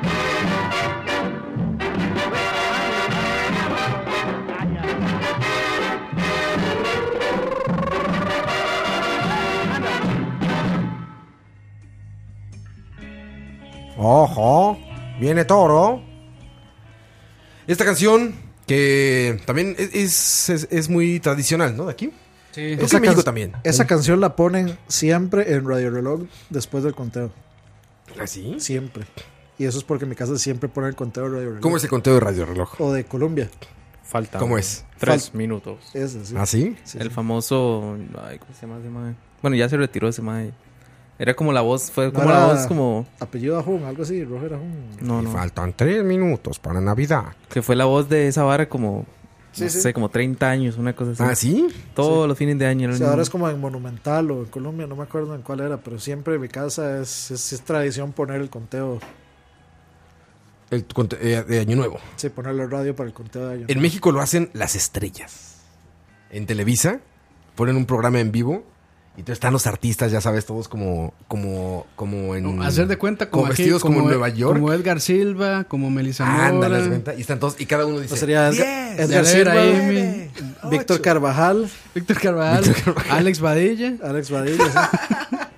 Ojo, viene toro. Esta canción que también es, es- es- es muy tradicional, ¿no? De aquí. Sí. Es en México también. Esa canción la ponen siempre en Radio Reloj después del conteo. ¿Así? Siempre. Y eso es porque en mi casa siempre ponen el conteo de Radio Reloj. ¿Cómo es el conteo de Radio Reloj? O de Colombia. Falta. ¿Cómo es? Tres Fal- minutos. Ese, sí. ¿Ah, sí? el famoso. Ay, ¿Cómo se llama ese mae? Bueno, ya se retiró ese mae. Era como la voz, fue No como la era voz, como. Apellido Ajun, algo así, Roger Ajun. No, Y no. faltan tres minutos para Navidad. Que fue la voz de esa vara como. Sí, no sí. sé, como 30 años, una cosa así. ¿Ah, sí? Todos los fines de año. era O el sea, ahora mismo. es como en Monumental o en Colombia, no me acuerdo en cuál era, pero siempre en mi casa es, es, es tradición poner el conteo, El conte- eh, de Año Nuevo. sí, poner la radio para el conteo de año. En México lo hacen las estrellas. En Televisa ponen un programa en vivo y entonces están los artistas, ya sabes, todos como como como en Hacer de cuenta como, como aquí, vestidos como, en Ed- Nueva York. Como Edgar Silva, como Melissa Ándale, haz de Mora. cuenta. Y están todos y cada uno dice O sería Edgar, "Diez, Edgar Yaler Silva, Aimi, Víctor Carvajal, Víctor Carvajal, Alex Badella, Alex Vadillo,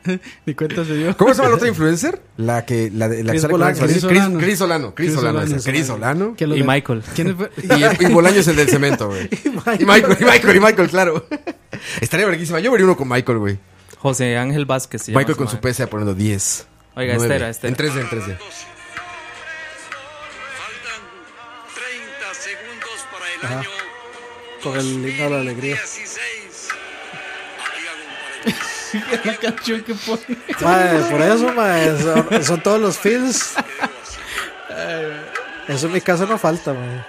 sí. ni cuenta se dio. ¿Cómo se llama la otra influencer? La que la, de- la que Chris sale con Bolaños. Alex Rodríguez. Chris Chris, Chris Solano, Chris Chris Solano, Solano. esa, Chris Solano. Que lo Y de- Michael. ¿Quién fue? [LAUGHS] Y, y Bolaños el del cemento, güey. [LAUGHS] Y Michael, y Michael, y Michael, claro. Estaría verguísima. Yo vería uno con Michael, güey. José Ángel Vázquez. se llama Michael ese con su mae. PC poniendo 10. Oiga, nueve. estera, estera. En 3D, en 3D. Faltan 30 segundos para el año con el himno de la alegría. 16. la canción que pone. Mae, por eso, mae, son, son todos los feels. Eso en mi casa no falta, mae.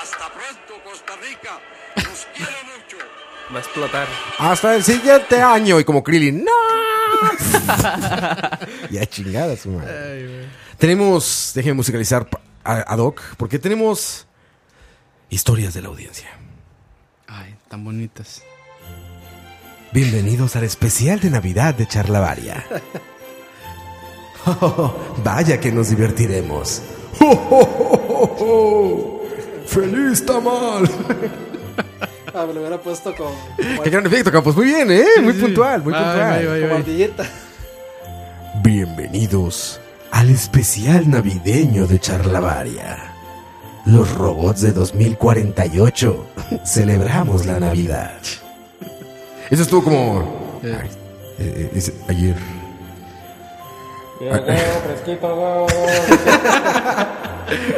Hasta pronto, Costa Rica. Los quiero mucho. Va a explotar. Hasta el siguiente año. Y como Krillin, ¡no! [LAUGHS] ya chingada su madre. Tenemos, déjenme musicalizar pa- a- ad hoc, porque tenemos historias de la audiencia. Ay, tan bonitas. Bienvenidos al especial de Navidad de Charlavaria. [LAUGHS] Oh, vaya que nos divertiremos. [LAUGHS] Oh, oh, oh, oh, oh. ¡Feliz tamal! Ah, me lo hubiera puesto con, [LAUGHS] ¡Qué con, gran efecto, Campos! Muy bien, ¿eh? Muy puntual, muy Ay, puntual. ay, ay, ay. ardillita. Bienvenidos al especial navideño de Charlavaria. Los robots de 2048 [LAUGHS] celebramos la Navidad. Eso estuvo como Eh. Ay, eh, eh, es- ayer. Ah, eh. eh,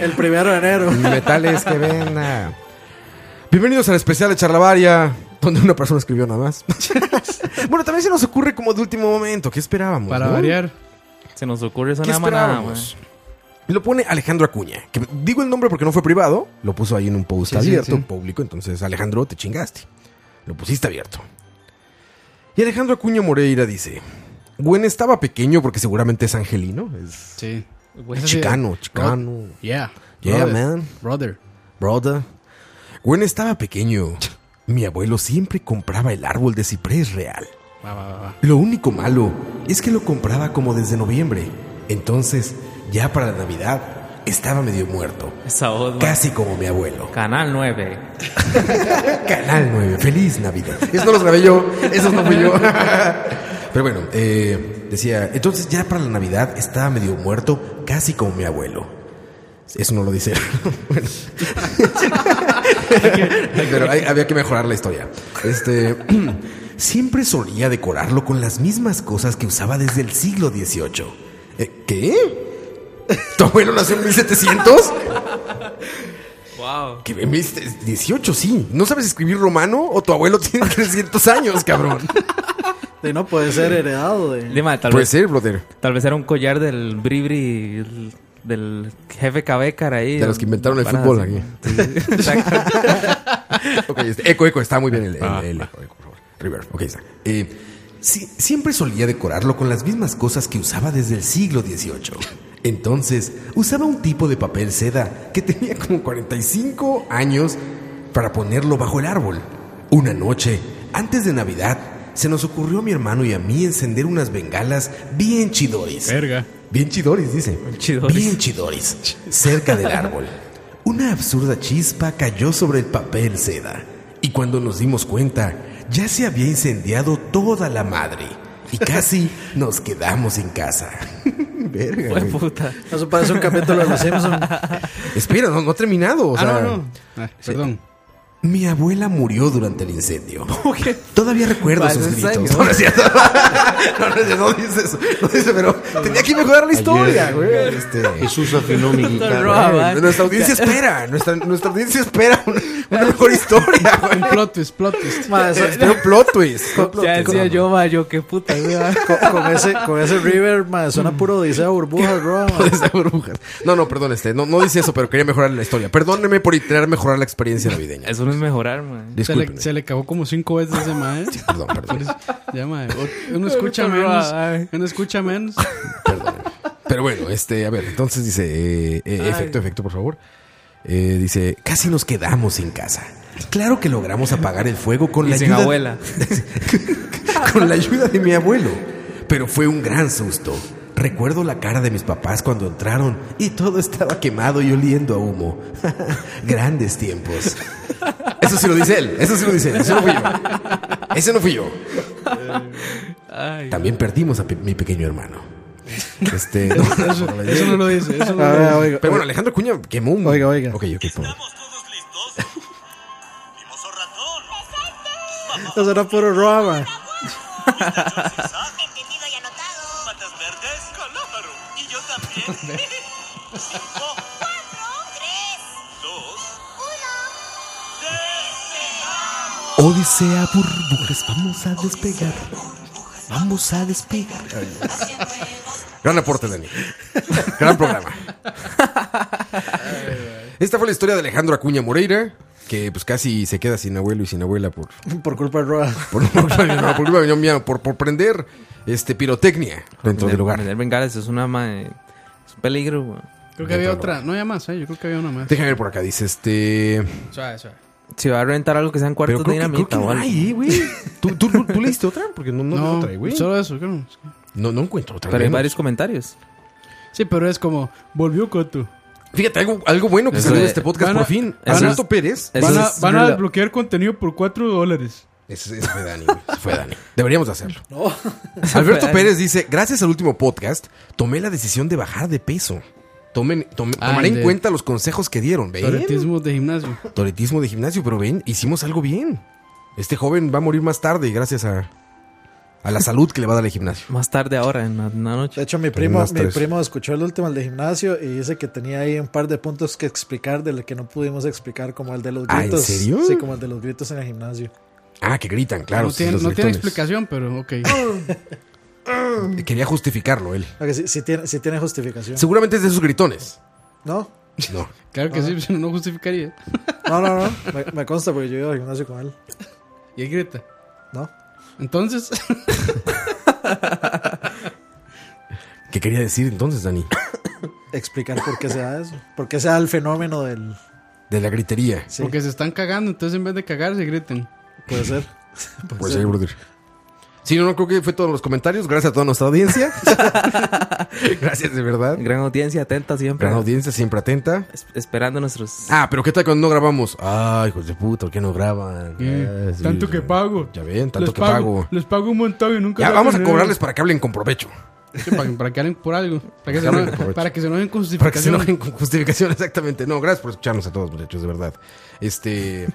El primero de enero. Metales que ven. Bienvenidos al especial de Charlavaria, donde una persona escribió nada más. [LAUGHS] bueno, también se nos ocurre como de último momento. ¿Qué esperábamos? Para no? variar. Se nos ocurre esa ¿Qué nada más nada, esperábamos? Lo pone Alejandro Acuña. Que digo el nombre porque no fue privado. Lo puso ahí en un post Sí, sí, abierto, sí. público. Entonces, Alejandro, te chingaste. Lo pusiste abierto. Y Alejandro Acuña Moreira dice: Gwen estaba pequeño porque seguramente es angelino. Es Sí. Esa sí- chicano, chicano. Yeah. Yeah, brother. man. Brother. Brother. Gwen estaba pequeño. Mi abuelo siempre compraba el árbol de ciprés real. Va, va, va, va. Lo único malo es que lo compraba como desde noviembre. Entonces, ya para la Navidad, estaba medio muerto. mae. Esa voz, mae. Casi como mi abuelo. Canal 9. Canal 9, feliz Navidad. Eso no los grabé yo, esos no fui yo. [LAUGHS] Pero bueno, eh, decía, entonces ya para la Navidad estaba medio muerto, casi como mi abuelo. Eso no lo dice. [LAUGHS] Bueno. Pero hay- había que mejorar la historia. Este, [CLEARS THROAT] siempre solía decorarlo con las mismas cosas que usaba desde el siglo XVIII. Eh, ¿Qué? ¿Tu abuelo nació en 1700? Wow. Que me viste 18, sí. ¿No sabes escribir romano o tu abuelo tiene 300 años, cabrón? De no puede ser heredado de. Dime, [LAUGHS] tal, Puede vez, ser, brother. tal vez era un collar del Bribri, el- del jefe Cabécar ahí. De los que inventaron el Varas fútbol así, aquí. mae. Sí, [LAUGHS] exacto. Ok, este, eco, eco, está muy bien el, el- Ah. el eco, eco, por favor. River, ok, está. Eh, sí, siempre solía decorarlo con las mismas cosas que usaba desde el siglo XVIII. Entonces, usaba un tipo de papel seda que tenía como 45 años para ponerlo bajo el árbol. Una noche, antes de Navidad, se nos ocurrió a mi hermano y a mí encender unas bengalas bien chidoris. Verga. Bien chidoris, dice. Chidoris. Bien chidoris. Cerca del árbol. Una absurda chispa cayó sobre el papel seda. Y cuando nos dimos cuenta, ya se había incendiado toda la madre. y casi nos quedamos en casa. [LAUGHS] Verga, güey. Eso parece un capítulo de Los Simpsons. [LAUGHS] Espera, no, no ha terminado. o Ah, sea, no, no. Ah, [LAUGHS] perdón. Mi abuela murió durante el incendio. Todavía recuerdo Vale, sus ¿en gritos. serio? [LAUGHS] No, no es cierto. No, no es cierto, no dice eso. No dice, pero tenía que mejorar la historia, Ayer. güey. Este, Jesús afinó mi guitarra. Ah, va. nuestra audiencia espera. Nuestra, nuestra audiencia espera una, una mejor historia, güey. Un plot twist, plot twist. Ma, eso- Espera un plot twist. un plot Ya twist. [LAUGHS] decía yo, ma, yo qué puta, güey. ma. con, con ese, con ese River, ma, suena puro Odisea Burbuja, bro. ma. Esa burbuja. No, no, perdón, este, no, no dice eso, pero quería mejorar la historia. Perdóneme por intentar mejorar la experiencia navideña. Eso no es mejorar, man. Se Disculpen. le, se le cagó como cinco veces ese [LAUGHS] mae. Pues, Perdón, perdón. Ya, mae. O- Uno [LAUGHS] escucha menos. Uno escucha menos. Perdón. Pero bueno, este, a ver, entonces dice, eh, eh, efecto, efecto, por favor. Eh, dice, casi nos quedamos en casa. Claro que logramos apagar el fuego con la Y sin ayuda. abuela. con la ayuda de mi abuelo. Pero fue un gran susto. Recuerdo la cara de mis papás cuando entraron y todo estaba quemado y oliendo a humo. Grandes tiempos. Eso sí lo dice él, eso sí lo dice él, eso no fui yo. Ese no fui yo. También perdimos a pe- mi pequeño hermano. Este, no, Eso, no, no, eso no lo dice. Eso no lo A ver, dice. oiga, Pero bueno, Alejandro Cuña quemó un... Oiga, oiga. Ok, ok, por favor. Eso suena puro Roa, ma. Entendido y anotado. Patas verdes, calamaro. Y yo también. Cinco. Cuatro. Tres. Dos. Odisea burbujas, vamos a despegar. Vamos a despegar. Gran aporte, Dani. Gran programa. Esta fue la historia de Alejandro Acuña Moreira, que pues casi se queda sin abuelo y sin abuela por Por culpa de Roa. por por, no, por, culpa mía, por- por prender este pirotecnia dentro del lugar. Vender bengalas es una, ma, eh, es un peligro, güey. Creo que había otra. No había más, ¿eh? Yo creo que había una más. Déjame ver por acá, dice este. Suave, suave. Si va a rentar algo que sean Pero cuartos de creo que, creo que dinamita o no algo. hay, eh, güey. ¿Tú, tú, tú leíste otra? Porque no, no, No, no trae, güey. solo eso, creo. No, no encuentro otra. Pero hay menos. varios comentarios. Sí, pero es como, volvió Coto. Fíjate, algo, algo bueno que Eso salió de es- este podcast van a- por fin. eso es- Alberto Pérez. eso Van a, es van a rela- desbloquear contenido por 4 dólares. Ese, ese fue Dani, güey. Ese fue Dani. Deberíamos de hacerlo. Alberto Pérez dice, gracias al último podcast, tomé la decisión de bajar de peso. Tomen, tome- Ah, tomaré el en de- cuenta los consejos que dieron. ¿Ven? Toretismo Toretismo. de gimnasio. de gimnasio, pero ven, hicimos algo bien. Este joven va a morir más tarde gracias a, a la salud que le va a dar el gimnasio. Más tarde ahora, en la, en la De noche. hecho, mi primo, unas mi tres. primo escuchó el último, el de gimnasio, y dice que tenía ahí un par de puntos que explicar de los que no pudimos explicar, como el de los Ah, ¿en gritos. serio? Sí, como el de los gritos en el gimnasio. Ah, que gritan, claro. no sí, tiene, los no tiene gritones. explicación, pero ok. Quería justificarlo él. Ok, sí, sí tiene, sí tiene justificación. Seguramente es de sus gritones. ¿No? No. Claro que sí, si [LAUGHS] no, no justificaría. No, no, no. Me, me consta porque yo iba al gimnasio con él. Y ahí grita. ¿No? Entonces, [LAUGHS] ¿Qué quería decir entonces, Dani? Explicar por qué se da eso. Por qué se da el fenómeno del. De la gritería. Sí, porque se están cagando, entonces en vez de cagar, se gritan. Ah, puede ser. Pues sí, brother. Sí, no, no, creo que fue todos los comentarios. Gracias a toda nuestra audiencia. Gracias, de verdad. Gran audiencia, atenta siempre. Gran audiencia, siempre atenta. Es- Esperando nuestros. Ah, pero ¿qué tal cuando no grabamos? Ay, hijos de puta, ¿por qué no graban? Eh, Ah, sí, tanto sí. que pago. Ya ven, tanto les que pago. Les pago un montón y nunca. Ya sacan vamos a nada. cobrarles para que hablen con provecho. Sí, para, para que hablen por algo. Para [LAUGHS] que, se hablen enojen, por provecho. para que se enojen con Para que se justificación. enojen con justificación, [LAUGHS] exactamente. No, gracias por escucharnos a todos, muchachos, de verdad. Este.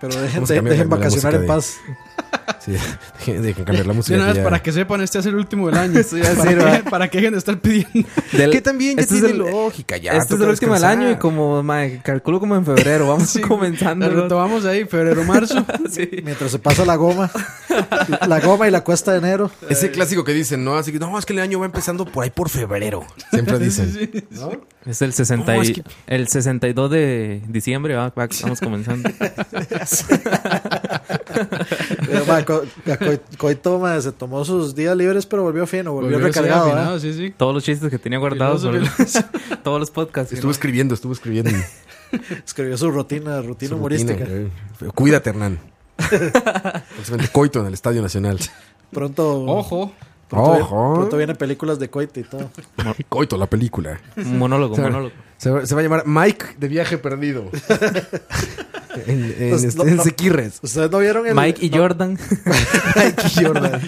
Pero Vamos dejen, a de- cambiar dejen la- la vacacionar música en de- paz. sí, [LAUGHS] dejen, dejen cambiar la De música. una que vez, ya- para que sepan, este es el último del [LAUGHS] año. iba a para, decir, que, va. para que dejen de estar pidiendo. del- Que también ya Este es tiene el- lógica, ya. este es toca el último del descansar. año y como, mae, calculo como [LAUGHS] en febrero. Vamos comenzando. Lo ¿no? tomamos ahí, febrero, marzo. Sí. Mientras se pasa la goma. La goma y la cuesta de enero. Ese clásico que dicen, ¿no? Así que, no, es que el año va empezando por ahí por febrero. Siempre dicen. Es el 60 y- No, es que- el 62 de diciembre, va, va, [LAUGHS] estamos comenzando. Pero, Eh, ma, Co- la Co- Coito ma, se tomó sus días libres, pero volvió fino, volvió, Volvió a ser recargado. ¿eh? afinado, sí, sí. Todos los chistes que tenía guardados, Y luego sobre- [LAUGHS] todos los podcasts. Estuvo escribiendo, estuvo escribiendo. ¿eh? Escribió su rutina, rutina Su humorística. rutina, güey. Cuídate, [LAUGHS] Hernán. Próximamente coito en el Estadio Nacional. Pronto, Ojo. pronto, viene- Ojo. pronto vienen películas de Coito y todo. Coito, la película. Un monólogo, un monólogo. Se va, se va a llamar Mike de Viaje Perdido. en [LAUGHS] en, Pues, este- no, en no. Sequirres. ¿Ustedes no vieron el Mike y Jordan. Mike y Jordan.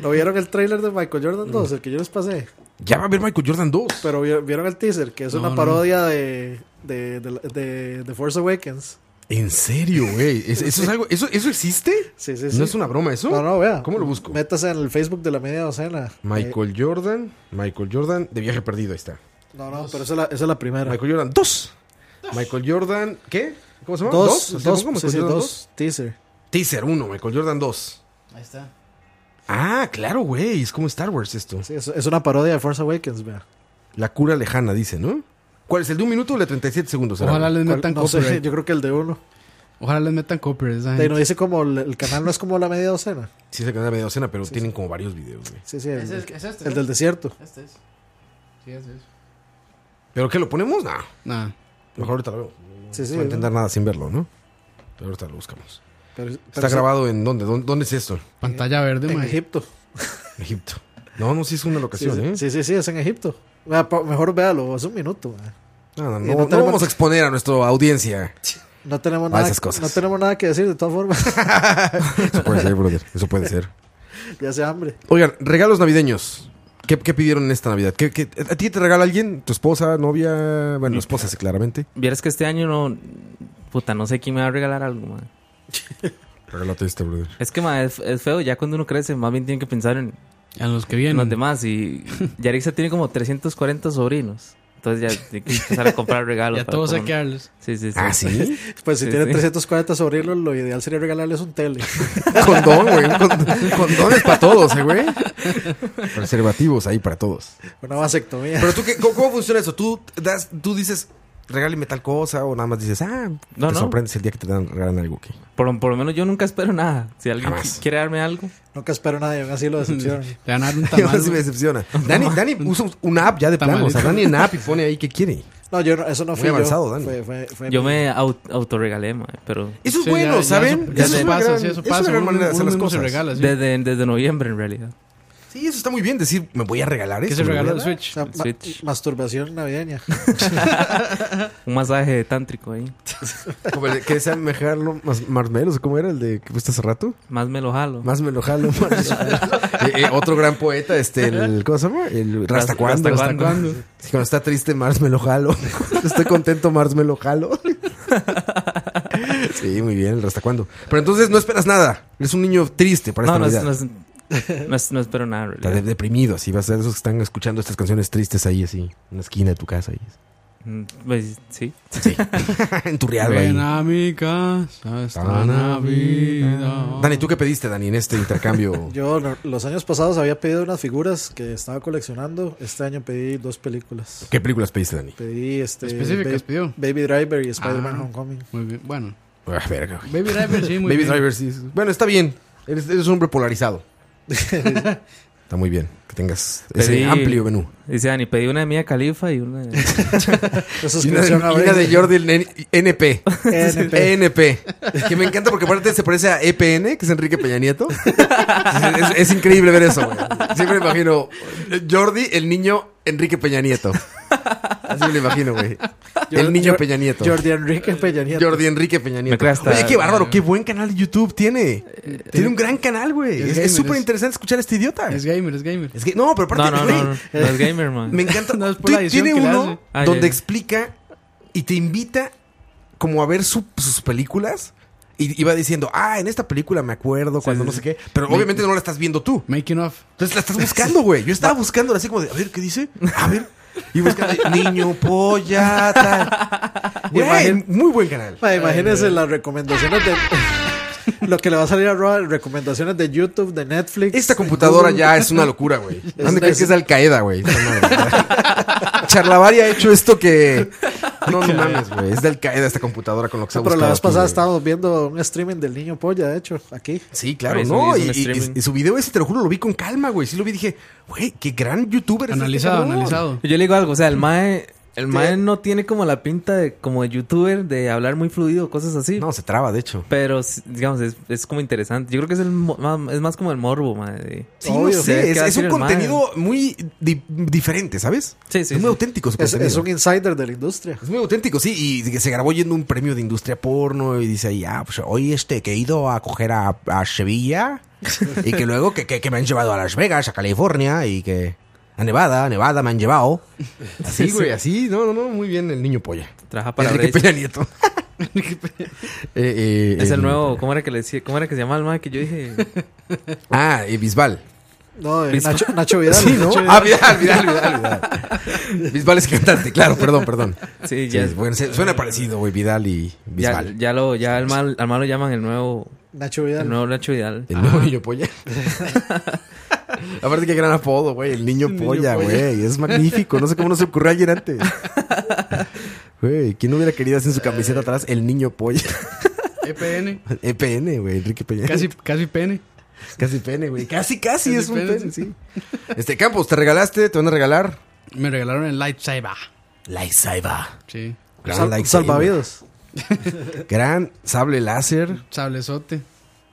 ¿No vieron el tráiler de Michael Jordan 2? El que yo les pasé. Ya va a haber Michael Jordan 2. Pero vi- vieron el teaser, que es No, una no. parodia de, de, de, de- de Force Awakens. ¿En serio, güey? ¿Es- ¿Eso, es algo, ¿eso, ¿Eso existe? Sí, sí, ¿No sí. es una broma eso? No, no, vea. ¿Cómo lo busco? Métase en el Facebook de la media docena. Michael Jordan, Michael Jordan, de viaje perdido, ahí está. Eh, no, no, pero esa es la, esa es la primera. Michael Jordan 2. Michael Jordan, ¿qué? ¿Cómo se llama? Dos, ¿Se dos, pues, llama sí, sí, dos, teaser. Teaser 1, Michael Jordan 2. Ahí está. Ah, claro, güey, es como Star Wars esto. Sí, es, es una parodia de Force Awakens, vea. La cura lejana, dice, ¿no? ¿Cuál es el de un minuto o el de 37 segundos? Era? Ojalá les ¿Cuál? metan No sé, copyright. yo creo que el de uno. Ojalá les metan copyright. esa Te gente. no dice como el, el canal no es como la media docena. Sí, se queda media docena, pero tienen como varios videos, güey. Sí, sí, el, Ese es- el- es este, el ¿no? del desierto. Este es. Sí, este es. ¿Pero qué, lo ponemos? Nah, Nah. mejor ahorita lo veo. No Sí, sí. se va a entender nada sin verlo, ¿no? Pero ahorita lo buscamos. Pero- pero ¿Está sí, grabado en dónde? ¿Dónde, dónde es esto? Pantalla verde, en mae. Egipto. Egipto. No, no, sí es una Sí, locación, sí, ¿eh? sí, sí, sí, es en Egipto. Vea, pa- Mejor véalo, es un minuto. mae. No, no, no, Y no no tenemos- vamos a exponer a nuestra audiencia. No tenemos, Ah, nada, esas cosas. no tenemos nada que decir, de todas formas. [LAUGHS] Eso puede ser, brother. Eso puede ser. ya sea hambre. Oigan, regalos navideños. ¿Qué, qué pidieron en esta Navidad? ¿Qué, qué- a ti te regala alguien? ¿Tu esposa, novia? Bueno, esposa, sí, claramente. [LAUGHS] Vieras que este año no. Puta, no sé quién me va a regalar algo, man. Regálate este, brother. Es que, ma, es, es feo. Ya cuando uno crece, más bien tiene que pensar en, A los que en vienen. los [LAUGHS] demás. Y Yarixa tiene como 340 sobrinos. Entonces ya tiene que empezar a [LAUGHS] comprar regalos. Ya para todos todo hay que darles. mundo. Sí, sí, sí. [LAUGHS] Ah, sí. [LAUGHS] Pues si Sí, tiene sí. 340 sobrinos, lo ideal sería regalarles un tele. [LAUGHS] Condón, güey. un Condón, condón es para todos, eh, güey. Preservativos ahí para todos. Una vasectomía. Pero tú, qué, ¿cómo, cómo funciona eso? ¿Tú, das, tú dices, regáleme tal cosa o nada más dices, ah, No, te no. sorprendes el día que te dan, regalan algo. ¿qué? Por, por lo menos yo nunca espero nada. Si alguien Jamás. quiere darme algo, Nunca espero nada de un asilo de [LAUGHS] excepción. Te van a dar un Yo [LAUGHS] tamal. sí me güey. [LAUGHS] decepciona. Dani, Dani usa una app ya de plano. O sea, Tamalito. Dani en app y pone ahí [LAUGHS] que quiere. No, yo no- eso no Muy fui yo. avanzado, Dani. Fue- fue- fue yo mi- me au- autorregalé, ma, Pero Eso es Sí, bueno, ya- ya ¿saben? eso- ya Eso eso es una pasa, gran- sí, eso es una pasa. gran Uno- manera de hacer uno las mismo se cosas. regala, ¿Ah, sí. desde, desde noviembre, en realidad. Sí, eso está muy bien decir, me voy a regalar ¿Qué se esto. me voy a regaló el dar. o Switch? sea, ma- Switch. masturbación navideña. Un masaje tántrico ahí. Como el que decía mejarlo más marmelos, ¿cómo era el de que fuiste hace rato? Más me lo jalo. Más me lo jalo. más me lo jalo. [LAUGHS] Eh, eh, otro gran poeta, este, el, ¿cómo se llama? El Rasta Cuando. Rasta Rasta Cuando. Cuando. Sí, cuando está triste, Mars me lo [LAUGHS] jalo. Cuando Estoy contento, Mars me lo [LAUGHS] jalo. Sí, muy bien, el Rasta Cuando. Pero entonces no esperas nada. Eres un niño triste para esta No, no, es- Navidad. no, es- no es- no espero nada, en Está realidad. de- deprimido, así vas a ser esos que están escuchando estas canciones tristes ahí, así, en una esquina de tu casa. Ahí. [LAUGHS] Mm, Pues, sí. en tu real, Ven ahí. a mi casa esta Navidad. Dani, ¿tú qué pediste, Dani, en este intercambio? [LAUGHS] Yo no- los años pasados había pedido unas figuras que estaba coleccionando. Este año pedí dos películas. ¿Qué películas pediste, Dani? Pedí este Específicas Ba- pidió. Baby Driver y Spider-Man Ah. Homecoming. Muy bien. Bueno. Ah, verga, güey. Baby Driver, sí, muy Baby bien. Driver, sí. Bueno, está bien. Eres, eres un hombre polarizado. está muy bien que tengas ese Pedí- amplio menú. Dice Dani, pedí una de Mía Califa y una [LAUGHS] de... La Y una, suscripción a y una Baby- de Jordi N- NP. NP. NP. Que me encanta porque aparte se parece a EPN, que es Enrique Peña Nieto. Es, es increíble ver eso, güey. Siempre me imagino Jordi, el niño Enrique Peña Nieto. Así me lo imagino, güey. El niño Jor- Peña Nieto. Jordi Enrique Peña Nieto. Jordi Enrique Peña Me Nieto. crea hasta- Oye, qué bárbaro, qué buen canal de YouTube tiene. tiene un gran canal, Eh, güey. Es Es- gamer, Es súper es- interesante escuchar a este idiota. Es Es, gamer, es gamer. que, no, pero No, aparte, no, güey, no, no, no es gamer, man. me [LAUGHS] encanta. No, es por la Ti- edición tiene que le uno hace. Ah, donde ya, ya. explica y te invita como a ver su- sus películas. Y y va diciendo, ah, en esta película me acuerdo cuando sí, no sé qué. Pero obviamente no la estás viendo tú. Making off. Entonces la estás buscando, güey. Yo estaba buscándola así como de, a ver, ¿qué dice? A ver. Y buscando, niño, polla, [LAUGHS] tal. Güey, Imagín- muy buen canal. Ma, imagínense las recomendaciones de. [LAUGHS] lo que le va a salir a Roa, recomendaciones de YouTube, de Netflix. Esta computadora ya es una locura, [LAUGHS] güey. ¿Dónde una- crees que es Al Qaeda, güey? Esa [LAUGHS] madre. Charlavari ha hecho esto que. No, no mames, güey. Es de Al Qaeda esta computadora con lo que se ha No, Ah, pero buscado la vez aquí, pasada güey. estábamos viendo un streaming del niño polla, de hecho, aquí. Sí, claro, Ahí ¿no? hizo- Y, hizo un y- streaming. y su video ese, te lo juro, lo vi con calma, güey. Sí lo vi y dije, güey, qué gran youtuber es este Analizado, cabrón. analizado. Yo le digo algo, o Mm. sea, el mae... El mae no tiene como la pinta de como de youtuber, de hablar muy fluido, cosas así. No, se traba, de hecho. Pero, s- digamos, es, es como interesante. Yo creo que es, el mo- ma- es más como el morbo, mae. de- Sí, Obvio. no sé. ¿Qué Es, va a es decir un el man? contenido muy di- diferente, ¿sabes? Sí, sí, Es muy sí. auténtico su Es, contenido. es un insider de la industria. Es Pues muy auténtico, sí. Y que se grabó yendo a [LAUGHS] un premio de industria porno y dice ahí, ah, pues hoy este, que he ido a coger a, a Sevilla Y que luego que, que- que me han llevado a Las Vegas, a California y que... A Nevada, a Nevada me han llevado. [LAUGHS] Así, Sí, güey, sí. así. No, no, no, muy bien el niño polla. Trabaja para Enrique Brecht. Peña [LAUGHS] Nieto. Eh, eh, Es el eh, nuevo, ¿cómo era que le decía? ¿Cómo era que se llamaba el mae que yo dije? Ah, y Bisbal. No, eh, Bisbal. Nacho, Nacho Vidal. Sí, ¿no? Nacho Ah, Vidal, Vidal, Vidal, Vidal. Bisbal es cantante, claro, perdón, perdón. [LAUGHS] Sí, Sí, [LAUGHS] ya, Eh, bueno, se- suena parecido, güey, Vidal y ya, Bisbal. ya lo, ya al mal, al mal lo llaman el nuevo, Nacho el Vidal. nuevo Nacho Vidal. [LAUGHS] El nuevo niño polla. Aparte que gran apodo, güey, el niño polla, güey. Es magnífico, no sé cómo no se ocurrió ayer antes. Güey, ¿quién hubiera querido hacer en su camiseta atrás el niño polla? EPN. [LAUGHS] EPN, güey, Enrique Peña. Eh, Casi, casi pene. casi pene, güey. Casi, casi, Casi es un pene, pene, sí. Este Campos, ¿te regalaste? ¿Te van a regalar? Me regalaron el Lightsaber. Lightsaiba. Sí. Gran Sal- lightsaber. salvavidas. Gran sable láser, Sablezote.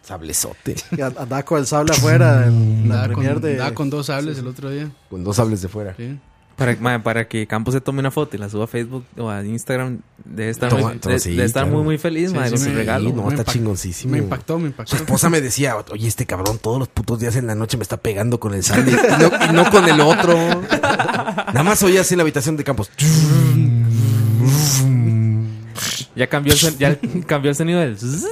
sablezote. Y and- Andaba con el sable afuera. en la Andaba premier con, de. andaba con dos sables el otro día. Con dos sables de fuera. Sí. Para, mae, para que Campos se tome una foto y la suba a Facebook o a Instagram, debe estar, Toma- muy, toma- de- sí, debe estar claro. muy, muy feliz, Sí, mae, sí, con su me- regalo. Sí, no, Me está impact- chingoncísimo. me impactó, me impactó. Su esposa me decía, oye, este cabrón todos los putos días en la noche me está pegando con el sable y no, y no con el otro. Nada más oía así en la habitación de Campos. Ya cambió el, son- ya [LAUGHS] el- cambió el sonido del zzzz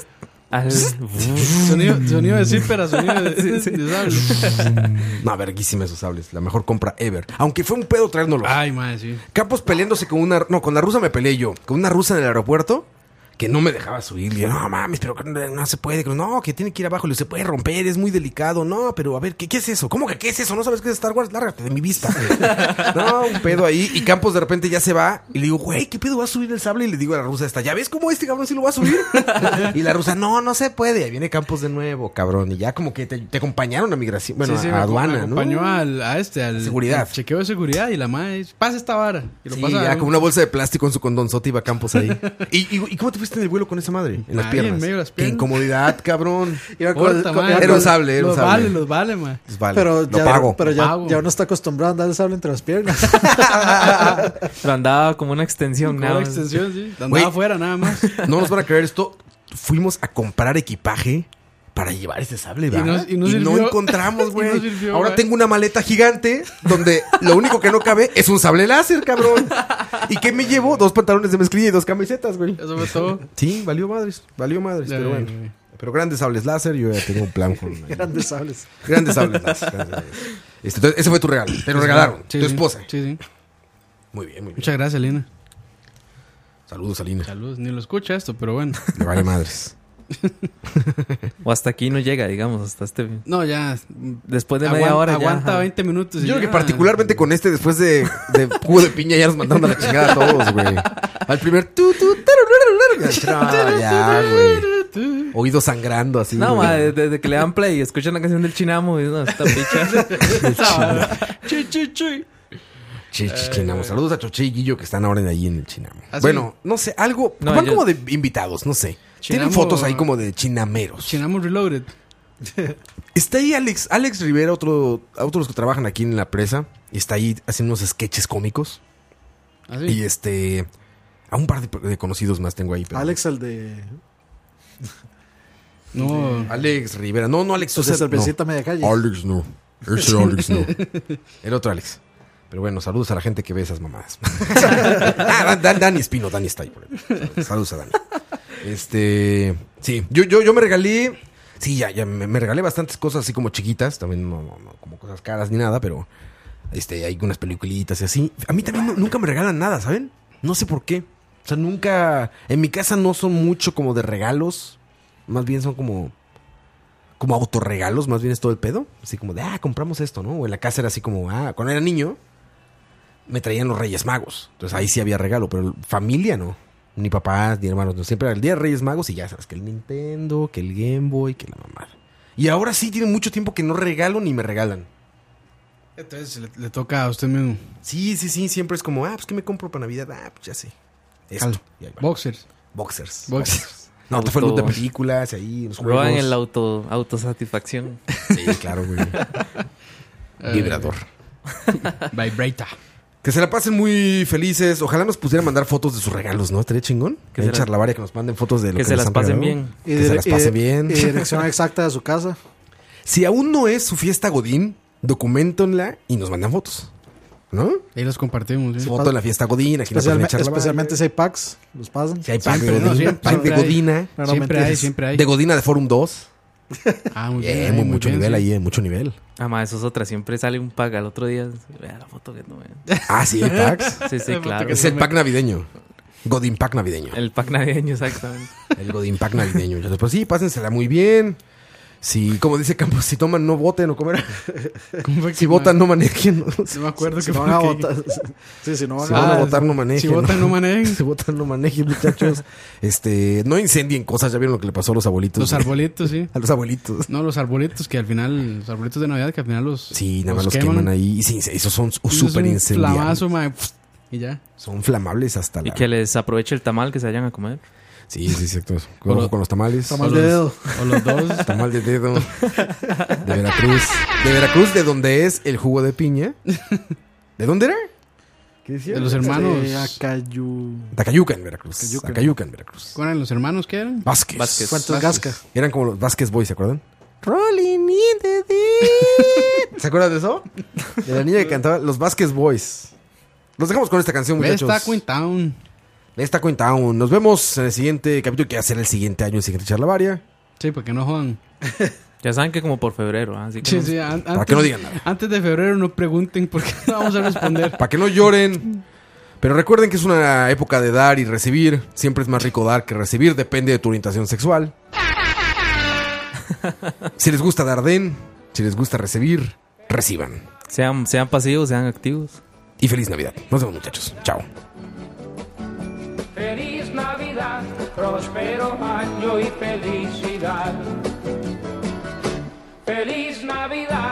[LAUGHS] al- Sonido, sonido de cípera, sonido de, Sí, sí. de sable. No, verguísima esos sables. La mejor compra ever. Aunque fue un pedo traérnoslo. Ay, madre, sí. Campos peleándose con una... No, con la rusa me peleé yo. Con una rusa en el aeropuerto que no me dejaba subir. Y yo, no mames, pero que no, no se puede. que No, que tiene que ir abajo. Le digo, se puede romper, es muy delicado. No, pero a ver, ¿qué, qué es eso? ¿Cómo que qué es eso? ¿No sabes qué es Star Wars? Lárgate de mi [LAUGHS] vista. no, un pedo ahí. Y Campos de repente ya se va. Y le digo, güey, ¿qué pedo va a subir el sable? Y le digo a la rusa esta, ¿ya ves cómo este cabrón sí lo va [LAUGHS] a subir? y la rusa, no, no se puede. Ahí viene Campos de nuevo, cabrón. Y ya como que te, te acompañaron a migración. Bueno, Sí, sí, me a aduana, me acompañó ¿no? al, a este, al Seguridad. al chequeo de seguridad y la madre dice, pasa esta vara. Y lo Sí, pasa ya a- con una bolsa de plástico en su condonzote iba Campos ahí. [LAUGHS] ¿Y, y, y cómo te fuiste en el vuelo con esa madre? En las Ahí, piernas. en medio de las Qué piernas. [LAUGHS] incomodidad, cabrón. Iba con- Corta, con- madre. iba Era un con- sable, era un Los sable. vale, los vale, madre. Pues vale, Pero, lo ya, pago. pero ya, pago. ya uno está acostumbrado a andar el sable entre las piernas. Lo andaba como una extensión, Con nada una más. extensión, sí. Andaba Güey. afuera nada más. No nos van a creer esto. Fuimos a comprar equipaje para llevar ese sable, ¿verdad? nos- y nos sirvió. [LAUGHS] encontramos, Y güey. nos sirvió, Ahora güey. tengo una maleta gigante donde lo único que no cabe es un sable láser, cabrón. ¿Y qué me llevo? Dos pantalones de mezclilla y dos camisetas, güey. [LAUGHS] Eso fue todo. Sí, valió madres. Valió madres, Ya, pero ya, bueno. ya. Pero grandes sables láser, yo ya tengo un [LAUGHS] plan con... Grandes sables. Grandes sables láser, grandes sables. Este, entonces, ese fue tu regalo. Te lo regalaron. Sí, tu sí. esposa. Sí, sí. Muy bien, muy bien. Muchas gracias, Lina. Saludos, Alina. Saludos. Ni lo escucha esto, pero bueno. Le vale madres. O hasta aquí no llega, digamos, hasta este... No, ya. Después de Aguan- media hora ya, Aguanta ajá. 20 minutos. y Yo creo que ya. particularmente con este, después de, de jugo de piña, ya nos mandaron a la chingada a todos, güey. Al primer tu, tu, tararararar, ya, chra, ya, güey. Oído sangrando así. No, güey. mae, desde, que le dan play y escuchan la canción del Chinamo, y no, [LAUGHS] esta picha. [LAUGHS] Chuy, chuy, chuy. Chi- chi- Chinamo. Saludos a Choche y Guillo que están ahora en- ahí en el Chinamo. Eh. Ah, sí. Bueno, no sé, algo. No, van yo- como de invitados, no sé. Tienen Chinamo- fotos ahí como de chinameros. Chinamo Reloaded. Está ahí Alex, Alex Rivera, otro, otro de los que trabajan aquí en la presa. y Está ahí haciendo unos sketches cómicos. Y Así. este. A un par de, de conocidos más tengo ahí. pero- Alex, el de. No. Alex Rivera. No, no, Alex el de Sosa, cervecita media calle. no. Alex no. Ese Alex no. El otro Alex. Pero bueno, saludos a la gente que ve esas mamadas. ah, Dan- Dan- Dani Espino, Dani está ahí por ahí. Saludos a Dani. Este. Sí, yo, yo, yo me regalé. Sí, ya, ya me, me regalé bastantes cosas así como chiquitas. También no, no, no como cosas caras ni nada, pero. Este, hay unas peliculitas y así. A mí también nu- nunca me regalan nada, ¿saben? No sé por qué. O sea, nunca. En mi casa no son mucho como de regalos. Más bien son como. Como autorregalos, más bien es todo el pedo. Así como de, ah, compramos esto, ¿no? O en la casa era así como, ah, cuando era niño, me traían los Reyes Magos. Entonces ahí sí había regalo, pero familia no. Ni papás, ni hermanos, no. Siempre era el día de Reyes Magos y ya sabes, que el Nintendo, que el Game Boy, que la mamada. Y ahora sí tiene mucho tiempo que no regalo ni me regalan. Entonces le, le toca a usted mismo. Sí, sí, sí, siempre es como, ah, pues que me compro para Navidad, ah, pues ya sé. Esto. Cal- Y ahí va. Boxers. Boxers. Boxers. No, te fue luz de Autos. películas, ahí, los juegos. Roban el auto, autosatisfacción. Sí, claro, güey. Vibrador. Vibrator. Que se la pasen muy felices. Ojalá nos pusieran mandar fotos de sus regalos, ¿no? Estaría chingón. Que Que en se la- charlavaria que nos manden fotos de lo que, que se les las han pasen Eh, regalado. bien. Y Que se dire- las y- pasen bien. Y dirección exacta de su casa. [LAUGHS] Si aún no es su fiesta Godín, documentenla y nos mandan fotos. ¿No? Ahí los compartimos. ¿sí? Foto en la fiesta Godín, aquí Especialme- nos ponen a charlar. especialmente si hay packs, los pasan. Si hay pan de Siempre, Godina, no, siempre, pan de siempre hay. Godina, No, no, siempre hay, mentiras. siempre hay. de Godina de Forum 2. Ah, muy Bien, bien. muy, muy mucho bien, nivel sí. ahí, eh, mucho nivel. Ah, ma, eso es otra. Siempre sale un pack al otro día. Vea la foto que [LAUGHS] no vean. Ah, sí, hay packs. Sí, sí, claro. es el pack navideño. Godín pack navideño. El pack navideño, exactamente. El Godín pack navideño. muchachos. Pero sí, pásensela muy bien. Si, como dice Campos, si toman, no voten o comer. [LAUGHS] ¿Cómo fue que Si no- votan, no manejen. No me acuerdo [LAUGHS] Si que no fue van a que- votar. [LAUGHS] Sí, si no [LAUGHS] van Si a van a Ah, votar, no manejen. Si votan, [LAUGHS] no [LAUGHS] manejen. Si votan, no manejen, muchachos. [LAUGHS] Este, no incendien cosas. Ya vieron lo que le pasó a los abuelitos. Los arbolitos, sí. [LAUGHS] A los abuelitos. No, los arbolitos que al final, los arbolitos de Navidad que al final los. Sí, nada más los queman, ahí. Y sí, esos son Es súper un incendiarios. flamazo, mae, Y ya. Son flamables hasta Y la... que les aproveche el tamal que se vayan a comer. Sí, sí, cierto. [LAUGHS] Ojo con los tamales. Tamal de dedo. O los dos. [LAUGHS] Tamal [LAUGHS] de dedo. De Veracruz. De Veracruz, de donde es el jugo de piña. ¿De dónde era? De los hermanos. De Acayu. Tacayuca, en Veracruz. Tacayuca. Tacayuca, en Veracruz. ¿Cuáles eran los hermanos que eran? Vázquez. Vázquez. Fuentes Gasca. Eran como los Vázquez Boys, ¿se acuerdan? Rolling in the deep. ¿Se acuerdan de eso? De la niña que cantaba Los Vázquez Boys. Los dejamos con esta canción, Ve, muchachos. está Queen Town. Esta cuenta aún. Nos vemos en el siguiente capítulo que va a ser el siguiente año, el siguiente charlavaria. Sí, para que no jodan. Ya saben que como por febrero, ¿ah? así que Sí, no- sí, an- Para que no digan nada. Antes de febrero no pregunten porque no vamos a responder. Para que no lloren. Pero recuerden que es una época de dar y recibir. Siempre es más rico dar que recibir. Depende de tu orientación sexual. Si les gusta dar, den. Si les gusta recibir, reciban. sean, sean pasivos, sean activos. Y feliz Navidad. Nos vemos, muchachos. Chao. Feliz Navidad, próspero año y felicidad. Feliz Navidad.